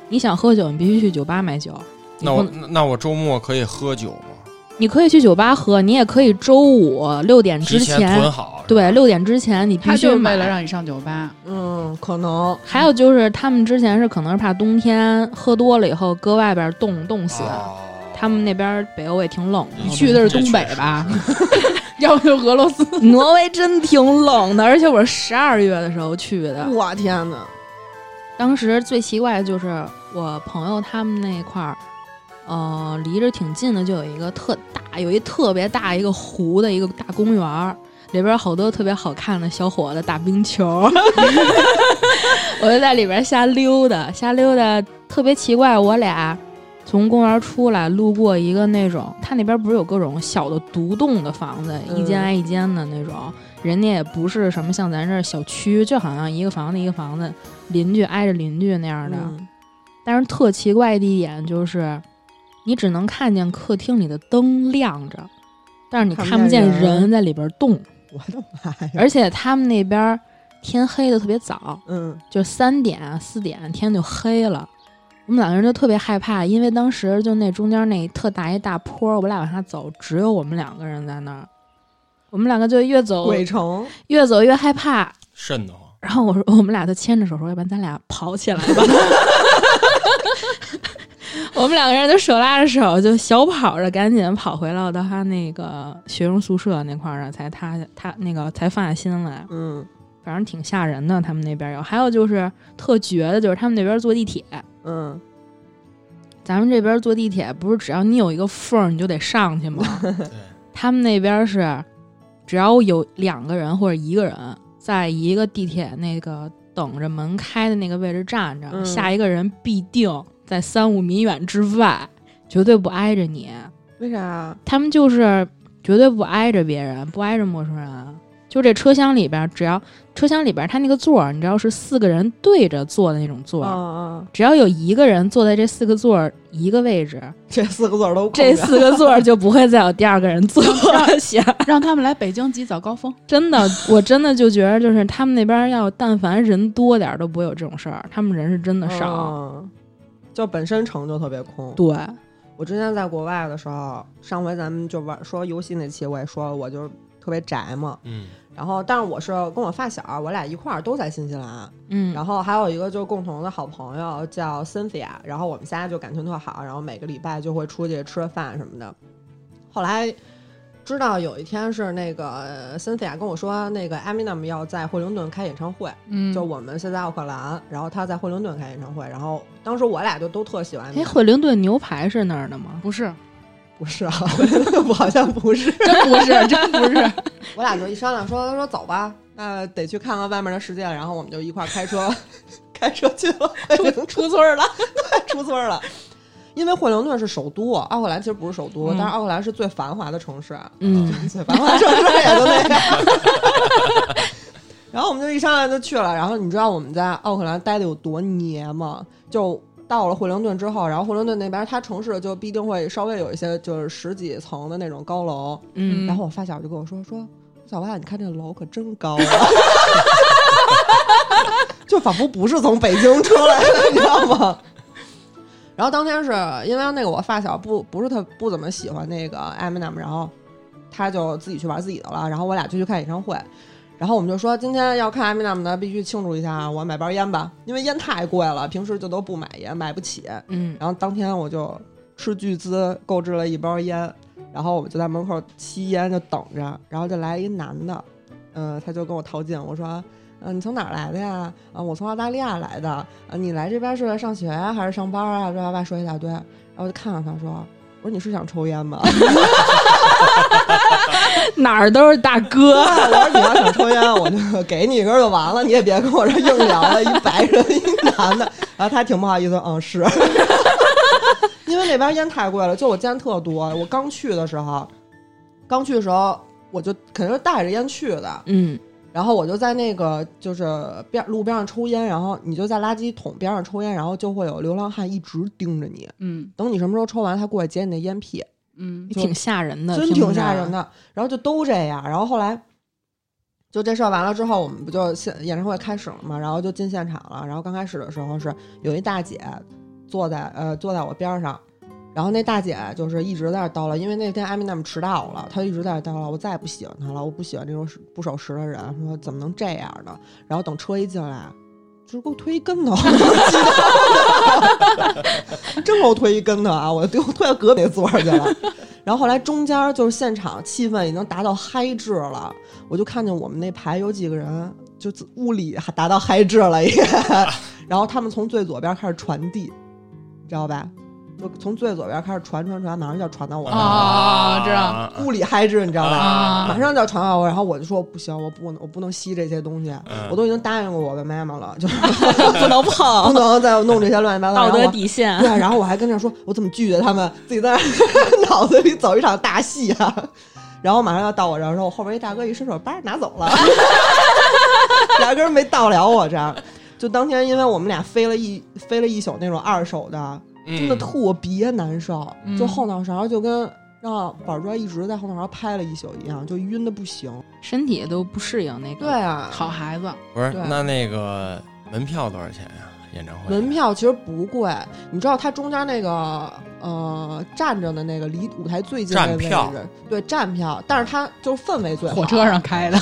[SPEAKER 2] 你想喝酒，你必须去酒吧买酒。你
[SPEAKER 3] 那
[SPEAKER 2] 不
[SPEAKER 3] 我
[SPEAKER 2] 能
[SPEAKER 3] 那我周末可以喝酒吗？
[SPEAKER 2] 你可以去酒吧喝，你也可以周五六点
[SPEAKER 3] 提
[SPEAKER 2] 之
[SPEAKER 3] 囤好，
[SPEAKER 2] 对，六点之前你必
[SPEAKER 4] 他
[SPEAKER 2] 须
[SPEAKER 4] 就是
[SPEAKER 2] 买
[SPEAKER 4] 为了让你上酒吧，
[SPEAKER 1] 嗯，可能
[SPEAKER 2] 还有就是，他们之前是可能是怕冬天喝多了以后搁外边冻冻死。
[SPEAKER 3] 哦
[SPEAKER 2] 他们那边北欧也挺冷
[SPEAKER 3] 一
[SPEAKER 2] 的，
[SPEAKER 4] 去的是东北吧？ 要不就俄罗斯。
[SPEAKER 2] 挪威真挺冷的，而且我是十二月的时候去的。
[SPEAKER 1] 我天哪，
[SPEAKER 2] 当时最奇怪的就是我朋友他们那块儿，呃，离着挺近的，就有一个特大，有一特别大一个湖的一个大公园儿，里边儿好多特别好看的小伙子打冰球， 我就在里边儿瞎溜达，瞎溜达特别奇怪，我俩。从公园出来，路过一个那种，它那边不是有各种小的独栋的房子，
[SPEAKER 1] 嗯
[SPEAKER 2] 一间挨一间的那种，人家也不是什么像咱这儿小区，就好像一个房子一个房子，邻居挨着邻居那样的。
[SPEAKER 1] 嗯
[SPEAKER 2] 但是特奇怪的一点就是，你只能看见客厅里的灯亮着，但是你看
[SPEAKER 1] 看
[SPEAKER 2] 不
[SPEAKER 1] 不见
[SPEAKER 2] 见
[SPEAKER 1] 人
[SPEAKER 2] 人在里边动。
[SPEAKER 1] 我的妈呀，
[SPEAKER 2] 而且他们那边儿天黑的特别早，
[SPEAKER 1] 嗯
[SPEAKER 2] 就三点啊四点天就黑了。我们两个人就特别害怕，因为当时就那中间那特大一大坡，我们俩往下走，只有我们两个人在那儿。我们两个就越走
[SPEAKER 1] 鬼城，
[SPEAKER 2] 越走越害怕，
[SPEAKER 3] 瘆得 慌。
[SPEAKER 2] 然后我说，我们俩就牵着手说，要不然咱俩跑起来吧。我们两个人就手拉着手，就小跑着赶紧跑回了到他那个学生宿舍那块儿呢，才他他那个才放下心来。
[SPEAKER 1] 嗯
[SPEAKER 2] 反正挺吓人的，他们那边有。还有就是特绝的，就是他们那边坐地铁，
[SPEAKER 1] 嗯，
[SPEAKER 2] 咱们这边坐地铁不是只要你有一个缝儿你就得上去吗？
[SPEAKER 3] 对，
[SPEAKER 2] 他们那边是，只要有两个人或者一个人在一个地铁那个等着门开的那个位置站着，
[SPEAKER 1] 嗯
[SPEAKER 2] 下一个人必定在三五米远之外，绝对不挨着你。
[SPEAKER 1] 为啥啊呀？
[SPEAKER 2] 他们就是绝对不挨着别人，不挨着陌生人。就这车厢里边，只要车厢里边他那个座儿，你知道是四个人对着坐的那种座
[SPEAKER 1] 啊
[SPEAKER 2] 儿，
[SPEAKER 1] 啊，
[SPEAKER 2] 只要有一个人坐在这四个座儿一个位置，
[SPEAKER 1] 这四个字儿都
[SPEAKER 2] 这
[SPEAKER 1] 四
[SPEAKER 2] 四个座儿就不会再有第二个人 坐下。
[SPEAKER 4] 让他们来北京挤早高峰。
[SPEAKER 1] 嗯
[SPEAKER 2] 真的，我真的就觉得，就是他们那边要但凡人多点儿都不会有这种事儿，他们人是真的少。
[SPEAKER 1] 嗯就本身城就特别空。
[SPEAKER 2] 对，
[SPEAKER 1] 我之前在国外的时候，上回咱们就玩说游戏那期，我也说我就特别宅嘛。
[SPEAKER 3] 嗯，
[SPEAKER 1] 然后，但是我是跟我发小，我俩一块儿都在新西兰。
[SPEAKER 2] 嗯，
[SPEAKER 1] 然后还有一个就是共同的好朋友叫 Cynthia，然后我们仨就感情特好，然后每个礼拜就会出去吃饭什么的。后来知道有一天是那个呃 Cynthia 跟我说，那个 Eminem 要在惠灵顿开演唱会，
[SPEAKER 2] 嗯，
[SPEAKER 1] 就我们是在奥克兰，然后他在惠灵顿开演唱会，然后当时我俩就都特喜欢。
[SPEAKER 2] 哎，惠灵顿牛排是那儿的吗？
[SPEAKER 4] 不是，
[SPEAKER 1] 不是啊， 我好像不是。
[SPEAKER 4] 真不是，真不是。
[SPEAKER 1] 我俩就一商量说，他说走吧，那得去看看外面的世界了。然后我们就一块儿开车， 开车去了惠灵顿，
[SPEAKER 2] 出 村儿了，
[SPEAKER 1] 出村儿了。因为惠灵顿是首都，奥克兰其实不是首都，
[SPEAKER 2] 嗯
[SPEAKER 1] 但是奥克兰是最繁华的城市，啊
[SPEAKER 2] 嗯，
[SPEAKER 1] 最繁华的城市也就那样。 然后我们就一商量就去了。然后你知道我们在奥克兰待的有多黏吗？就到了惠灵顿之后，然后惠灵顿那边它城市就必定会稍微有一些就是十几层的那种高楼，
[SPEAKER 2] 嗯，
[SPEAKER 1] 然后我发小就跟我说说，小万，你看这楼可真高啊， 就仿佛不是从北京出来的，你知道吗？然后当天是因为那个我发小不不是特不怎么喜欢那个 Eminem，然后他就自己去玩自己的了，然后我俩就去看演唱会。然后我们就说今天要看 Eminem 的，必须庆祝一下啊，我买包烟吧，因为烟太贵了，平时就都不买烟，买不起。
[SPEAKER 2] 嗯，
[SPEAKER 1] 然后当天我就斥巨资购置了一包烟，然后我们就在门口吸烟就等着，然后就来一男的，嗯、他就跟我套近乎，我说。嗯、你从哪儿来的呀？啊，我从澳大利亚来的。啊，你来这边是来上学啊，还是上班啊？叭叭叭说一大堆，然后我就看看他说，我说你是想抽烟吗？
[SPEAKER 2] 哪儿都是大 哥，
[SPEAKER 1] 哎我说你要想抽烟，我就给你一根就完了，你也别跟我这硬聊了，一白人一男的，然后他挺不好意思，嗯是， 因为那边烟太贵了，就我见特多，我刚去的时候，刚去的时候我就肯定是带着烟去的，
[SPEAKER 2] 嗯
[SPEAKER 1] 然后我就在那个就是边路边上抽烟，然后你就在垃圾桶边上抽烟，然后就会有流浪汉一直盯着你，
[SPEAKER 4] 嗯
[SPEAKER 1] 等你什么时候抽完，他过来捡你的烟屁，
[SPEAKER 4] 嗯
[SPEAKER 1] 就
[SPEAKER 2] 挺吓人的，啊
[SPEAKER 1] 真挺吓人
[SPEAKER 2] 的。
[SPEAKER 1] 的。然后就都这样，然后后来就这事儿完了之后，我们不就现演唱会开始了嘛，然后就进现场了。然后刚开始的时候是有一大姐坐在呃坐在我边儿上。然后那大姐就是一直在那儿叨唠，因为那天艾米娜们迟到了，她就一直在那儿叨唠，我再也不喜欢她了，我不喜欢这种不守时的人，说怎么能这样呢？然后等车一进来，就是给我推一跟 头，真给我推一跟头啊！我给我推到隔壁座儿去了。然后后来中间就是现场气氛已经达到嗨制了，我就看见我们那排有几个人就自屋里还达到嗨制了也， 然后他们从最左边开始传递，你知道吧？就从最左边开始传传传，马上就要传到我们了，
[SPEAKER 4] 啊知道
[SPEAKER 1] 屋里嗨制，你哦知道吧？
[SPEAKER 4] 啊
[SPEAKER 1] 马上就要传到我，然后我就说不行，我不能，我不能吸这些东西，
[SPEAKER 4] 啊
[SPEAKER 3] 嗯
[SPEAKER 1] 我都已经答应过我的妈妈了， 就是
[SPEAKER 2] 不能
[SPEAKER 1] 不
[SPEAKER 2] 碰，
[SPEAKER 1] 能再弄这些乱七八糟。
[SPEAKER 2] 道
[SPEAKER 1] 然后
[SPEAKER 2] 德
[SPEAKER 1] 我
[SPEAKER 2] 底线。
[SPEAKER 1] 对，然后我还跟着说，我怎么拒绝他们？自己在那儿 脑子里走一场大戏啊！然后马上要到我这儿的时候，后边一大哥一伸手，叭拿走了， 压根儿没到了我这儿。就当天，因为我们俩飞了一飞了一宿那种二手的，真的
[SPEAKER 3] 嗯
[SPEAKER 1] 特别难受，
[SPEAKER 4] 嗯
[SPEAKER 1] 就后脑勺就跟让板砖一直在后脑勺拍了一宿一样，就晕的不行。
[SPEAKER 2] 身体都不适应那个。
[SPEAKER 1] 对，啊，
[SPEAKER 4] 好孩子，
[SPEAKER 3] 不是
[SPEAKER 1] 对
[SPEAKER 3] 那那个门票多少钱哎呀？演唱会
[SPEAKER 1] 门票其实不贵，你知道它中间那个呃站着的那个离舞台最近的位
[SPEAKER 3] 站票
[SPEAKER 1] 置，对站票，但是它就是氛围最好。
[SPEAKER 4] 火车上开的，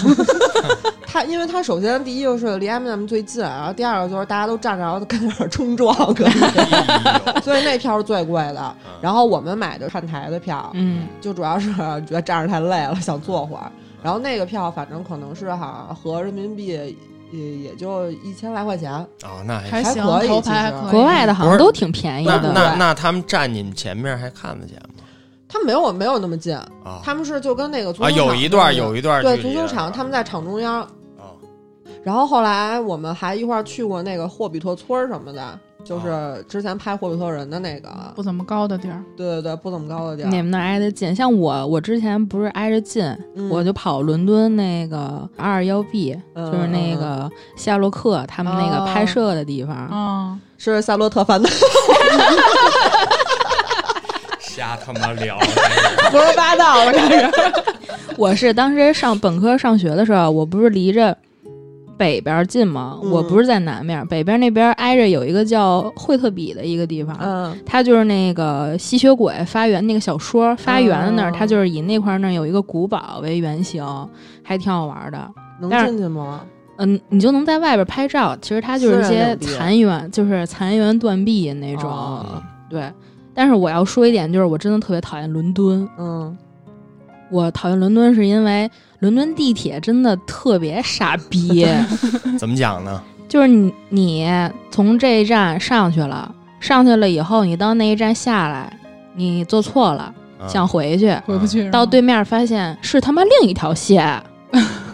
[SPEAKER 1] 它因为它首先第一个是离 M&M 最近，然后第二个就是大家都站着，然后跟那儿冲撞，可 能
[SPEAKER 3] 哎
[SPEAKER 1] 所以那票是最贵的。
[SPEAKER 3] 呦
[SPEAKER 1] 然后我们买的看台的票，
[SPEAKER 2] 嗯，
[SPEAKER 1] 就主要是觉得站着太累了，想坐会儿。然后那个票反正可能是好像合人民币也也就一千来块钱，
[SPEAKER 3] 哦，那还
[SPEAKER 4] 还行，
[SPEAKER 1] 还可以
[SPEAKER 4] 头牌还
[SPEAKER 1] 其实
[SPEAKER 4] 可以。
[SPEAKER 2] 国外的好
[SPEAKER 3] 不
[SPEAKER 2] 像
[SPEAKER 3] 是
[SPEAKER 2] 都挺便宜
[SPEAKER 3] 那
[SPEAKER 2] 的。
[SPEAKER 3] 那那他们站你们前面还看得见吗？
[SPEAKER 1] 它没有没有那么近，
[SPEAKER 3] 啊
[SPEAKER 1] 他们是就跟那个足球
[SPEAKER 3] 啊，
[SPEAKER 1] 场
[SPEAKER 3] 有一
[SPEAKER 1] 那
[SPEAKER 3] 段
[SPEAKER 1] 个
[SPEAKER 3] 有一段
[SPEAKER 1] 对
[SPEAKER 3] 距
[SPEAKER 1] 足
[SPEAKER 3] 离
[SPEAKER 1] 球
[SPEAKER 3] 的
[SPEAKER 1] 场，他们在场中央。
[SPEAKER 3] 哦
[SPEAKER 1] 然后后来我们还一块儿去过那个霍比特村儿什么的，就是之前拍《霍比特人》的那个，
[SPEAKER 4] 不怎么高的地儿，
[SPEAKER 1] 对对对，不怎么高的地
[SPEAKER 2] 你
[SPEAKER 1] 儿。
[SPEAKER 2] 们那儿挨得近，像我，我之前不是挨着近，
[SPEAKER 1] 嗯
[SPEAKER 2] 我就跑伦敦那个 R 幺 B，
[SPEAKER 1] 嗯
[SPEAKER 2] 就是
[SPEAKER 1] 嗯嗯
[SPEAKER 2] 那
[SPEAKER 1] 哦
[SPEAKER 2] 个夏洛克他们那个拍摄的地方。
[SPEAKER 4] 啊，
[SPEAKER 1] 是夏洛特烦的
[SPEAKER 3] 瞎他妈 聊，
[SPEAKER 1] 胡说八道，我开始。
[SPEAKER 2] 啊我是当时上本科上学的时候，我不是离着北边近嘛，
[SPEAKER 1] 嗯
[SPEAKER 2] 我不是在南面，北边那边挨着有一个叫惠特比的一个地方，
[SPEAKER 1] 嗯
[SPEAKER 2] 它就是那个吸血鬼发源那个小说发源的那儿，
[SPEAKER 1] 哦
[SPEAKER 2] 它就是以那块儿那儿有一个古堡为原型，还挺好玩的。
[SPEAKER 1] 能
[SPEAKER 2] 但是
[SPEAKER 1] 进去吗？
[SPEAKER 2] 嗯，你就能在外边拍照，其实它就是一
[SPEAKER 1] 私人
[SPEAKER 2] 些
[SPEAKER 1] 领地
[SPEAKER 2] 残垣，就是残垣断壁那种。
[SPEAKER 1] 哦
[SPEAKER 3] 嗯
[SPEAKER 2] 对，但是我要说一点，就是我真的特别讨厌伦敦。
[SPEAKER 1] 嗯，
[SPEAKER 2] 我讨厌伦敦是因为伦敦地铁真的特别傻 逼，
[SPEAKER 3] 怎么讲呢？
[SPEAKER 2] 就是你你从这一站上去了，上去了以后，你到那一站下来，你坐错了，
[SPEAKER 3] 嗯
[SPEAKER 2] 想回去，
[SPEAKER 4] 回不去是吗
[SPEAKER 2] 到对面发现是他妈另一条线，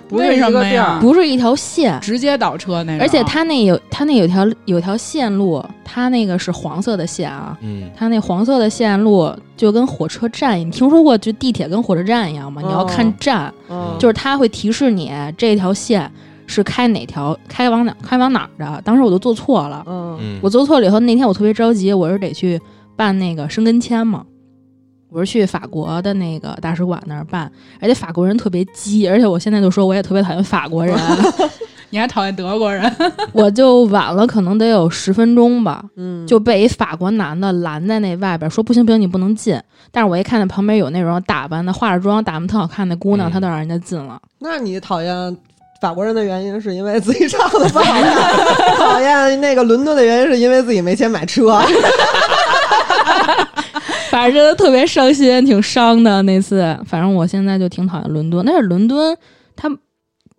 [SPEAKER 1] 不是
[SPEAKER 4] 为
[SPEAKER 1] 一
[SPEAKER 4] 什
[SPEAKER 1] 个
[SPEAKER 4] 么
[SPEAKER 1] 地
[SPEAKER 4] 呀
[SPEAKER 1] 儿，
[SPEAKER 2] 不是一条线。
[SPEAKER 4] 直接倒车那种，
[SPEAKER 2] 而且它那有它那有条有条线路，它那个是黄色的线啊，
[SPEAKER 3] 嗯，
[SPEAKER 2] 它那黄色的线路就跟火车站，你听说过就地铁跟火车站一样吗？你要看
[SPEAKER 1] 哦
[SPEAKER 2] 站，
[SPEAKER 1] 嗯
[SPEAKER 2] 就是它会提示你这条线是开哪条，开往哪开往哪儿的。当时我就坐错了，
[SPEAKER 1] 嗯
[SPEAKER 3] 嗯
[SPEAKER 2] 我做错了以后，那天我特别着急，我是得去办那个申根签嘛，我是去法国的那个大使馆那儿办，而且法国人特别鸡，而且我现在就说我也特别讨厌法 国人，
[SPEAKER 4] 你还讨厌德国人，
[SPEAKER 2] 我就晚了可能得有十分钟吧，
[SPEAKER 1] 嗯，
[SPEAKER 2] 就被一法国男的拦在那外边，说不行不行，你不能进。但是我一看那旁边有那种打扮的、化着妆、打扮特好看的姑娘，
[SPEAKER 3] 嗯
[SPEAKER 2] 她都让人家进了。
[SPEAKER 1] 那你讨厌法国人的原因是因为自己唱的不好看， 讨厌那个伦敦的原因是因为自己没钱买车。
[SPEAKER 2] 反正真的特别伤心，挺伤的那次。反正我现在就挺讨厌伦敦，但是伦敦它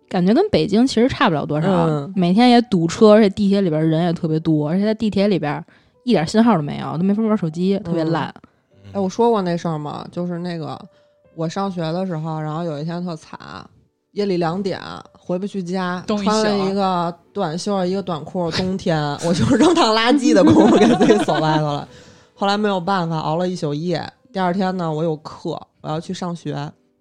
[SPEAKER 2] 感觉跟北京其实差不了多少，
[SPEAKER 1] 嗯
[SPEAKER 2] 每天也堵车，而且地铁里边人也特别多，而且在地铁里边一点信号都没有，都没法玩手机，特
[SPEAKER 3] 嗯
[SPEAKER 2] 别烂。
[SPEAKER 1] 哎，我说过那事儿吗？就是那个我上学的时候，然后有一天特惨，夜里两点回不去家，
[SPEAKER 4] 冻一
[SPEAKER 1] 穿了
[SPEAKER 4] 宿啊
[SPEAKER 1] 一个短袖一个短裤，冬天我就是扔趟垃圾的功夫给自己走歪了了。 后来没有办法，熬了一宿夜。第二天呢，我有课，我要去上学，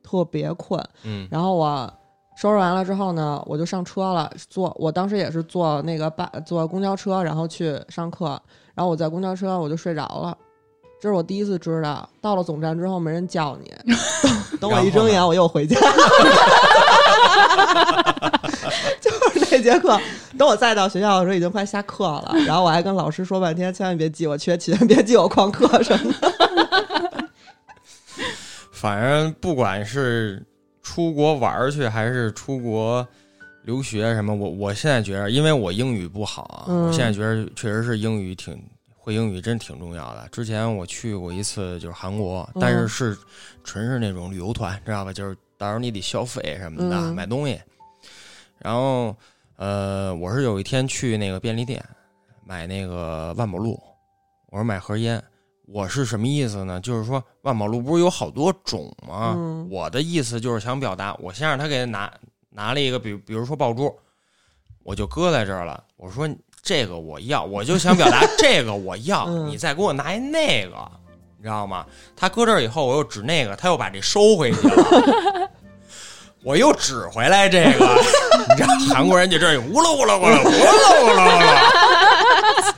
[SPEAKER 1] 特别困。
[SPEAKER 3] 嗯
[SPEAKER 1] 然后我收拾完了之后呢，我就上车了，坐我当时也是坐那个巴坐公交车，然后去上课，然后我在公交车我就睡着了。这是我第一次知道，到了总站之后没人叫你，等我一睁眼我又回家 了，就是那节课。等我再到学校的时候已经快下课了，然后我还跟老师说半天，千万别记我缺勤， 别记我旷课什么的。
[SPEAKER 3] 反正不管是出国玩儿去，还是出国留学什么，我我现在觉得，因为我英语不好啊，
[SPEAKER 1] 嗯
[SPEAKER 3] 我现在觉得确实是英语挺会英语真挺重要的。之前我去过一次就是韩国，
[SPEAKER 1] 嗯
[SPEAKER 3] 但是是纯是那种旅游团，知道吧？就是到时候你得消费什么的，
[SPEAKER 1] 嗯
[SPEAKER 3] 买东西。然后呃，我是有一天去那个便利店买那个万宝路，我说买盒烟。我是什么意思呢？就是说万宝路不是有好多种吗？
[SPEAKER 1] 嗯
[SPEAKER 3] 我的意思就是想表达，我先让他给拿拿了一个，比如比如说爆珠，我就搁在这儿了。我说这个我要，我就想表 达这个我要，
[SPEAKER 1] 嗯
[SPEAKER 3] 你再给我拿一那个，你知道吗？他搁这儿以后，我又指那个，他又把这收回去了。我又指回来这个，你知道韩国人就这样呜噜呜噜呜噜呜噜呜噜呜噜，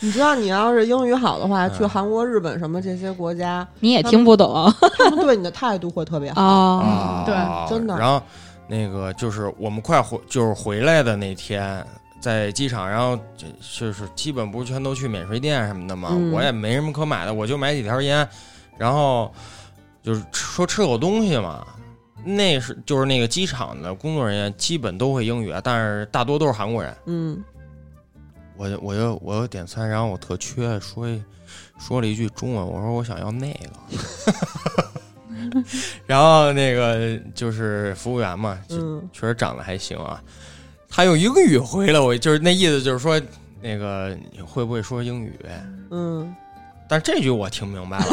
[SPEAKER 1] 你知道，你要是英语好的话，
[SPEAKER 3] 嗯
[SPEAKER 1] 去韩国、日本什么这些国家，
[SPEAKER 2] 你也听不 懂啊、
[SPEAKER 1] 他们对你的态度会特别好。
[SPEAKER 2] 哦
[SPEAKER 3] 啊
[SPEAKER 4] 对
[SPEAKER 1] 嗯真的
[SPEAKER 3] 然后那个就是我们快回就是回来的那天，在机场，然后就就是基本不是全都去免税店什么的嘛，
[SPEAKER 1] 嗯
[SPEAKER 3] 我也没什么可买的，我就买几条烟，然后就是吃说吃口东西嘛。那是就是那个机场的工作人员基本都会英语，啊但是大多都是韩国人。
[SPEAKER 1] 嗯，
[SPEAKER 3] 我就我就我就点餐，然后我特缺，说一说了一句中文，我说我想要那个， 然后那个就是服务员嘛，就
[SPEAKER 1] 嗯
[SPEAKER 3] 确实长得还行啊，他用英语回了我，就是那意思就是说那个你会不会说英语？
[SPEAKER 1] 嗯，
[SPEAKER 3] 但这句我听明白了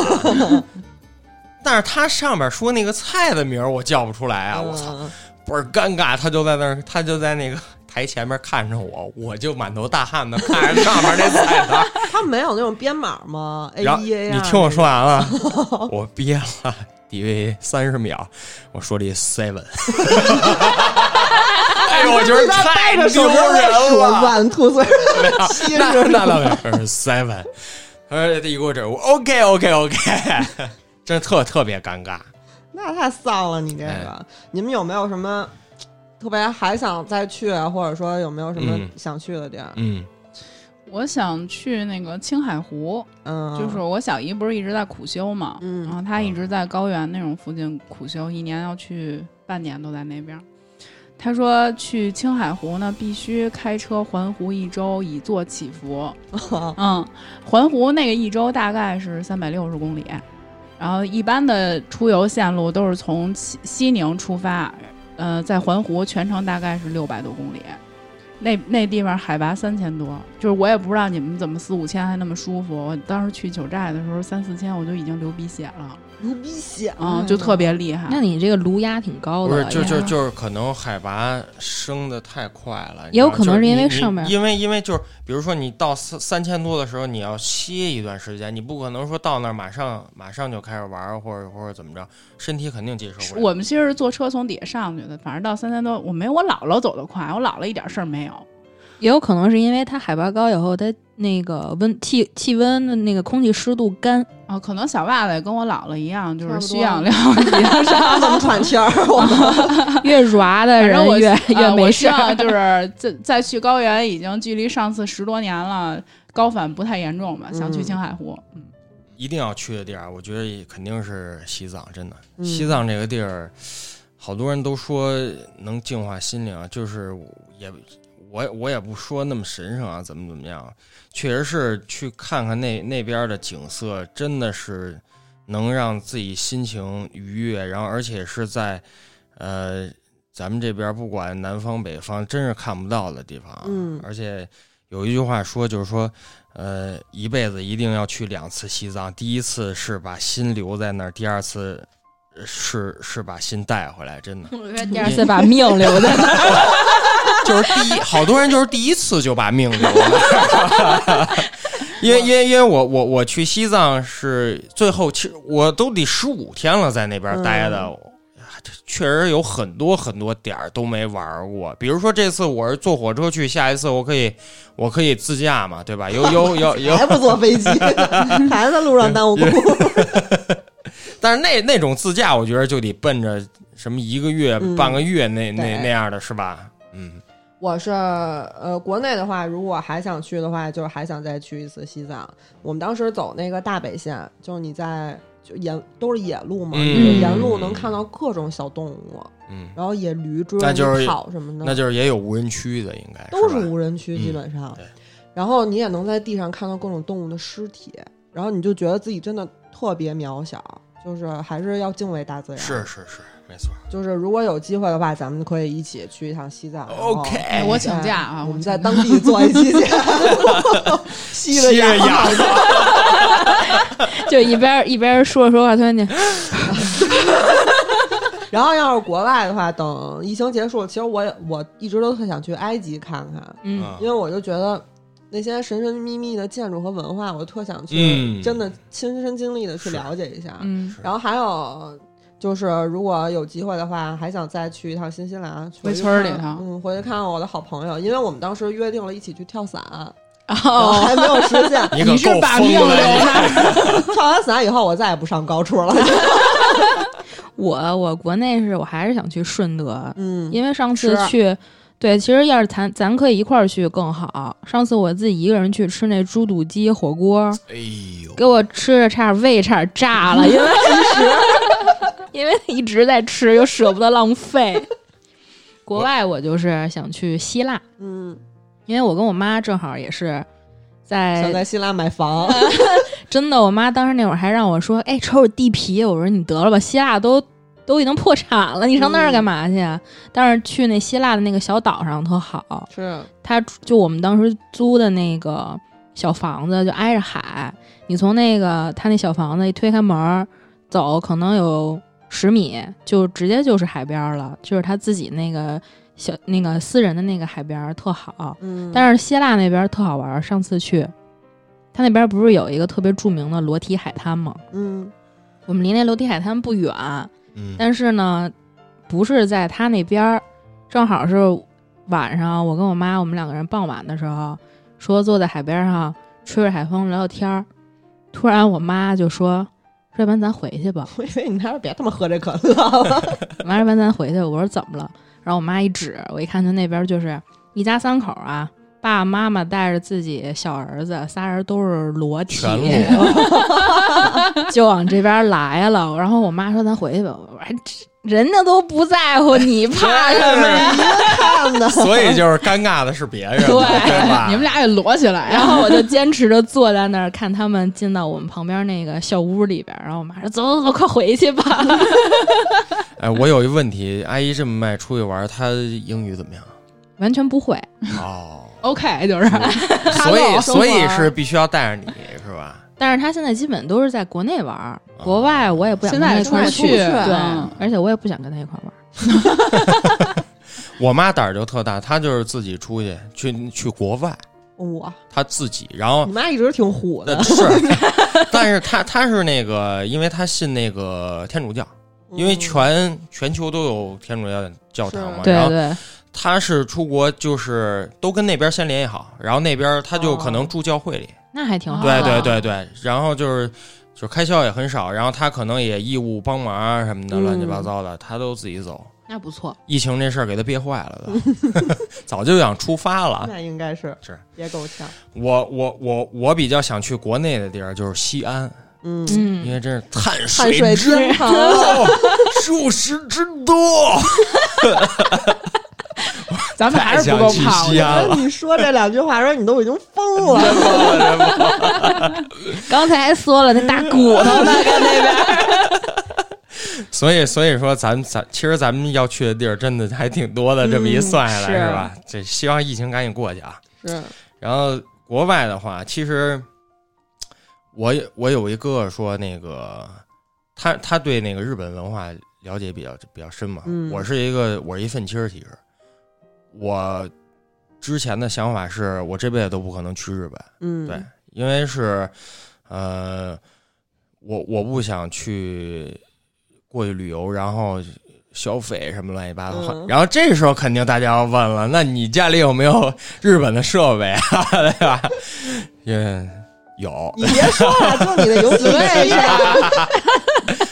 [SPEAKER 3] 啊。 但是他上面说那个菜的名儿我叫不出来啊！我操，
[SPEAKER 1] 嗯！
[SPEAKER 3] 倍儿尴尬，他就在那儿，他就在那个台前面看着我，我就满头大汗的看着上面那菜单。
[SPEAKER 1] 他们没有那种编码吗？A
[SPEAKER 3] 然后
[SPEAKER 1] E A
[SPEAKER 3] 你听我说，完了，我憋了底位三十秒，我说了一 seven。哎呦，我觉得太丢人了。
[SPEAKER 1] 万兔 岁 七
[SPEAKER 3] 那
[SPEAKER 1] 十
[SPEAKER 3] 那倒没有，seven。他说一给我这，OK OK OK，真的特特别尴尬。哎
[SPEAKER 1] 那太丧了，你这个。你们有没有什么特别还想再去，啊或者说有没有什么
[SPEAKER 3] 嗯
[SPEAKER 1] 想去的地儿？
[SPEAKER 3] 嗯
[SPEAKER 4] 我想去那个青海湖，
[SPEAKER 1] 嗯，
[SPEAKER 4] 就是我小姨不是一直在苦修嘛，
[SPEAKER 1] 嗯
[SPEAKER 4] 然后她一直在高原那种附近苦修，一年要去半年都在那边儿。她说去青海湖呢，必须开车环湖一周，以作祈福。嗯，环湖那个一周大概是三百六十公里，然后一般的出游线路都是从西西宁出发，呃，在环湖全程大概是六百多公里。那那地方海拔三千多，就是我也不知道你们怎么四五千还那么舒服。我当时去九寨的时候三四千我就已经流鼻血了，
[SPEAKER 1] 牛逼血
[SPEAKER 4] 啊、就 特别厉害。
[SPEAKER 2] 哦那你这个颅压挺高
[SPEAKER 3] 不
[SPEAKER 2] 的
[SPEAKER 3] 是
[SPEAKER 2] 了，
[SPEAKER 3] 就
[SPEAKER 2] 也
[SPEAKER 3] 就就是可能海拔升的太快了，
[SPEAKER 2] 也有可能是因为
[SPEAKER 3] 你知道
[SPEAKER 2] 上
[SPEAKER 3] 就是
[SPEAKER 2] 面
[SPEAKER 3] 你你因为因为就是比如说你到三三千多的时候，你要歇一段时间，你不可能说到那儿马上马上就开始玩儿或者或者怎么着，身体肯定接受不了。
[SPEAKER 4] 我们其实是坐车从底下上去的，反正到三千多，我没有我姥姥走得快，我姥姥一点事儿没有。
[SPEAKER 2] 也有可能是因为它海拔高以后，它那个温气气温的那个空气湿度 干，
[SPEAKER 4] 啊，可能小袜子也跟我姥姥一样，就
[SPEAKER 2] 差
[SPEAKER 4] 是
[SPEAKER 2] 不
[SPEAKER 4] 需
[SPEAKER 2] 多
[SPEAKER 4] 氧量比较少。
[SPEAKER 1] 怎么喘气儿？我
[SPEAKER 2] 越软的
[SPEAKER 4] 反
[SPEAKER 2] 人
[SPEAKER 4] 正我
[SPEAKER 2] 越、
[SPEAKER 4] 呃
[SPEAKER 2] 越
[SPEAKER 4] 我
[SPEAKER 2] 没
[SPEAKER 4] 希
[SPEAKER 2] 事。
[SPEAKER 4] 望就是再再去高原，已经距离上次十多年了，高反不太严重吧？想去
[SPEAKER 1] 嗯
[SPEAKER 4] 青海湖，嗯，
[SPEAKER 3] 一定要去的地儿，我觉得肯定是西藏，真的。
[SPEAKER 1] 嗯
[SPEAKER 3] 西藏这个地儿，好多人都说能净化心灵，就是也我我也不说那么神圣啊，怎么怎么样，确实是去看看那那边的景色，真的是能让自己心情愉悦，然后而且是在呃咱们这边不管南方北方，真是看不到的地方。啊
[SPEAKER 1] 嗯
[SPEAKER 3] 而且有一句话说，就是说。呃，一辈子一定要去两次西藏，第一次是把心留在那儿，第二次呃是是把心带回来，真的
[SPEAKER 2] 第二次把命留在 那儿，
[SPEAKER 3] 就是第一，好多人就是第一次就把命留了。因为因为因为我我我去西藏是最后，其实我都得十五天了，在那边待的，
[SPEAKER 1] 嗯
[SPEAKER 3] 啊这确实有很多很多点儿都没玩儿过。比如说这次我是坐火车去，下一次我可以我可以自驾嘛，对吧？有有有有
[SPEAKER 1] 还不坐飞机，还在路上耽误工夫。
[SPEAKER 3] 但是那那种自驾，我觉得就得奔着什么一个月、
[SPEAKER 1] 嗯
[SPEAKER 3] 半个月那
[SPEAKER 1] 对
[SPEAKER 3] 那那样的是吧？嗯，
[SPEAKER 1] 我是呃，国内的话，如果还想去的话，就是还想再去一次西藏。我们当时走那个大北线，就是你在就沿都是野路嘛，
[SPEAKER 3] 嗯
[SPEAKER 1] 你沿路能看到各种小动物，
[SPEAKER 3] 嗯
[SPEAKER 1] 然后野驴追着
[SPEAKER 3] 那就是
[SPEAKER 1] 你跑什么的，
[SPEAKER 3] 那就是也有无人区的，应该
[SPEAKER 1] 嗯都是
[SPEAKER 3] 吧
[SPEAKER 1] 无人区
[SPEAKER 3] 嗯
[SPEAKER 1] 基本上。
[SPEAKER 3] 对
[SPEAKER 1] 然后你也能在地上看到各种动物的尸体，然后你就觉得自己真的特别渺小，就是还是要敬畏大自然。
[SPEAKER 3] 是是是，没错。
[SPEAKER 1] 就是如果有机会的话，咱们可以一起去一趟西藏。然后
[SPEAKER 3] OK
[SPEAKER 4] 哎我请
[SPEAKER 1] 对
[SPEAKER 4] 假啊，
[SPEAKER 1] 我
[SPEAKER 4] 我
[SPEAKER 1] 们
[SPEAKER 4] 请
[SPEAKER 1] 在当地做一期节 目，吸了
[SPEAKER 3] 吸了
[SPEAKER 1] 氧
[SPEAKER 3] 氧，
[SPEAKER 2] 就一边一边说着说话，突然间
[SPEAKER 1] 然后要是国外的话，等疫情结束，其实我也我一直都特想去埃及看
[SPEAKER 3] 啊
[SPEAKER 1] 看，
[SPEAKER 2] 嗯，
[SPEAKER 1] 因为我就觉得那些神神秘秘的建筑和文化，我特想去
[SPEAKER 3] 嗯
[SPEAKER 1] 真的亲身经历的去
[SPEAKER 3] 是
[SPEAKER 1] 了解一下。
[SPEAKER 2] 嗯，
[SPEAKER 1] 然后还有就是，如果有机会的话，还想再去一趟新西兰，
[SPEAKER 4] 回
[SPEAKER 1] 去
[SPEAKER 4] 村儿里
[SPEAKER 1] 看
[SPEAKER 4] 头
[SPEAKER 1] 嗯，回去看看我的好朋友，因为我们当时约定了一起去跳伞，然后
[SPEAKER 2] 哦，
[SPEAKER 1] 还没有实现。
[SPEAKER 3] 你可
[SPEAKER 4] 你是
[SPEAKER 3] 够
[SPEAKER 4] 把
[SPEAKER 3] 疯的
[SPEAKER 4] 命留
[SPEAKER 3] 你
[SPEAKER 4] 那儿，
[SPEAKER 1] 跳完伞以后，我再也不上高处了。
[SPEAKER 2] 我我国内是我还是想去顺德，
[SPEAKER 1] 嗯，
[SPEAKER 2] 因为上次
[SPEAKER 4] 吃
[SPEAKER 2] 去，对，其实要是咱咱可以一块儿去更好。上次我自己一个人去吃那猪肚鸡火锅，
[SPEAKER 3] 哎呦，
[SPEAKER 2] 给我吃的差点胃差点炸 了，因为因为一直在吃，又舍不得浪费。 国外我就是想去希腊，
[SPEAKER 1] 嗯，
[SPEAKER 2] 因为我跟我妈正好也是在
[SPEAKER 1] 想在希腊买房，
[SPEAKER 2] 真的，我妈当时那会儿还让我说：“哎，瞅瞅地皮。”我说：“你得了吧，希腊都都已经破产了，你上那儿干嘛去啊？”但是去那希腊的那个小岛上特好，
[SPEAKER 1] 是
[SPEAKER 2] 它就我们当时租的那个小房子就挨着海，你从那个它那小房子一推开门儿走，可能有十米，就直接就是海边儿了，就是他自己那个小那个私人的那个海边儿特好。
[SPEAKER 1] 嗯，
[SPEAKER 2] 但是希腊那边特好玩儿，上次去，他那边不是有一个特别著名的裸体海滩吗？
[SPEAKER 1] 嗯，
[SPEAKER 2] 我们离那裸体海滩不远，
[SPEAKER 3] 嗯，
[SPEAKER 2] 但是呢，不是在他那边儿，正好是晚上，我跟我妈我们两个人傍晚的时候，说坐在海边上吹着海风聊聊天儿，突然我妈就说：“说要不然咱回去吧，
[SPEAKER 1] 我以为你那边别他妈喝这可乐了，
[SPEAKER 2] 完要不然咱回去。我说怎么了？然后我妈一指，我一看他那边就是一家三口啊，爸爸妈妈带着自己小儿子，仨人都是裸体，
[SPEAKER 3] 全裸
[SPEAKER 2] 就往这边来了。然后我妈说咱回去吧，我说哎这人家都不在乎，你怕什么呀？
[SPEAKER 1] 看的。
[SPEAKER 3] 所 以就是尴尬的是别人，
[SPEAKER 2] 对
[SPEAKER 3] 对吧？
[SPEAKER 4] 你们俩也裸起来
[SPEAKER 2] 然
[SPEAKER 4] 啊！
[SPEAKER 2] 后我就坚持着坐在那儿看他们进到我们旁边那个小屋里边儿，然后我妈说：“走走走，快回去吧。
[SPEAKER 3] 哎，我有一问题，阿姨这么爱出去玩，她英语怎么样？”
[SPEAKER 2] 完全不会，
[SPEAKER 3] 哦，
[SPEAKER 4] OK，就是
[SPEAKER 3] 所
[SPEAKER 1] Hello，
[SPEAKER 3] 以
[SPEAKER 1] 生活
[SPEAKER 3] 所以是必须要带着你是吧？
[SPEAKER 2] 但是他现在基本都是在国内玩儿，国外
[SPEAKER 3] 哦
[SPEAKER 2] 我也不想
[SPEAKER 4] 现
[SPEAKER 2] 跟他
[SPEAKER 4] 在
[SPEAKER 2] 一块儿
[SPEAKER 4] 也
[SPEAKER 1] 出不
[SPEAKER 4] 出
[SPEAKER 1] 去
[SPEAKER 4] 去，
[SPEAKER 2] 对
[SPEAKER 4] 嗯，
[SPEAKER 2] 而且我也不想跟他一块儿玩儿。
[SPEAKER 3] 我妈胆儿就特大，她就是自己出去去去国外，
[SPEAKER 1] 哇，
[SPEAKER 3] 她自己，然后
[SPEAKER 1] 你妈一直挺虎的
[SPEAKER 3] 呃，是，但是她她是那个，因为她信那个天主教，因为全全球都有天主教教堂
[SPEAKER 1] 嗯
[SPEAKER 3] 嘛，
[SPEAKER 1] 是
[SPEAKER 2] 对
[SPEAKER 3] 哦然后
[SPEAKER 2] 对，
[SPEAKER 3] 她是出国就是都跟那边先联系好，然后那边她就可能住教会里，
[SPEAKER 2] 那还挺好。
[SPEAKER 3] 对对
[SPEAKER 4] 哦
[SPEAKER 3] 对对，然后就是就是开销也很少，然后她可能也义务帮忙啊什么的，
[SPEAKER 1] 嗯
[SPEAKER 3] 乱七八糟的，她都自己走。
[SPEAKER 2] 那不错。
[SPEAKER 3] 疫情这事儿给她憋坏了都， 早就想出发了。
[SPEAKER 1] 那应该是
[SPEAKER 3] 是
[SPEAKER 1] 别够呛。
[SPEAKER 3] 我我我我比较想去国内的地儿就是西安，
[SPEAKER 1] 嗯，
[SPEAKER 2] 嗯
[SPEAKER 3] 因，为真是碳
[SPEAKER 1] 汗水
[SPEAKER 3] 之
[SPEAKER 1] 天堂，
[SPEAKER 3] 多，素食之多，
[SPEAKER 4] 咱们还
[SPEAKER 3] 太
[SPEAKER 4] 是不
[SPEAKER 3] 想
[SPEAKER 4] 够
[SPEAKER 3] 去
[SPEAKER 4] 胖。
[SPEAKER 3] 西安了。
[SPEAKER 1] 你说这两句话，说你都已经疯了。
[SPEAKER 2] 刚才还说了那大骨 头呢，跟那边儿
[SPEAKER 3] 所以所以说咱，咱其实咱们要去的地儿真的还挺多的，这么一算下来、
[SPEAKER 2] 是
[SPEAKER 3] 是吧？这希望疫情赶紧过去啊。
[SPEAKER 1] 是，
[SPEAKER 3] 然后国外的话，其实我我有一个说那个，他他对那个日本文化了解比较比较深嘛。
[SPEAKER 1] 嗯
[SPEAKER 3] 我是一个我是一愤青，其实我之前的想法是我这辈子都不可能去日本，
[SPEAKER 1] 嗯，
[SPEAKER 3] 对，因为是呃，我我不想去过去旅游，然后。消费什么乱七八糟，
[SPEAKER 1] 嗯
[SPEAKER 3] 然后这时候肯定大家要问了，那你家里有没有日本的设备啊？ 对吧？也有，
[SPEAKER 1] 你别说了，就你的游戏
[SPEAKER 2] 对
[SPEAKER 1] 机啊，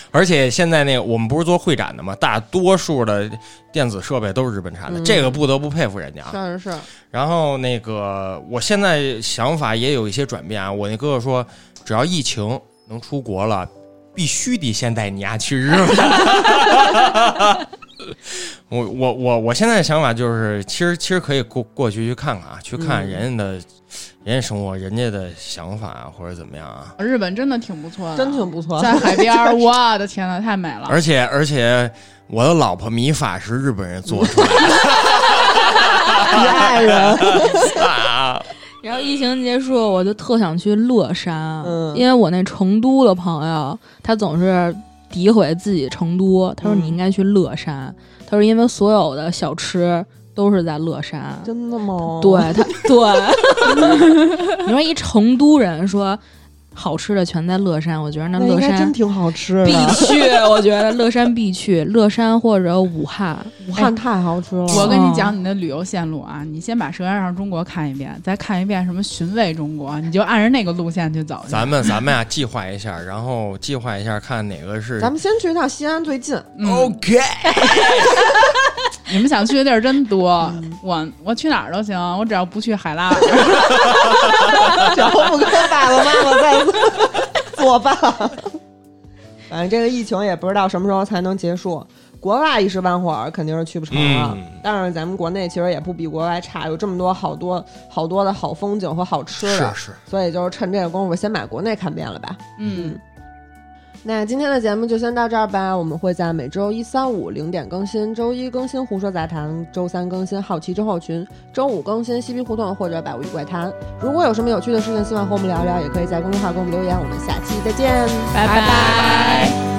[SPEAKER 3] 而且现在那个我们不是做会展的嘛，大多数的电子设备都是日本产的，
[SPEAKER 1] 嗯
[SPEAKER 3] 这个不得不佩服人家啊。
[SPEAKER 1] 确实是，
[SPEAKER 3] 然后那个我现在想法也有一些转变啊，我那哥哥说，只要疫情能出国了，必须得先带你啊丫、去日本。我我我我现在的想法就是，其实其实可以过过去去看看啊，去看
[SPEAKER 1] 嗯
[SPEAKER 3] 人家的、人家生活、人家的想法啊，或者怎么样啊。
[SPEAKER 4] 日本真的挺不错的，
[SPEAKER 1] 真挺不错。
[SPEAKER 4] 在海边儿，我的天呐，太美了！
[SPEAKER 3] 而且而且，我的老婆米法是日本人做出来
[SPEAKER 1] 你爱人，
[SPEAKER 3] 的啊，
[SPEAKER 2] 然后疫情结束，我就特想去乐山，
[SPEAKER 1] 嗯
[SPEAKER 2] 因为我那成都的朋友，他总是诋毁自己成都，他说
[SPEAKER 1] 嗯
[SPEAKER 2] 你应该去乐山，他说因为所有的小吃都是在乐山，
[SPEAKER 1] 真的吗？
[SPEAKER 2] 对 他对， 你说一成都人说好吃的全在乐山，我觉得那
[SPEAKER 1] 那
[SPEAKER 2] 乐
[SPEAKER 1] 应该真
[SPEAKER 2] 山。
[SPEAKER 1] 挺好吃
[SPEAKER 2] 必
[SPEAKER 1] 的，
[SPEAKER 2] 去，我觉得乐山必去，乐山或者武汉，
[SPEAKER 1] 武汉太好吃了。
[SPEAKER 4] 我跟
[SPEAKER 2] 哦
[SPEAKER 4] 你讲你的旅游线路啊，你先把《舌尖上中国》看一遍，再看一遍什么《寻味中国》，你就按着那个路线去走去。
[SPEAKER 3] 咱们咱们啊计划一下，然后计划一下看哪个是
[SPEAKER 1] 咱们先去一趟西安最近，
[SPEAKER 4] 嗯
[SPEAKER 3] OK。
[SPEAKER 4] 你们想去的地儿真多，我我去哪儿都行，我只要不去海拉尔。
[SPEAKER 1] 只 要不跟爸爸妈妈在作伴。反正这个疫情也不知道什么时候才能结束，国外一时半会儿肯定是去不成了。
[SPEAKER 3] 嗯
[SPEAKER 1] 但是咱们国内其实也不比国外差，有这么多好多好多的好风景和好吃的，
[SPEAKER 3] 是，
[SPEAKER 1] 所以就是趁这个功夫先把国内看遍了吧。
[SPEAKER 4] 嗯，
[SPEAKER 1] 那今天的节目就先到这儿吧，我们会在每周一、三、五零点更新，周一更新《胡说杂谈》，周三更新《好奇症候群》，周五更新《嬉皮胡同》或者《百无语怪谈》。如果有什么有趣的事情，希望和我们聊聊，也可以在公众号跟我们留言。我们下期再见，
[SPEAKER 4] 拜拜。